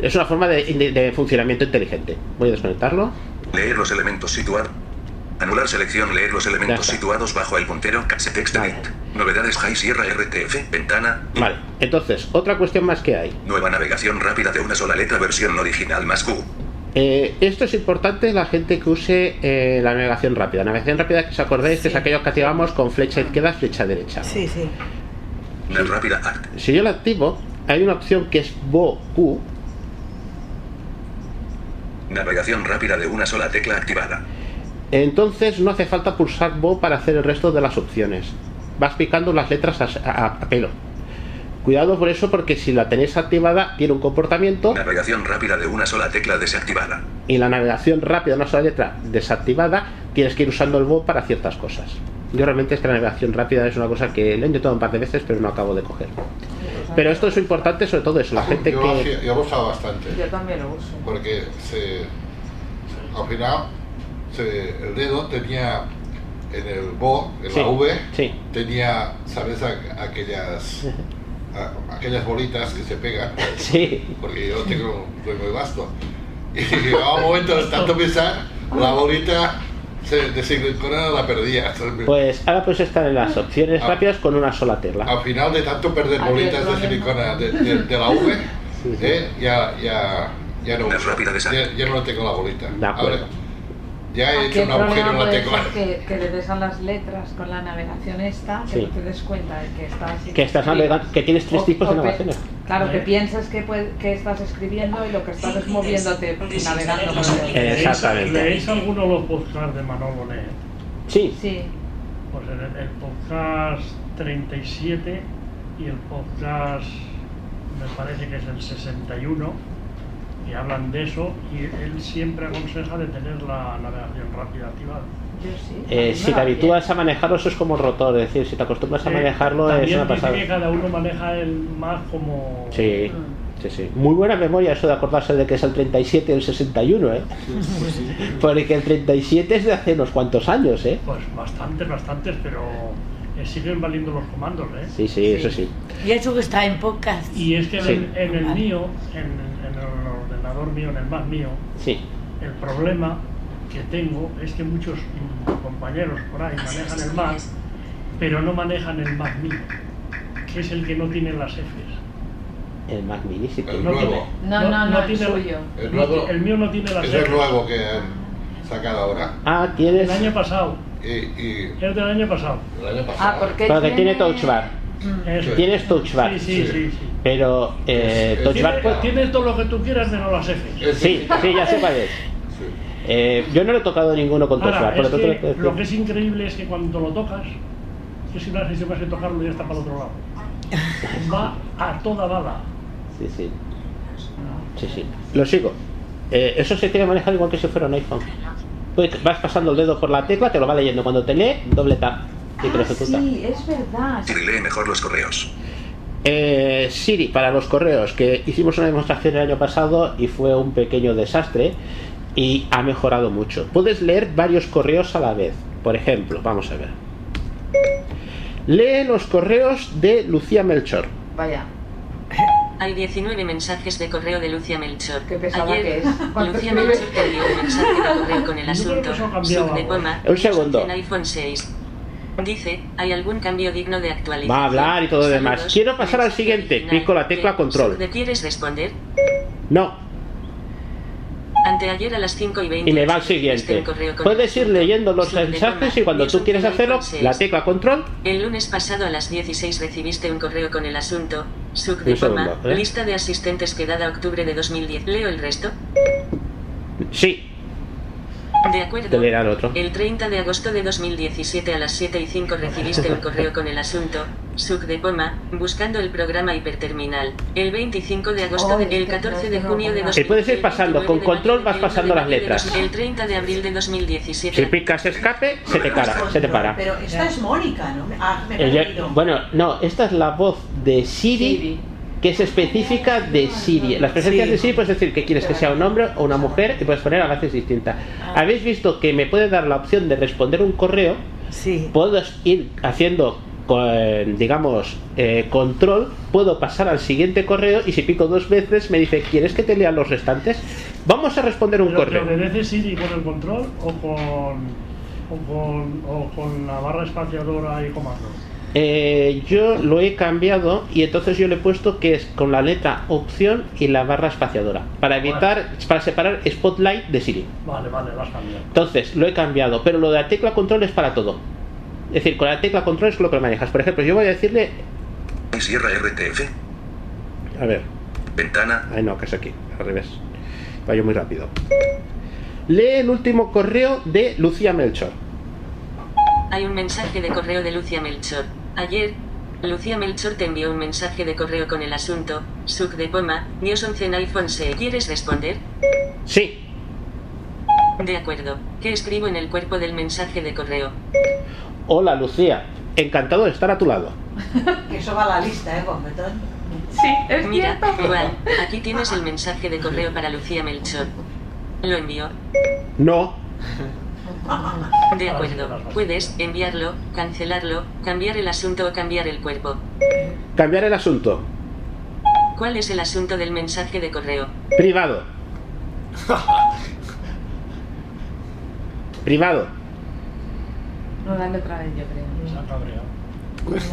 B: Es una forma de, de- de funcionamiento inteligente. Voy a desconectarlo.
Q: Leer los elementos situados. Anular selección. Leer los elementos situados bajo el puntero. Case text edit. Novedades High Sierra RTF. Ventana.
B: Vale, entonces, otra cuestión más que hay.
Q: Nueva navegación rápida de una sola letra. Versión original más Q.
B: Eh, esto es importante la gente que use eh, la navegación rápida. Navegación rápida, que os acordáis, que es aquello que activamos con flecha izquierda, flecha derecha.
H: Sí, sí.
Q: Nav rápida act.
B: Si yo la activo, hay una opción que es BOQ,
Q: Navegación rápida de una sola tecla activada.
B: entonces no hace falta pulsar BO para hacer el resto de las opciones. Vas picando las letras a, a- a pelo. Cuidado por eso, porque si la tenéis activada, tiene un comportamiento
Q: Navegación rápida de una sola tecla desactivada.
B: y la navegación rápida, una sola letra desactivada, tienes que ir usando el BO para ciertas cosas. Yo realmente es que la navegación rápida es una cosa que lo he intentado un par de veces, pero no acabo de coger. Pero esto es importante, sobre todo eso, la gente
G: yo, lo
B: Este que...
G: hacía- yo lo usaba bastante.
L: Yo también lo uso.
G: Porque se, al final se- el dedo tenía en el bo, en
B: Sí,
G: la V,
B: sí.
G: tenía, ¿sabes? A- aquellas a- aquellas bolitas que se pegan.
B: Sí.
G: Porque yo tengo, soy muy vasto. Y llegaba un momento de tanto pisar, la bolita se desincronizaba, la perdía.
B: Pues ahora puedes estar en las opciones
G: Ah.
B: rápidas con una sola tecla.
G: Al final de tanto perder
B: Adiós,
G: bolitas de
B: Gloria.
G: silicona de, de- de la V, eh, ya, ya, ya no uso. Ya, ya no tengo la bolita.
B: acuerdo.
G: Ahora, Ya he hecho
L: Ah, ¿Qué
G: un agujero
L: problema
G: en la
L: puede
G: tecla.
L: ser Que, que le des a las letras con la navegación esta, que
B: Sí.
L: no te des cuenta de que estás...
B: Que estás navegando, que tienes tres
L: O-
B: tipos
L: o
B: de Eh.
L: pe-
B: navegaciones.
L: Claro, que piensas que, puede- que estás escribiendo y lo que estás es moviéndote, navegando. por el-
B: Eh, Exactamente.
J: ¿Leéis alguno de los podcasts de Manolo Leer?
B: Sí.
L: Sí.
J: Pues el, el podcast 37 y el podcast, me parece que es el 61, y hablan de eso, y él siempre aconseja de tener la navegación rápida activada.
L: Yo sí.
B: Eh, si
J: Ah,
B: te habitúas a manejarlo, eso es como el rotor, es decir, si te acostumbras a manejarlo, es
J: eh, También
B: una
J: dice
B: pasada.
J: que cada uno maneja el más como...
B: Sí, sí, sí. Muy buena memoria eso de acordarse de que es el 37 y el 61, ¿eh? Porque el 37 es de hace unos cuantos años, ¿eh?
J: Pues bastantes, bastantes, pero eh, siguen valiendo los comandos, ¿eh?
B: Sí, sí, eso sí.
S: Y eso que está en podcast.
J: Y es que en
B: Sí.
J: el, en el mío, en, en el ordenador mío, en el más mío,
B: Sí.
J: el problema que tengo es que muchos mm, compañeros por ahí manejan el Mac, pero no manejan el Mac mío, que es el que no tiene las Fs.
B: El Mac Mini, sí.
J: No tiene-
L: No, no, no, el
J: tiene-
L: suyo.
G: El
J: no ti-
G: nuevo.
J: el mío no tiene las
G: Es el
J: Fs.
G: nuevo que han sacado ahora.
B: Ah, tienes.
J: El año pasado.
G: Y, y
J: Es del año pasado.
G: el año pasado.
L: Ah, porque
B: Pero que tiene Touch Bar.
J: Mm, Eso es.
B: Tienes Touch Bar.
J: Sí, sí, sí,
B: Pero eh, Touch
J: Tiene,
B: Bar. pues-
J: tiene todo lo que tú quieras menos las Fs.
B: Sí, sí, ya sé cuál es. Eh, yo no le he tocado ninguno con Touch
J: Ahora,
B: Bar. Por
J: es
B: lo tanto,
J: que
B: le-
J: lo que es increíble es que cuando lo tocas, es que no has hecho más que tocarlo y ya está para el otro lado. Va a toda bala.
B: Sí, sí. Sí, sí. Lo sigo. Eh, eso se tiene que manejar igual que si fuera un iPhone. Tú vas pasando el dedo por la tecla, te lo va leyendo. Cuando te lee, doble tap y te lo
L: Ah,
B: ejecuta.
L: sí, es verdad.
Q: Siri lee mejor los correos.
B: Eh, Siri, para los correos, que hicimos una demostración el año pasado y fue un pequeño desastre y ha mejorado mucho. Puedes leer varios correos a la vez. Por ejemplo, vamos a ver. Lee los correos de Lucía Melchor.
L: Vaya.
T: Hay 19 mensajes de correo de Lucia Melchor.
L: pesada
T: Ayer,
L: que es. Cuando
T: Lucia
L: escribe.
T: Melchor te dio un mensaje de correo con
L: Yo creo
T: el
L: que
T: asunto.
L: eso ha cambiado
T: Sub de
L: ahora.
T: goma.
B: Un segundo.
T: En iPhone 6. Dice, ¿hay algún cambio digno de actualizar?
B: Va a hablar y todo lo demás. Quiero pasar al siguiente. Clico la tecla control.
T: ¿Le quieres responder?
B: No,
T: Anteayer a las 5 y 20.
B: y le va al siguiente. Puedes ir leyendo los mensajes y cuando tú quieres hacerlo, la tecla control.
T: El lunes pasado a las 16 recibiste un correo con el asunto. Sub de
B: Un segundo,
T: goma.
B: ¿eh?
T: Lista de asistentes que dada octubre de 2010. ¿Leo el resto?
B: Sí,
T: De acuerdo.
B: te leerá el otro.
T: El 30 de agosto de 2017 a las 7 y 5 recibiste un correo con el asunto, SUC de Poma, buscando el programa hiperterminal. El 25 de agosto, de- el 14 de junio de
B: Y
T: 2017.
B: Eh, puedes ir pasando, con control vas pasando las letras.
T: El 30 de abril de 2017.
B: Si picas escape, se te, para, se te para.
U: Pero esta es Mónica, ¿no? Ah, me he
B: El ya-
U: perdido.
B: bueno, no, esta es la voz de Siri, que es específica de Siri. Las presencias
I: Sí.
B: de Siri puedes decir que quieres que sea un hombre o una mujer y puedes poner avances distintas.
U: Ah.
B: Habéis visto que me puede dar la opción de responder un correo. Puedo ir haciendo, con- digamos, eh, control. Puedo pasar al siguiente correo y si pico dos veces me dice, ¿quieres que te lean los restantes? Vamos a responder un
J: Pero ¿Te
B: correo.
J: obedece Siri con el control o con, o con, o con la barra espaciadora y comando?
B: Eh, yo lo he cambiado y entonces yo le he puesto que es con la letra opción y la barra espaciadora para evitar, para separar Spotlight de Siri.
J: Vale, vale, las cambiado.
B: Entonces lo he cambiado, pero lo de la tecla control es para todo. Es decir, con la tecla control es lo que manejas. Por ejemplo, yo voy a decirle,
Q: Y cierra RTF.
B: a ver,
Q: Ventana.
B: ay no, que es aquí, al revés. Va yo muy rápido. Lee el último correo de Lucía Melchor.
T: Hay un mensaje de correo de Lucia Melchor. Ayer, Lucia Melchor te envió un mensaje de correo con el asunto, SUC de Poma, News 11 en iPhone 6. ¿Quieres responder?
B: Sí.
T: De acuerdo. ¿Qué escribo en el cuerpo del mensaje de correo?
B: Hola Lucía, encantado de estar a tu lado.
U: Que eso va a la lista, ¿eh, Gofretón?
T: Sí, es Mira, Juan, aquí tienes el mensaje de correo para Lucía Melchor. Lo envió.
B: No,
T: De acuerdo. Puedes enviarlo, cancelarlo, cambiar el asunto o cambiar el cuerpo.
B: cambiar el asunto.
T: ¿Cuál es el asunto del mensaje de correo?
B: Privado. Privado.
L: No, dale otra vez, yo creo.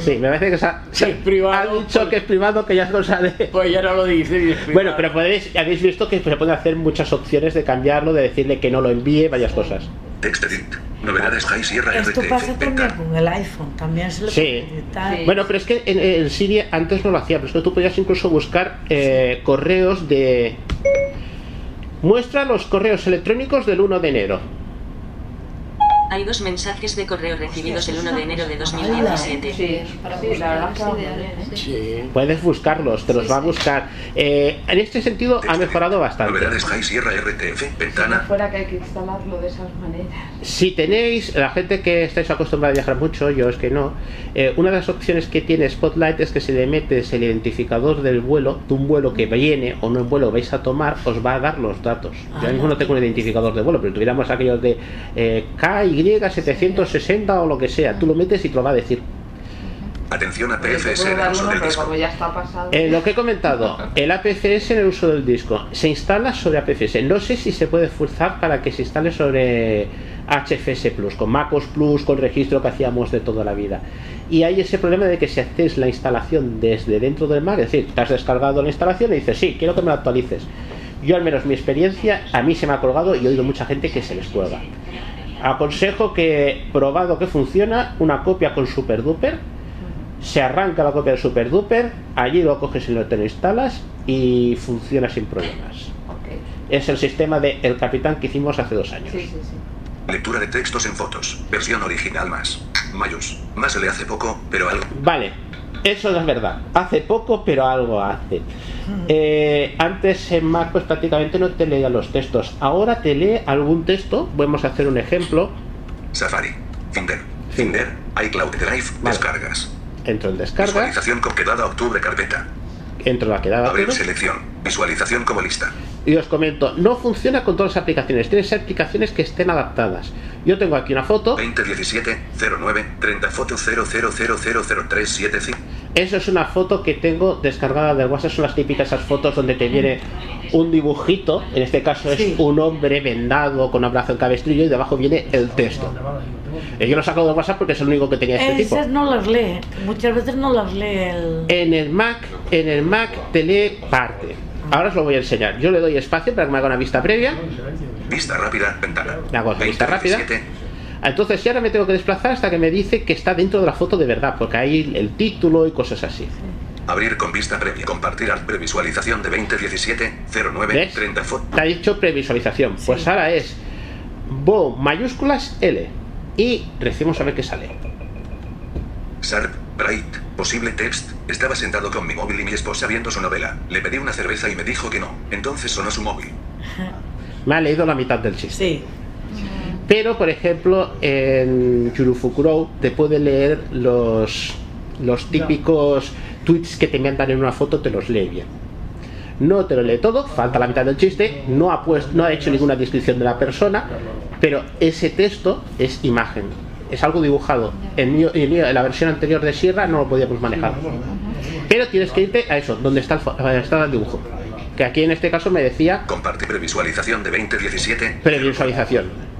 B: Sí, me parece que se ha, se ha dicho que es privado, que ya es cosa de. Pues ya no lo dice. bueno, pero podéis, habéis visto que se pueden hacer muchas opciones de cambiarlo, de decirle que no lo envíe, varias cosas.
Q: Text edit. Novedades High Sierra
F: Esto pasa
Q: RTF.
F: también con el iPhone, también se lo
B: Sí.
F: puede editar.
B: Bueno, pero es que en, en Siri antes no lo hacía, pero es que tú podías incluso buscar eh, correos de. Muestra los correos electrónicos del 1 de enero.
T: Hay dos mensajes de correo recibidos el 1 de enero de 2017.
L: Sí, la verdad es que ideal, ¿eh?
B: Puedes buscarlos, te los va a buscar. Eh, en este sentido ha mejorado bastante.
Q: Novedades High Sierra RTF.
L: No
Q: Ventana.
L: fuera que hay que instalarlo de esas maneras.
B: Si tenéis, la gente que estáis acostumbrada a viajar mucho, yo es que no, eh, una de las opciones que tiene Spotlight es que si le metes el identificador del vuelo, de un vuelo que viene o no un vuelo vais a tomar, os va a dar los datos. Yo ahora mismo no tengo un identificador de vuelo, pero tuviéramos aquellos de eh, KY760 o lo que sea, tú lo metes y te lo va a decir.
Q: Atención a PFS
L: Puedo
Q: en el
L: dar
Q: uso
L: uno,
Q: del
L: pero
Q: disco.
L: como ya está pasado.
B: Eh, lo que he comentado, el APCS en el uso del disco se instala sobre APCS. No sé si se puede forzar para que se instale sobre HFS Plus, con MacOS Plus, con registro que hacíamos de toda la vida. Y hay ese problema de que si hacéis la instalación desde dentro del Mac, es decir, te has descargado la instalación y dices, sí, quiero que me la actualices. Yo, al menos mi experiencia, a mí se me ha colgado y he oído mucha gente que se les cuelga. Aconsejo que, probado que funciona, una copia con SuperDuper, se arranca la copia del Super Duper, allí lo coges y lo te lo instalas y funciona sin problemas. Es el sistema de El Capitán que hicimos hace dos años.
L: Sí, sí, sí.
Q: Lectura de textos en fotos. Versión original más. Mayus. Más se le hace poco, pero algo.
B: Vale, eso no es verdad. Hace poco, pero algo hace. Eh, antes en Mac pues, prácticamente no te leía los textos. Ahora te lee algún texto. Vamos a hacer un ejemplo.
Q: Safari. Finder. Finder. iCloud Drive. Descargas.
B: Entro en descarga,
Q: Visualización con quedada octubre carpeta.
B: entro en la quedada.
Q: Abrir
B: todo.
Q: selección. Visualización como lista.
B: Y os comento, no funciona con todas las aplicaciones. Tienes que ser aplicaciones que estén adaptadas. Yo tengo aquí una foto.
Q: 2017 09 30 foto 0000375.
B: Eso es una foto que tengo descargada del WhatsApp. Son las típicas esas fotos donde te viene un dibujito. En este caso es un hombre vendado con un brazo en cabestrillo y debajo viene el texto. Eh, Yo lo saco del WhatsApp porque es el único que tenía este tipo.
F: Esas no las lee, muchas veces no las lee el...
B: En el Mac, en el Mac te lee parte. Ahora os lo voy a enseñar. Yo le doy espacio para que me haga una vista previa.
Q: Vista rápida. Ventana.
B: Me hago la vista rápida. Entonces, ya ahora me tengo que desplazar hasta que me dice que está dentro de la foto de verdad, porque hay el título y cosas así.
Q: Abrir con vista previa. Compartir al previsualización de 2017 09
B: ¿Ves?
Q: 30 foto.
B: Te ha dicho previsualización. Pues ahora es Bo mayúsculas L. Y recibimos a ver qué sale.
Q: Sharp, Bright, posible text. Estaba sentado con mi móvil y mi esposa viendo su novela. Le pedí una cerveza y me dijo que no. Entonces sonó su móvil.
B: Me ha leído la mitad del chiste. Pero, por ejemplo, en Yurufukurou te puede leer los, los típicos tweets que te mandan en una foto, te los lee bien. No te lo lee todo, falta la mitad del chiste, no ha, puesto, no ha hecho ninguna descripción de la persona, pero ese texto es imagen, es algo dibujado. En, mío- en mío- en la versión anterior de Sierra no lo podíamos manejar. Pero tienes que irte a eso, donde está el, fo- está el dibujo. Que aquí en este caso me decía
Q: Compartir previsualización de 2017.
B: previsualización.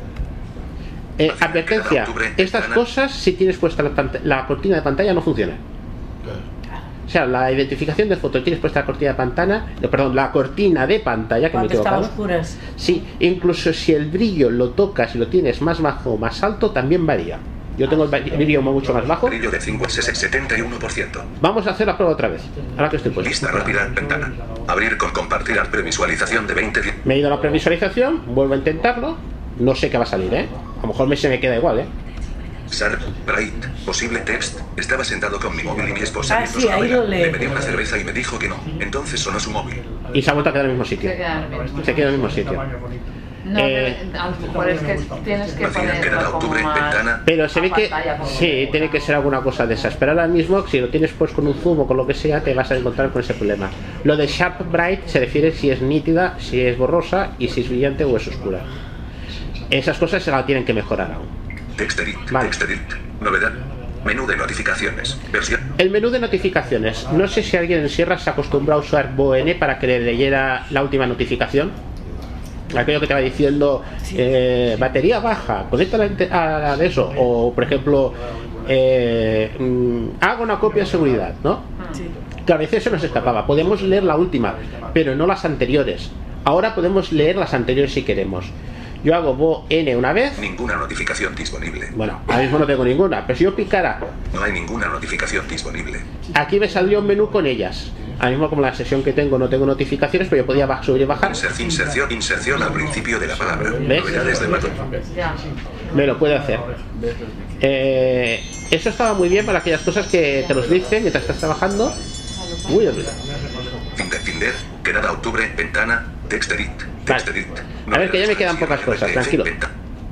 B: Eh, advertencia, estas cosas si tienes puesta la, pant- la cortina de pantalla no funciona. O sea, la identificación de foto tienes puesta la cortina de pantalla, no, perdón, la cortina de pantalla que me he
F: Cuando está a
B: equivocado.
F: oscuras.
B: Sí, incluso si el brillo lo tocas y lo tienes más bajo o más alto, también varía. Yo tengo el ba-
F: Ah,
B: el brillo mucho más bajo.
Q: Brillo de 5 71%.
B: Vamos a hacer la prueba otra vez. Ahora que estoy puesto.
Q: Lista rápida. Ventana. Abrir con compartir al previsualización de 2017.
B: Me he ido a la previsualización, vuelvo a intentarlo. No sé qué va a salir, ¿eh? A lo mejor me se me queda igual, ¿eh?
Q: Sharp, Bright, posible text. Estaba sentado con mi móvil y mi esposa
B: Ah,
Q: viendo
B: sí,
Q: su
B: ahí
Q: novela.
B: lo lee.
Q: Le pedí una cerveza y me dijo que no. Entonces sonó su móvil.
B: Y se ha vuelto a quedar en el mismo sitio.
L: Se queda en el mismo.
B: Se queda en el mismo sitio.
L: No,
B: Eh,
L: debe- a lo mejor es que tienes que
Q: queda
L: ponerlo como
Q: octubre,
L: más...
Q: ventana.
B: Pero se ve que
L: pantalla, como
B: sí, tiene que ser alguna cosa de esas. Pero ahora mismo, si lo tienes pues con un zoom o con lo que sea, te vas a encontrar con ese problema. Lo de sharp bright se refiere si es nítida, si es borrosa y si es brillante o es oscura. Esas cosas se las tienen que mejorar aún.
Q: Text edit. Text edit. Novedad. Menú de notificaciones. Versión.
B: El menú de notificaciones. No sé si alguien en Sierra se acostumbra a usar BON para que le leyera la última notificación. aquello que te va diciendo eh, batería baja, conecta la inte- a, a eso, o por ejemplo, eh, mm, haga una copia de seguridad, ¿no? que a veces se nos escapaba. Podemos leer la última, pero no las anteriores. Ahora podemos leer las anteriores si queremos. Yo hago bo n una vez.
Q: Ninguna notificación disponible.
B: Bueno, ahora mismo no tengo ninguna, pero si yo picara,
Q: No hay ninguna notificación disponible.
B: aquí me saldría un menú con ellas. Ahora mismo como la sesión que tengo no tengo notificaciones, pero yo podía ba- subir y bajar.
Q: Inser- inserción, inserción al principio de la palabra.
B: ¿Ves?
Q: Novedades de Mato.
B: Me lo puede hacer. Eh, eso estaba muy bien para aquellas cosas que te los dicen mientras estás trabajando. Uy,
Q: Tinder, Tinder, quedada octubre, ventana, textedit, textedit.
B: a ver que ya me quedan pocas cosas, tranquilo.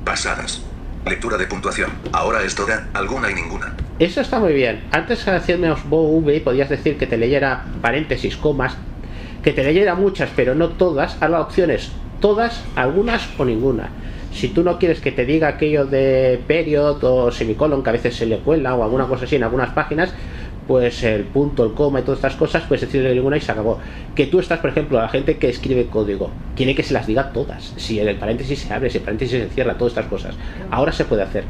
Q: Pasadas. Lectura de puntuación. Ahora es toda, alguna y ninguna.
B: Eso está muy bien. Antes haciendo V podías decir que te leyera paréntesis, comas, que te leyera muchas, pero no todas. Ahora la opción es todas, algunas o ninguna. Si tú no quieres que te diga aquello de period o semicolon, que a veces se le cuela o alguna cosa así en algunas páginas, pues el punto, el coma y todas estas cosas, pues decirle ninguna y se acabó. Que tú estás, por ejemplo, a la gente que escribe código, quiere que se las diga todas. Si el paréntesis se abre, si el paréntesis se cierra, todas estas cosas. Ahora se puede hacer.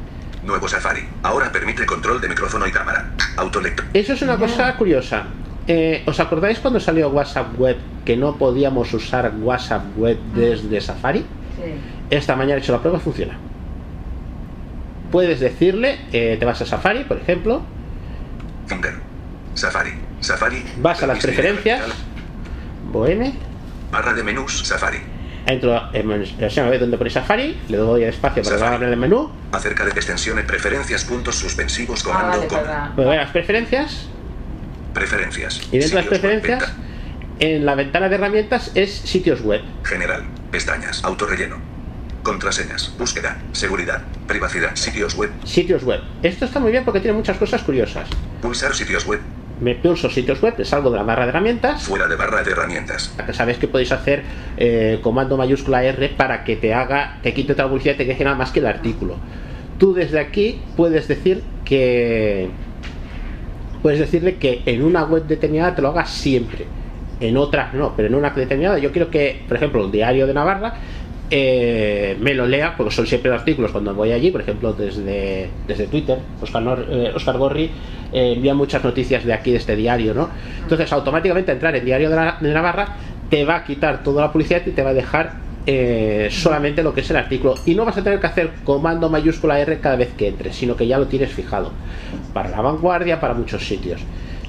Q: Nuevo Safari. Ahora permite control de micrófono y cámara. Autolector.
B: Eso es una cosa curiosa. Eh, ¿Os acordáis cuando salió WhatsApp Web que no podíamos usar WhatsApp Web desde Safari? Esta mañana he hecho la prueba y funciona. Puedes decirle, eh, te vas a Safari, por ejemplo,
Q: Tinder. Safari. Safari.
B: vas a las preferencias, Boheme,
Q: Barra de menús. Safari.
B: entro en la sección web donde pone Safari, le doy al espacio para que abra el menú,
Q: Acerca de extensiones. Preferencias. Puntos
L: Ah,
Q: suspensivos. Comando. coma.
B: me voy a las preferencias
Q: Preferencias.
B: y dentro de las
Q: Sitios web,
B: preferencias, en la ventana de herramientas es sitios web.
Q: venta- General. Pestañas. Autorrelleno. Contraseñas. Búsqueda. Seguridad. Privacidad. Sitios web.
B: Sitios web. Esto está muy bien porque tiene muchas cosas curiosas.
Q: Pulsar sitios web.
B: Me pulso sitios web, salgo de la barra de herramientas.
Q: Fuera de barra de herramientas.
B: que Sabéis que podéis hacer eh, comando mayúscula R para que te haga, te quite otra publicidad y te deje nada más que el artículo. Tú desde aquí puedes decir que. Puedes decirle que en una web determinada te lo haga siempre. En otras no, pero en una determinada. Yo quiero que, por ejemplo, el diario de Navarra eh, me lo lea, porque son siempre artículos cuando voy allí, por ejemplo, desde, desde Twitter, Oscar, Nor- eh, Oscar Gorri eh, envía muchas noticias de aquí, de este diario, ¿no? Entonces, automáticamente entrar en Diario de, la- de Navarra te va a quitar toda la publicidad y te va a dejar eh, solamente lo que es el artículo. Y no vas a tener que hacer comando mayúscula R cada vez que entres, sino que ya lo tienes fijado. Para la vanguardia, para muchos sitios.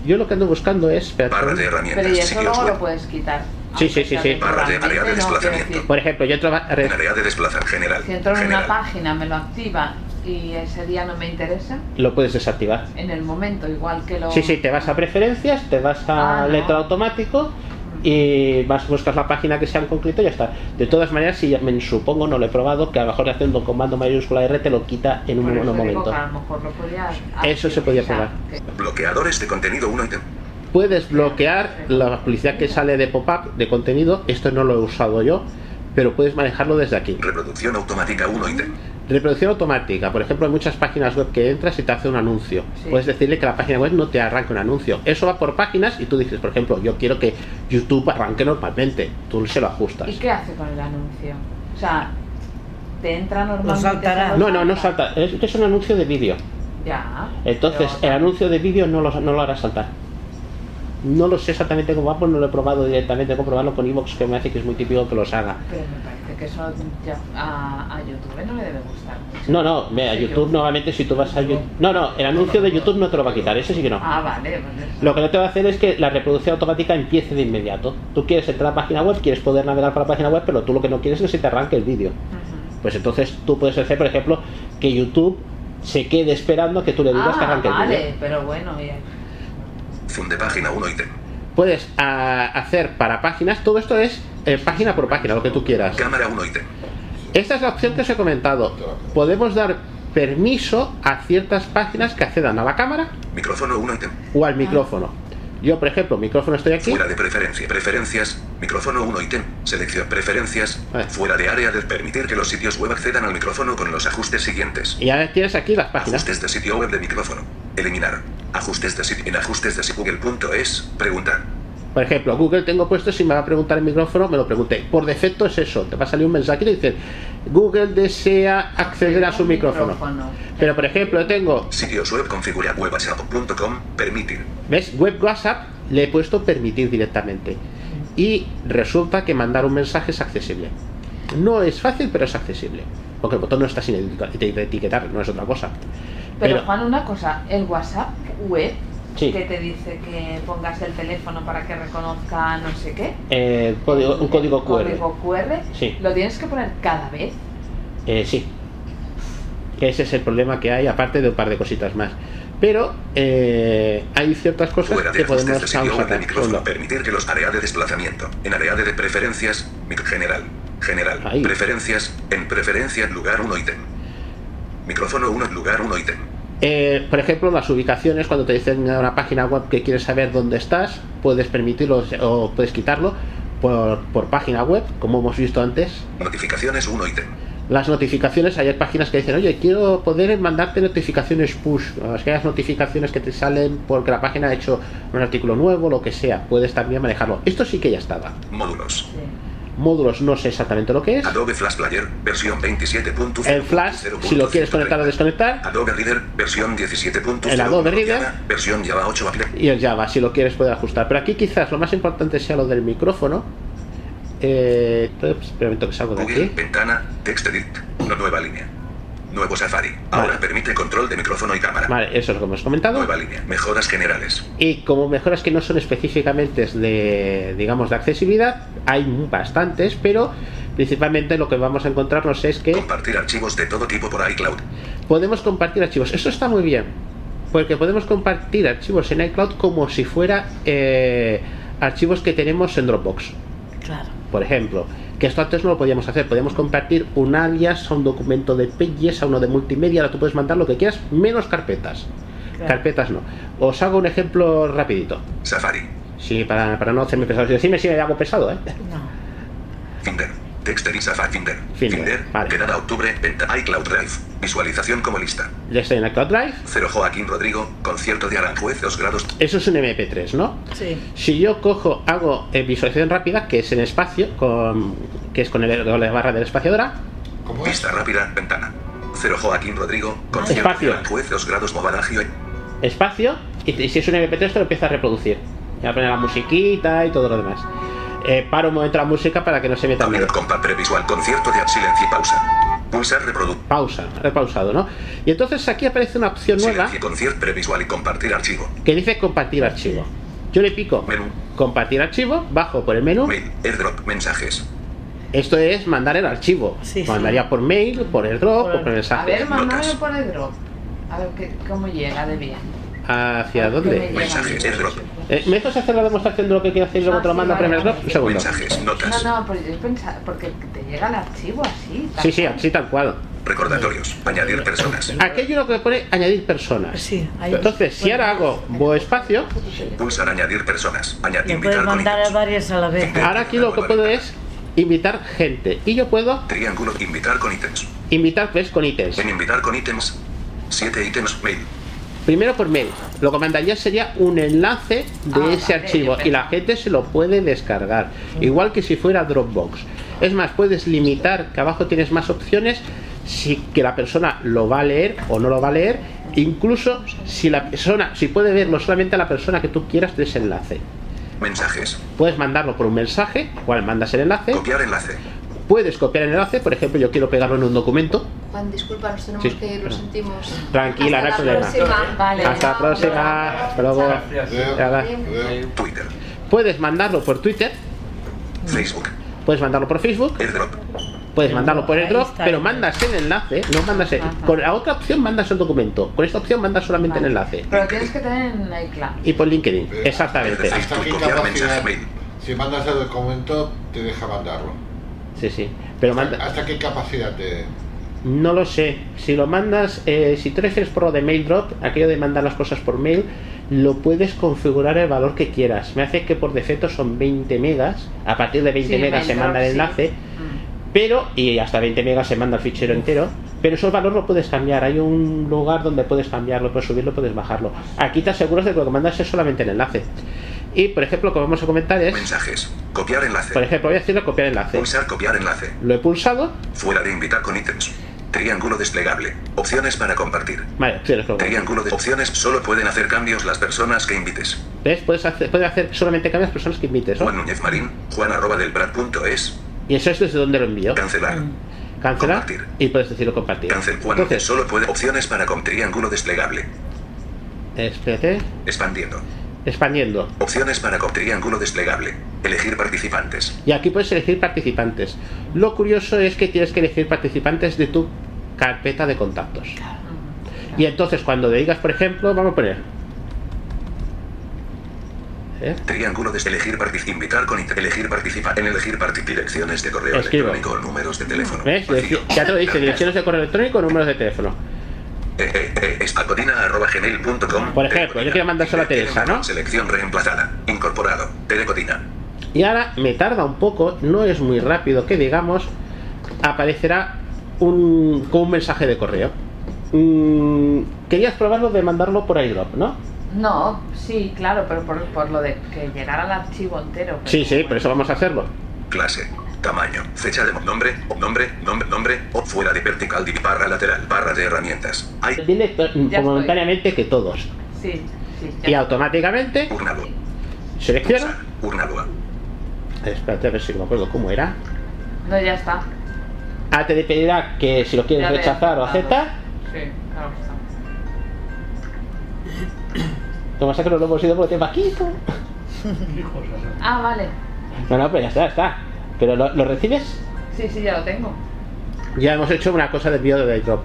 B: Yo lo que ando buscando es... espérate un
Q: de
B: momento.
L: Pero y eso luego lo puedes quitar.
B: Sí, sí, sí, sí.
Q: Barra de área de
L: No, quiero
Q: desplazamiento.
L: decir,
B: Por ejemplo, yo entro a red-
Q: Área de desplazamiento. General.
L: si entro en una página, me lo activa y ese día no me interesa,
B: lo puedes desactivar.
L: en el momento, igual que lo...
B: Sí, sí, te vas a preferencias, te vas
L: Ah,
B: a letra automático y vas buscas la página que sea en concreto y ya está. De todas maneras, si ya me supongo, no lo he probado, que a lo mejor haciendo comando mayúscula R te lo quita en un,
L: Por
B: en
L: eso
B: un
L: digo
B: momento. Eh.
L: que a lo mejor lo Ah, podía...
B: Eso se podía probar.
Q: Bloqueadores de contenido 1 ítem.
B: Puedes bloquear la publicidad que sale de pop-up, de contenido, esto no lo he usado yo, pero puedes manejarlo desde aquí.
Q: Reproducción automática 1 ítem.
B: Reproducción automática. Por ejemplo, hay muchas páginas web que entras y te hace un anuncio. Puedes decirle que la página web no te arranque un anuncio. Eso va por páginas y tú dices, por ejemplo, yo quiero que YouTube arranque normalmente. Tú se lo ajustas.
L: ¿Y qué hace con el anuncio? O sea, te entra normalmente... solo-
B: No, no, no salta. Es, es un anuncio de vídeo.
L: Ya.
B: Entonces, el anuncio de vídeo no lo, no lo hará saltar. No lo sé exactamente cómo va, pues no lo he probado directamente. Tengo que probarlo con Evox, que me hace que es muy típico que los haga.
L: Pero me parece que eso ya- a, a YouTube no le debe gustar.
B: No, no, vea, YouTube normalmente si tú vas a YouTube... No, no, el anuncio de YouTube no te lo va a quitar, ese sí que no.
L: Ah, vale. pues eso.
B: Lo que no te va a hacer es que la reproducción automática empiece de inmediato. Tú quieres entrar a la página web, quieres poder navegar para la página web, pero tú lo que no quieres es que se te arranque el vídeo. Pues entonces tú puedes hacer, por ejemplo, que YouTube se quede esperando que tú le digas que
L: Ah,
B: arranque el vídeo.
L: vale, pero bueno, bien.
Q: Funde página 1 ítem.
B: Puedes ah, hacer para páginas, todo esto es eh, página por página, lo que tú quieras.
Q: Cámara 1 ítem.
B: Esta es la opción que os he comentado. Podemos dar permiso a ciertas páginas que accedan a la cámara
Q: Micrófono 1 ítem.
B: o al micrófono. Yo, por ejemplo, micrófono estoy aquí.
Q: Fuera de preferencia. Preferencias. Micrófono 1 ítem. Selección preferencias. Fuera de área de permitir que los sitios web accedan al micrófono con los ajustes siguientes.
B: Y ahora tienes aquí las páginas.
Q: Ajustes de sitio web de micrófono. Eliminar. Ajustes de sitio. En ajustes de sitio google.es. Pregunta.
B: Por ejemplo, Google tengo puesto, si me va a preguntar el micrófono, me lo pregunté. Por defecto es eso, te va a salir un mensaje y te dice, Google desea acceder a su micrófono. Pero por ejemplo, tengo,
Q: Sitios web configura webwhatsapp.com, permitir.
B: ¿ves? Web WhatsApp le he puesto permitir directamente. Y resulta que mandar un mensaje es accesible. No es fácil, pero es accesible. Porque el botón no está sin etiquet- etiquetar, no es otra cosa.
L: Pero,
B: Pero-
L: Juan, una cosa, el WhatsApp web
B: Sí.
L: que te dice que pongas el teléfono para que reconozca no sé qué,
B: Eh, código- un código QR.
L: código QR,
B: Sí.
L: lo tienes que poner cada vez.
B: Eh, sí. Que ese es el problema que hay, aparte de un par de cositas más. Pero eh, hay ciertas cosas
Q: Fuera de
B: que
Q: ajustes de
B: podemos
Q: sitio web de
B: pausar.
Q: micrófono. Permitir que los área de desplazamiento. En área de preferencias. mic- General. General. Preferencias. En preferencia lugar 1 ítem. Micrófono 1 lugar 1 ítem.
B: Eh, por ejemplo, las ubicaciones, cuando te dicen a una página web que quieres saber dónde estás, puedes permitirlo o puedes quitarlo por, por página web, como hemos visto antes.
Q: Notificaciones 1 ítem.
B: Las notificaciones, hay páginas que dicen, oye, quiero poder mandarte notificaciones push, aquellas notificaciones que te salen porque la página ha hecho un artículo nuevo, lo que sea, puedes también manejarlo. Esto sí que ya estaba.
Q: Módulos.
B: Módulos no sé exactamente lo que es.
Q: Adobe Flash Player. Versión 27.0.
B: El flash, si lo quieres conectar o desconectar,
Q: Adobe Reader. Versión 17.0.
B: El Adobe Reader.
Q: Versión Java 8.
B: y el Java, si lo quieres poder ajustar. Pero aquí quizás lo más importante sea lo del micrófono. Eh, entonces, espera un momento que salgo de
Q: Google.
B: aquí.
Q: Ventana. Text Edit. No nueva línea. Nuevo Safari. Ahora permite control de micrófono y cámara.
B: Vale, eso es lo que hemos comentado.
Q: Nueva línea. Mejoras generales.
B: Y como mejoras que no son específicamente de, digamos, de accesibilidad, hay bastantes, pero principalmente lo que vamos a encontrarnos es que
Q: Compartir archivos de todo tipo por iCloud.
B: podemos compartir archivos. Eso está muy bien, porque podemos compartir archivos en iCloud como si fuera eh, archivos que tenemos en Dropbox.
F: Claro.
B: Por ejemplo, que esto antes no lo podíamos hacer, podíamos compartir un alias a un documento de PGS, a uno de multimedia, ahora tú puedes mandar lo que quieras, menos carpetas.
Q: Claro.
B: Carpetas no. Os hago un ejemplo rapidito.
Q: Safari.
B: Sí, para, para no hacerme pesado. Si decime si me hago pesado, ¿eh?
Q: Finder. Text Edit Safari. Finder.
B: Finder,
Q: Quedada octubre. Venta iCloud Drive. Visualización como lista.
B: Ya estoy en iCloud Drive.
Q: Cero Joaquín Rodrigo. Concierto de Aranjuez. 2 grados.
B: Eso es un MP3, ¿no?
F: Sí.
B: Si yo cojo, hago eh, visualización rápida, que es en espacio, con, que es con, el, con la barra del espaciadora,
Q: Vista rápida. Ventana. Cero Joaquín Rodrigo. Concierto de Aranjuez. 2 grados. Movadagio.
B: espacio, y, y si es un MP3 te lo empieza a reproducir. Y a poner la musiquita y todo lo demás. Eh, paro un momento la música para que no se meta miedo.
Q: Compa previsual. Concierto de silencio y pausa. Pulsar reproducir.
B: Pausa, repausado, ¿no? Y entonces aquí aparece una opción nueva
Q: Concierto previsual y compartir archivo.
B: que dice compartir archivo. Yo le pico compartir archivo, bajo por el menú.
Q: Airdrop. Mensajes.
B: Esto es mandar el archivo. Mandaría por mail, por airdrop o por
L: A
B: mensaje.
L: ver, mándame por el drop. A ver qué- cómo llega de bien.
B: ¿Hacia dónde?
Q: Mensajes. Airdrop.
B: Eh, ¿Me dejas hacer la demostración de lo que quiero hacer y luego te lo mando por el airdrop? Un segundo.
Q: Mensajes. Notas.
L: No, no, porque, yo pensaba- porque te llega el archivo así. tal.
B: Sí, sí, así tal cual.
Q: Recordatorios. Añadir personas.
B: Aquí hay uno que pone añadir personas.
F: ahí-
B: Entonces, si ahora hago bo espacio,
Q: Pulsar añadir personas. Añadir
F: Puedes
Q: invitar con
F: mandar a varias a la vez.
B: ahora aquí lo que puedo es invitar gente. Y yo puedo
Q: triángulo. Invitar con ítems.
B: invitar, pues, con ítems.
Q: En invitar con ítems. 7 ítems. Mail.
B: Primero por mail. Lo que mandaría sería un enlace de
Q: Ah,
B: ese
Q: vale, Mm.
B: archivo
Q: perfecto.
B: y la gente se lo puede descargar. Igual que si fuera Dropbox. Es más, puedes limitar que abajo tienes más opciones si que la persona lo va a leer o no lo va a leer. Incluso si la persona, si puede verlo solamente a la persona que tú quieras de ese enlace.
Q: Mensajes.
B: Puedes mandarlo por un mensaje, cual mandas el enlace.
Q: Copiar enlace.
B: Puedes copiar el enlace, por ejemplo, yo quiero pegarlo en un documento.
V: Juan, disculpa, nos tenemos
B: Sí,
V: que ir, lo
B: perdón.
V: sentimos.
B: Tranquila, no hay
V: Hasta la
B: problema.
V: próxima. Vale.
B: Hasta la próxima. Hasta luego. Ya va.
Q: Twitter.
B: Puedes mandarlo por Twitter.
Q: Facebook.
B: Puedes mandarlo por Facebook. Puedes mandarlo por
Q: Ahí
B: AirDrop,
Q: está,
B: pero
Q: ahí.
B: mandas el enlace, no mandas el- Con la otra opción mandas el documento, con esta opción mandas solamente el enlace.
L: Pero lo tienes que tener en iCloud.
B: Y por LinkedIn, exactamente.
G: Hasta qué capacidad, si mandas el documento, te deja mandarlo.
B: Sí, sí. Pero manda-
G: ¿Hasta qué capacidad te...?
L: Este,
B: No lo sé. Si lo mandas, eh, si te refieres por lo de mail drop, aquello de mandar las cosas por mail, lo puedes configurar el valor que quieras. Me hace que por defecto son 20 megas. A partir de 20
I: Sí,
B: megas
I: mail
B: se
I: drop,
B: manda el
I: sí.
B: enlace. Pero, y hasta 20 megas se manda el fichero entero. Pero eso el valor lo puedes cambiar. Hay un lugar donde puedes cambiarlo, puedes subirlo, puedes bajarlo. Aquí te aseguras de que lo que mandas es solamente el enlace. Y por ejemplo, como vamos a comentar es.
Q: Mensajes. Copiar enlace.
B: Por ejemplo, voy a decirle copiar enlace.
Q: Pulsar copiar enlace.
B: Lo he pulsado.
Q: Fuera de invitar con ítems. Triángulo desplegable. Opciones para compartir.
B: Vale, tienes lo
Q: Triángulo de opciones. Solo pueden hacer cambios las personas que invites.
B: ¿Ves? Puedes hacer, puedes hacer solamente cambias personas que invites, ¿no?
Q: Juan Núñez Marín. Juan arroba del brad.es.
B: Y eso es desde donde lo envío.
Q: Cancelar.
B: Cancelar. Y puedes decirlo compartir.
Q: Cancel Juan Núñez. Solo puede opciones para con triángulo desplegable.
B: Espérate.
Q: Expandiendo.
B: Expandiendo.
Q: Opciones para con triángulo desplegable. Elegir participantes.
B: Y aquí puedes elegir participantes. Lo curioso es que tienes que elegir participantes de tu carpeta de contactos. Y entonces cuando le digas, por ejemplo, vamos a poner ¿Eh?
Q: Triángulo de elegir partic- invitar con inter- elegir participar en elegir partic- direcciones de correo
B: Escribo.
Q: electrónico números de teléfono.
B: ¿Ves? Direc- Ya te lo dice, direcciones de correo electrónico, números de teléfono.
Q: Eh, eh, eh, es acodina arroba gmail punto com.
B: Por ejemplo, yo quiero mandárselo a Teresa, ¿no?
Q: Selección reemplazada. Incorporado. Telecodina.
B: Y ahora me tarda un poco, no es muy rápido que digamos, aparecerá un, con un mensaje de correo. Mm, querías probarlo de mandarlo por airdrop, ¿no?
L: No, sí, claro, pero por, por lo de que llegara al archivo entero. pero-
B: Sí, sí, por eso vamos a hacerlo.
Q: Clase. Tamaño. Fecha de mo- nombre. o Nombre. Nombre. Nombre. O fuera de vertical. div- Barra lateral. Barra de herramientas. Hay.
B: Dile to- momentáneamente que todos.
L: Sí, sí.
B: Y automáticamente
Q: Urnalua.
B: selecciona.
Q: Urnalua.
B: Espérate a ver si me acuerdo cómo era.
L: No, ya está.
B: Ah, te pedirá que si lo quieres
L: Ya le he
B: rechazar o
L: aceptado.
B: aceptar.
L: Sí, claro pues, que está.
B: Lo que pasa es que no lo hemos ido porque tengo aquí. ¿no?
L: Ah, vale.
B: No, no, pues ya está, está. Pero lo, lo recibes,
L: Sí, sí, ya lo tengo.
B: ya hemos hecho una cosa de envío de airdrop.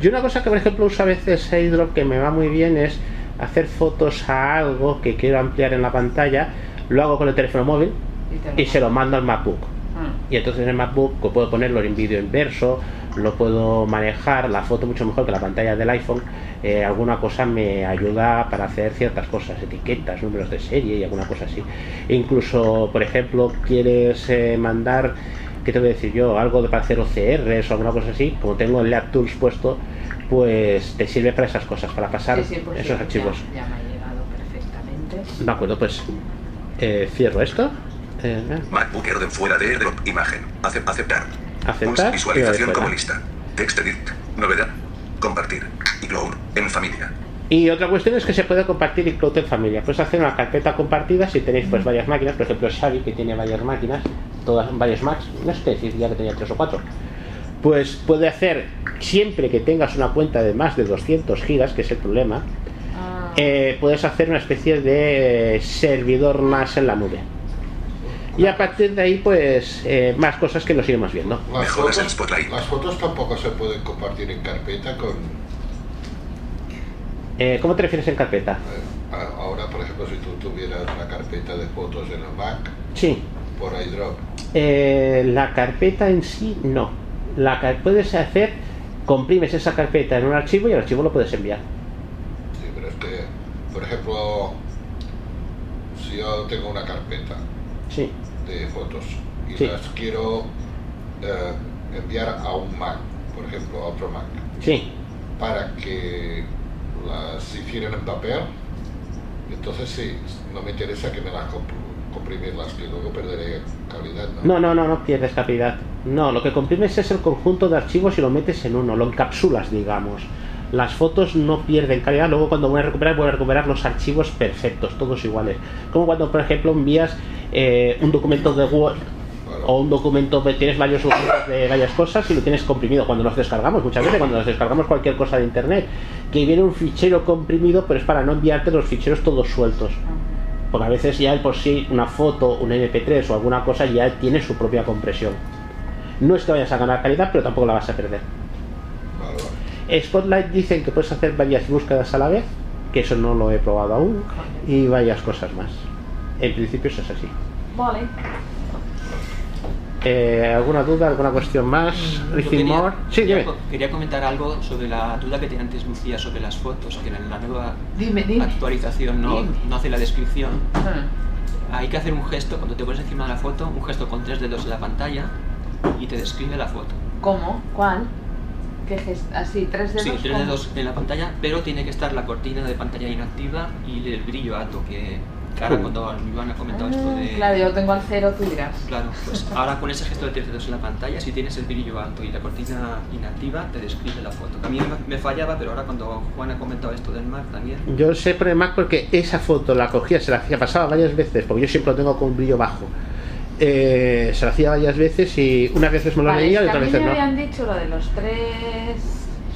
B: Yo una cosa que por ejemplo uso a veces airdrop que me va muy bien es hacer fotos a algo que quiero ampliar en la pantalla, lo hago con el teléfono móvil
L: Y te lo
B: y se lo mando al MacBook.
L: Ah.
B: Y entonces en el MacBook pues, puedo ponerlo en vídeo inverso, lo puedo manejar, la foto mucho mejor que la pantalla del iPhone. Eh, alguna cosa me ayuda para hacer ciertas cosas, etiquetas, números de serie y alguna cosa así. Incluso, por ejemplo, quieres eh, mandar, ¿qué te voy a decir yo? Algo de para hacer OCRs o alguna cosa así. Como tengo el Lab Tools puesto, pues te sirve para esas cosas, para pasar
L: Sí, sí, por
B: esos
L: cierto,
B: archivos.
L: Ya, ya me ha llegado perfectamente.
B: De acuerdo, pues eh, cierro esto. Eh,
Q: MacBook Air de fuera de airdrop. Imagen. Acep- aceptar.
B: aceptar.
Q: Visualización
B: y
Q: como lista. Text edit. Novedad. Compartir. Ignore. En familia.
B: Y otra cuestión es que se puede compartir iCloud en familia. Puedes hacer una carpeta compartida si tenéis pues varias máquinas, por ejemplo Xavi que tiene varias máquinas, todas varios Macs, no sé decir ya que tenía tres o cuatro. Pues puede hacer siempre que tengas una cuenta de más de 200 gigas, que es el problema,
L: Ah,
B: eh, puedes hacer una especie de servidor más en la nube. Y a partir de ahí, pues eh, más cosas que nos iremos viendo.
G: Las fotos, las fotos tampoco se pueden compartir en carpeta con...
B: Eh, ¿Cómo te refieres en carpeta?
G: a- Ahora, por ejemplo, si tú tuvieras una carpeta de fotos en el Mac
B: Sí.
G: por iDrop.
B: Eh, la carpeta en sí, no. La car- puedes hacer, comprimes esa carpeta en un archivo y el archivo lo puedes enviar.
G: Sí, pero es que, por ejemplo, si yo tengo una carpeta
B: Sí.
G: de fotos y
B: Sí.
G: las quiero eh, enviar a un Mac, por ejemplo, a otro Mac,
B: Sí.
G: para que las hicieran en papel, entonces sí, no me interesa que me las comp- comprimir las que luego perderé calidad, ¿no?
B: No, no, no, no pierdes calidad. No, lo que comprimes es el conjunto de archivos y lo metes en uno, lo encapsulas, digamos. Las fotos no pierden calidad, luego cuando voy a recuperar, voy a recuperar los archivos perfectos, todos iguales. Como cuando, por ejemplo, envías eh, un documento de Word o un documento, pues, tienes varios documentos de varias cosas y lo tienes comprimido cuando los descargamos. Muchas veces cuando nos descargamos cualquier cosa de internet, que viene un fichero comprimido, pero es para no enviarte los ficheros todos sueltos. Porque a veces ya el por sí una foto, un MP3 o alguna cosa ya tiene su propia compresión. No es que vayas a ganar calidad, pero tampoco la vas a perder. Spotlight dicen que puedes hacer varias búsquedas a la vez, que eso no lo he probado aún, y varias cosas más. En principio eso es así.
L: Vale.
B: Eh, ¿Alguna duda, alguna cuestión más?
L: Mm,
P: Yo
B: Anything
P: quería,
B: more? Sí,
P: quería
B: dime.
P: co- quería comentar algo sobre la duda que tenía antes Lucía sobre las fotos, que en la nueva
L: Dime, dime.
P: actualización no,
L: Dime.
P: no hace la descripción.
L: Ah.
P: Hay que hacer un gesto, cuando te pones encima de la foto, un gesto con tres dedos en la pantalla y te describe la foto.
L: ¿Cómo? ¿Cuál? ¿Qué gesto? Así, tres dedos.
P: Sí, tres
L: ¿cómo?
P: dedos en la pantalla, pero tiene que estar la cortina de pantalla inactiva y el brillo alto, que Claro, cuando me iban a comentar esto de...
L: Mm, Ah, Claro, yo tengo al cero, tú dirás.
P: Claro, pues ahora con ese gesto de tres dedos en la pantalla, si tienes el brillo alto y la cortina inactiva, te describe la foto. Que a mí me- me fallaba, pero ahora cuando Juan ha comentado esto del mar también,
B: Yo sé poner más porque esa foto la cogía, se la hacía, pasaba varias veces, porque yo siempre lo tengo con brillo bajo. Eh, se la hacía varias veces y unas veces me lo
L: Vale,
B: leía y
L: es que a
B: otras
L: mí
B: veces
L: me
B: no.
L: habían dicho lo de los tres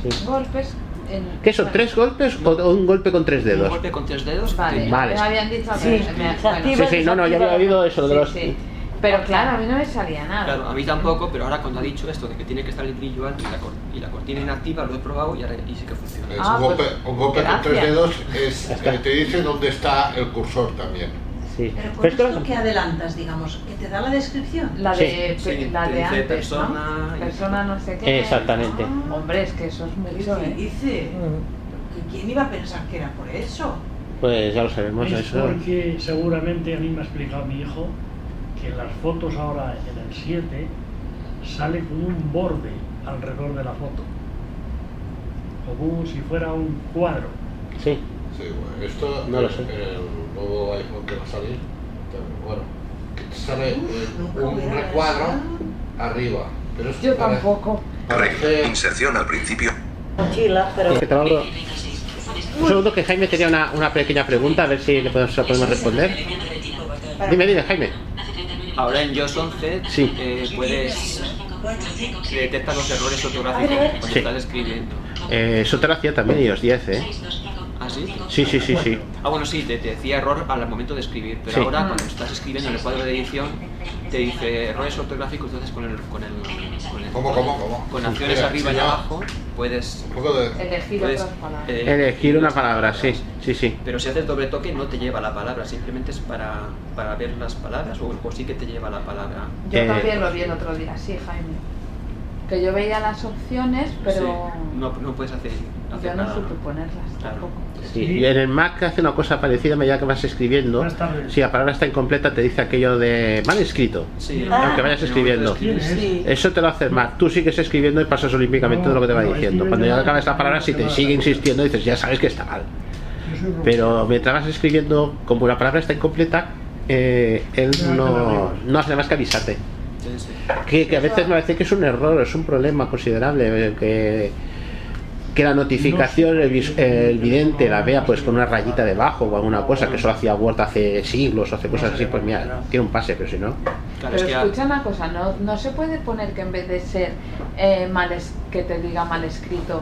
B: Sí.
L: golpes. en-
B: ¿Qué son?
L: bueno,
B: ¿Tres golpes o o un golpe con tres
P: un
B: dedos?
P: golpe con tres dedos...
L: Vale,
B: Vale.
L: me habían dicho
B: Sí,
L: me- me-
B: se
L: bueno,
B: activa, Sí, sí, no, no, ya desactiva. había oído eso de
L: Sí,
B: los-
L: sí. Pero claro, a mí no me salía nada.
P: Claro, a mí tampoco, pero ahora cuando ha dicho esto de que tiene que estar el brillo alto y la, cor- y la cortina inactiva, lo he probado y ahora y sí que funciona.
L: Ah,
G: Es
L: pues
G: un golpe, un golpe con tres dedos es,
B: Está.
G: eh, te dice dónde está el cursor también.
B: Sí.
G: Pero
H: Con esto que adelantas, digamos, que te da la descripción.
L: La de,
G: Sí, sí,
L: la
G: te
L: de
G: dice
L: antes,
G: persona
L: ¿no?
G: y-
L: Persona no sé qué.
B: Exactamente.
L: Ah, Hombre, es que eso es mucho,
H: Dice,
L: ¿eh?
H: dice,
B: Mm.
H: que ¿quién iba a pensar que era por eso?
B: Pues ya lo sabemos,
J: Es
B: eso.
J: porque seguramente a mí me ha explicado mi hijo que las fotos ahora en el 7 sale como un borde alrededor de la foto. Como si fuera un cuadro.
B: Sí.
G: Sí, bueno, esto
J: No lo sé.
G: el, el nuevo iPhone que va a salir, también, bueno, que te sale eh, un
L: hubiera
G: recuadro arriba, pero es
L: Yo
G: para-
L: tampoco.
Q: Regla. Inserción al principio.
F: Mochila, pero...
B: Que te lo abro. Un segundo que Jaime tenía una, una pequeña pregunta, a ver si le podemos, la podemos responder. Dime, dime, Jaime.
P: Ahora en iOS 11
B: Sí.
P: eh, puedes detectar los errores ortográficos
B: A ver, a ver.
P: cuando
B: Sí.
P: estás escribiendo.
B: Eh, eso te lo hacía también ellos 10, ¿eh?
P: ¿Ah, sí?
B: Sí, sí, sí, sí.
P: Ah, bueno, sí, te, te decía error al momento de escribir, pero
B: Sí.
P: ahora cuando estás escribiendo en el cuadro de edición te dice errores ortográficos, entonces con el... Con el, con el-
G: ¿Cómo, cómo, cómo?
P: Con acciones
G: Espera,
P: arriba y
G: ya.
P: abajo puedes...
L: Elegir
P: puedes,
L: otras palabras.
P: eh,
B: Elegir una palabra, sí, sí, sí.
P: Pero si haces doble toque no te lleva la palabra, simplemente es para, para ver las palabras o, o sí que te lleva la palabra.
L: Yo
B: Eh,
L: también lo vi el otro día, sí, Jaime. Que yo veía las opciones, pero
P: Sí, no, no puedes hacer, hacer
L: yo no
P: nada.
L: supe ponerlas
P: Claro.
L: tampoco.
B: Sí, y en el Mac hace una cosa parecida a medida que vas escribiendo. Si la palabra está incompleta, te dice aquello de mal escrito.
P: Sí.
B: Aunque
P: Ah.
B: vayas escribiendo.
P: Sí, sí.
B: Eso te lo hace el Mac. Tú sigues escribiendo y pasas olímpicamente todo lo que te va diciendo. Cuando ya acabas la palabra, si te sigue insistiendo, dices ya sabes que está mal. Pero mientras vas escribiendo, como la palabra está incompleta, eh, él no, no hace más que avisarte.
P: Sí, sí.
B: Que, que a veces me parece que es un error, es un problema considerable. eh, Que, que la notificación, el, vis- el vidente la vea pues con una rayita debajo o alguna cosa, que eso lo hacía Word hace siglos o hace cosas así, pues mira, tiene un pase, pero si no.
L: Pero
P: Claro, es que a-
L: escucha una cosa, ¿no, no se puede poner que en vez de ser eh, mal es- que te diga mal escrito,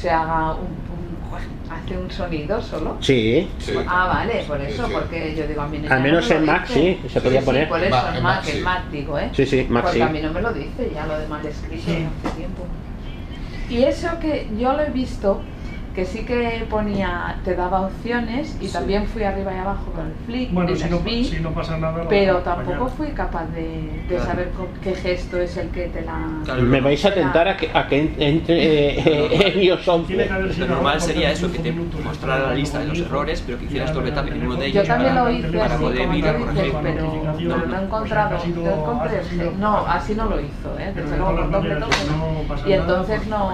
L: se haga un, un- hace un sonido solo.
B: Sí.
L: Ah, vale, por eso, porque yo digo a mí no
B: Al
L: ya
B: menos
L: no me lo
B: en Mac,
L: dice.
B: sí, se podía
L: sí,
B: poner.
L: por eso,
B: Mac,
L: en
B: en
L: Mac,
B: Mac,
L: en
B: sí.
L: Mac, digo, ¿eh?
B: Sí, sí, Mac,
L: Porque
B: sí.
L: a mí no me lo dice ya lo de mal escrito hace tiempo. Y eso que yo lo he visto, que sí que ponía, te daba opciones y también fui arriba y abajo con el flick, y
J: Bueno, si
L: las
J: no,
L: vi,
J: si no pasa nada. lo
L: pero
J: vamos a apañar.
L: tampoco fui capaz de, de
B: Claro.
L: saber co- qué gesto es el que te la...
B: Me vais a
L: te la-
B: tentar a que, a que en- entre eh, en iOS 11.
P: Lo normal sería eso, que te mostrara la lista de los errores, pero que hicieras doble tap en uno de
L: Yo
P: ellos
L: también lo hice
P: para
L: así, como
P: poder
L: tú
P: mirar,
L: dices,
P: por
L: pero,
P: ejemplo.
L: pero no he
J: Pues
L: encontrado, yo encontré el ge- no, así no lo hizo, ¿eh?
J: Pero
L: desde
J: de
L: luego
J: todas
L: con doble
J: maneras,
L: toque no.
J: no pasa
L: y
J: nada,
L: entonces
J: pues,
L: no,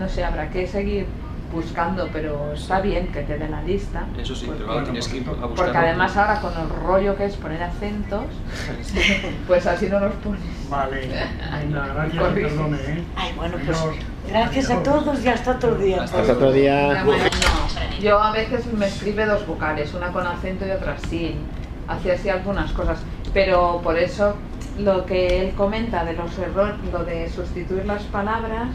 L: no sé, habrá que seguir buscando, pero está bien que te den la lista,
P: Eso sí, pero ahora tienes que ir a buscarlo.
L: porque además ahora con el rollo que es poner acentos, pues así no los pones.
J: Vale, venga, gracias,
L: Corriges.
J: perdone, ¿eh?
F: Ay, bueno, pues gracias a todos y hasta otro día.
B: Hasta otro día.
L: Yo a veces me escribe dos vocales, una con acento y otra sin. Hacía así algunas cosas. Pero por eso lo que él comenta de los errores, lo de sustituir las palabras,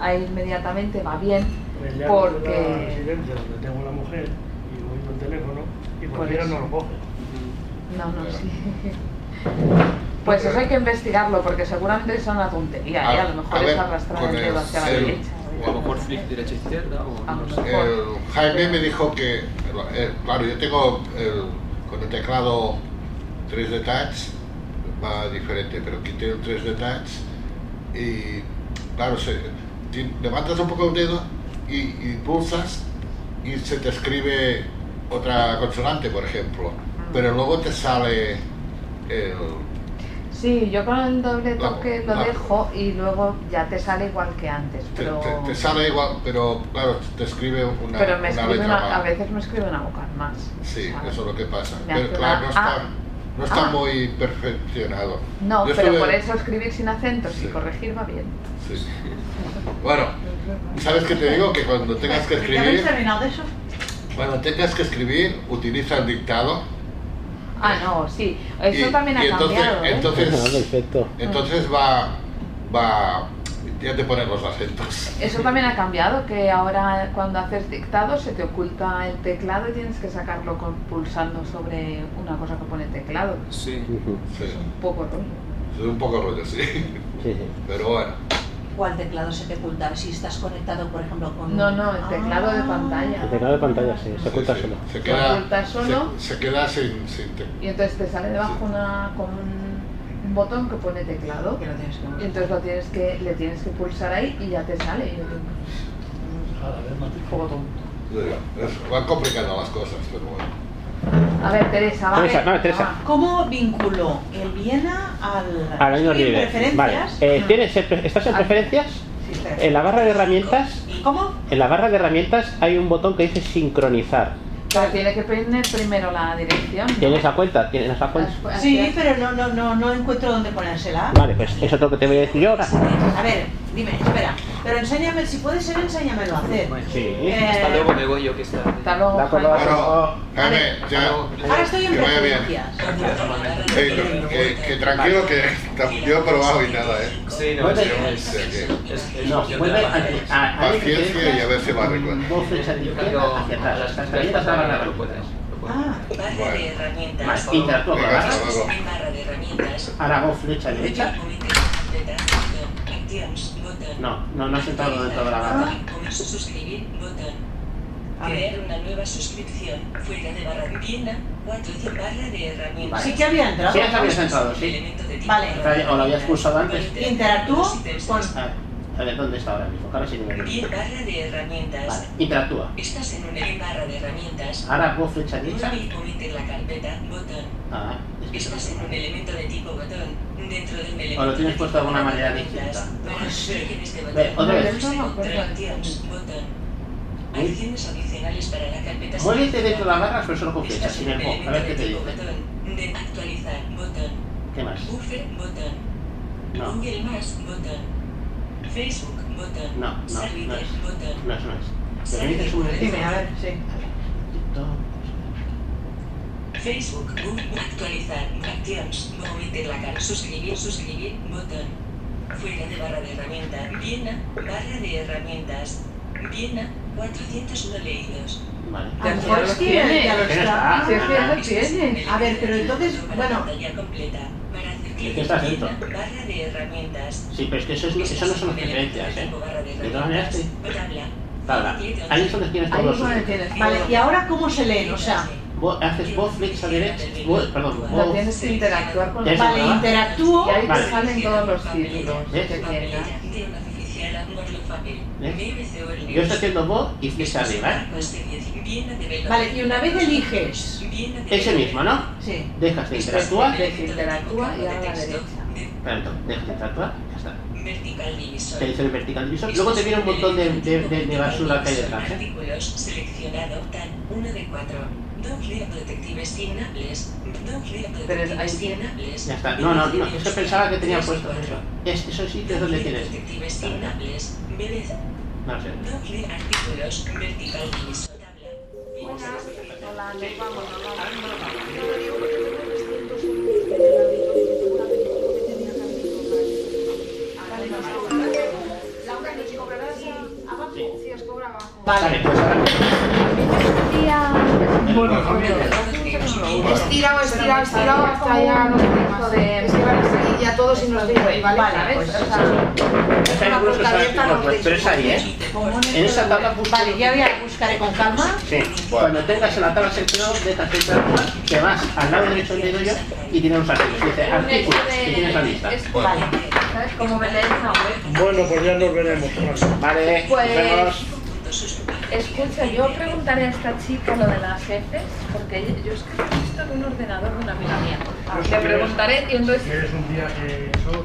L: ahí inmediatamente va bien.
J: Me llamo de la
L: Porque.
J: residencia donde tengo la mujer y voy con el teléfono y
L: Por
J: cualquiera
L: eso.
J: no lo coge.
L: No, no, sí. Pues eso hay que investigarlo, porque seguramente es una tontería,
G: Ah,
L: ¿eh? A lo mejor es arrastrar el dedo hacia la derecha.
P: A lo mejor flip derecha e izquierda o no sé.
G: El Jaime me dijo que, eh, claro, yo tengo el- con el teclado 3D Touch, va diferente, pero quité el 3D Touch y, claro, se, ti- levantas un poco el dedo y, y pulsas y se te escribe otra consonante, por ejemplo, pero luego te sale el,
L: Sí, yo con el doble
G: La-
L: toque lo
G: la-
L: dejo y luego ya te sale igual que antes,
G: Te,
L: pero,
G: te- te sale igual, pero claro, te escribe una,
L: pero me
G: una
L: escribe
G: letra
L: una-
G: mal.
L: a veces me escribe una vocal más.
G: Sí, eso es lo que pasa.
L: Me hace
G: Pero claro,
L: una
G: no está,
L: A.
G: no está
L: Ah.
G: muy perfeccionado.
L: No,
G: Yo
L: pero
G: estuve-
L: por eso escribir sin acentos y corregir va bien.
G: sí. Bueno, ¿sabes qué te digo? Que cuando tengas que
H: ¿Ya habéis
G: escribir,
H: terminado eso?
G: cuando tengas que escribir, utiliza el dictado.
L: Ah, no, sí. Eso
G: y-
L: también ha
G: y entonces,
L: cambiado. ¿eh?
G: entonces,
B: perfecto.
G: entonces va, va, ya te ponen los acentos.
L: Eso también ha cambiado, que ahora cuando haces dictado se te oculta el teclado y tienes que sacarlo con- pulsando sobre una cosa que pone teclado.
G: Sí.
L: Un poco rollo.
G: Es un poco rollo, sí. Pero bueno.
H: ¿Cuál teclado se te oculta si estás conectado, por ejemplo, con... Ah.
L: No, no, el teclado de
B: El
L: pantalla.
B: teclado de pantalla, sí, se oculta solo.
G: Se
L: Se
G: queda,
L: oculta solo
G: se queda sin, sin te-
L: y entonces te sale debajo una, con un, un botón que pone teclado. Y entonces lo tienes que, le tienes que pulsar ahí y ya te sale. Y yo digo,
G: Es- Van complicando las cosas, pero bueno.
L: A ver, Teresa, va.
B: Teresa, no, Teresa.
H: ¿Cómo vinculó el Viena al...
B: Ahora mismo
H: Estoy en
B: viene. Vale.
H: Ah, preferencias. Ah.
B: Eh, ¿tienes el pre- ¿Estás en preferencias?
H: Sí, está.
B: En la barra de herramientas,
H: ¿Cómo?
B: en la barra de herramientas hay un botón que dice sincronizar.
L: Pero tiene que poner primero la dirección.
B: ¿Tienes la cuenta? ¿Tienes la cuenta?
H: Sí, pero no, no, no, no encuentro dónde ponérsela.
B: Vale, pues eso es lo que te voy a decir yo ahora.
H: A ver, dime, espera. Pero enséñame, si puede ser, enséñamelo a hacer.
B: Sí.
H: Eh,
P: Hasta luego me voy yo que está.
L: Hasta luego.
G: Bueno, Jaime, ya.
H: Ahora estoy en
G: Que vaya bien.
H: preferencias.
G: Que, que- que tranquilo, que tam- yo he probado y nada, ¿eh?
P: Sí,
B: no, sí,
G: O sea que-
B: No, vuelve a- a- a-
G: Paciencia y a ver si va a arreglar.
B: Dos flechas de izquierda hacia atrás. Las herramientas van a la barra.
N: Barra de herramientas.
B: Vale, interactúa con la barra.
N: Barra de herramientas.
B: Ahora hago flecha derecha.
N: Actions. Botón.
B: No, no, no has entrado dentro de la barra.
N: Suscribir. Botón.
B: A ver.
N: Crear una nueva suscripción. Fuera de barra de Viena. 4 de barra de herramientas.
H: Sí que había entrado.
B: Sí, ya te habías entrado, sí.
H: Vale.
B: O lo habías pulsado antes.
H: Interactúo con...
B: A ver, ¿dónde está ahora mismo? Ahora sí que me lo
N: Bien
B: digo.
N: barra de herramientas.
B: Vale, interactúa.
N: Estás en una barra de herramientas.
B: Ahora hago flecha derecha.
N: Móvil omitir la carpeta, botón.
B: Ah,
N: Estás en un elemento de tipo botón. Dentro de un elemento
B: o lo tienes
N: de
B: puesto de alguna manera distinta. Ve, otra vez.
N: Acciones, botón. Acciones adicionales para la carpeta.
B: Muévete dentro de la barra, pero solo con flecha, sin el pop. A ver qué te dice.
N: Botón. De actualizar, botón.
B: ¿Qué más?
N: Buffer, botón.
B: No.
N: Google Más, botón. Facebook, botón.
B: No, no, no es.
N: botón.
B: No es, no es. ¿Te permites un momentito?
H: Dime, a ver, sí.
N: Facebook, Google, actualizar, acciones, omitir la carpeta. Suscribir, suscribir, botón. Fuera de barra de herramienta. Viena, barra de herramientas. Viena, 401 leídos.
B: Vale.
L: Pues
H: A lo mejor es que ya lo
B: Ya
H: está.
B: está. Sí, es que ya lo
N: tiene.
H: A ver, pero entonces, bueno,
N: Pantalla completa. Para hacer
B: ¿De
N: clic
B: qué
N: en
B: estás dentro?
N: Viena, barra de herramientas.
B: Sí, pero es que eso, es- eso no son las preferencias, ¿eh? De todas maneras, sí.
N: Tabla.
B: Tabla. Ahí es donde tienes todos los...
H: vale, ¿y ahora cómo se leen? O sea,
B: Vos haces vos flecha derecha, vos, perdón,
L: Lo
B: vos...
L: tienes que interactuar con
B: Ya está,
L: Vale,
B: ¿verdad?
L: interactúo. Y ahí
B: Vale.
L: te salen todos los títulos
B: ¿Ves?
L: que tengas.
B: ¿Ves? Yo estoy haciendo vos y flecha arriba, ¿eh?
N: Pues,
H: vale, y una vez eliges...
B: Ese mismo, ¿no?
H: Sí.
B: Dejas de interactuar,
L: Desinteractúa y ahora a la derecha.
B: Perdón, dejas de interactuar, ya está.
N: Vertical divisor.
B: Te dice el vertical divisor. Luego te viene un montón de, de, de, de basura que hay detrás, ¿eh?
N: Artículos seleccionado tan 1 de 4. Doble protectives signables. Doble protectives signables.
B: Ya está. No, no, no, es que pensaba que tenía puesto eso. Es, esos sitios donde tienes...
N: Protectives signables. Merez.
B: No sé.
N: Doble artículos vertical divisor.
B: Vale, pues ahora...
V: Estirado, estirado, estirado hasta ya no tenemos de. Es que van a salir ya todos y nos digo, y vale, Pues ¿sabes? O sea,
B: Hay algunos que saben los dos, pero es ahí, ¿eh? En esa tabla
H: Vale, ya voy a buscaré con calma.
B: Sí, cuando tengas en la tabla seccionada, dejas de interactuar, te vas al lado derecho del dedo ya y tienes los artículos. Dice artículos y tienes la lista.
V: Vale. ¿Sabes cómo me lees una web?
B: Bueno, pues ya nos veremos. Vale, nos
V: Pues-
B: vemos.
L: Escucha, yo preguntaré a esta chica lo de las jefes, porque yo es que he visto en un ordenador de una amiga mía. Le Pues, preguntaré y entonces...
J: ¿Quieres un día que eso?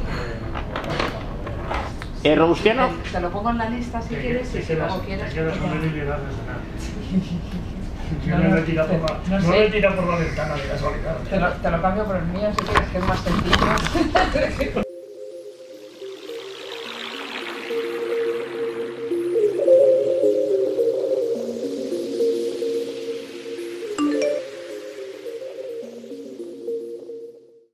B: Eh, Robustiano,
W: Te lo pongo en la lista si quieres y si luego quieres...
J: No, no, no,
W: sé.
J: no le tira por la ventana de casualidad.
W: Te lo, te lo cambio por el mío si quieres que es más sencillo.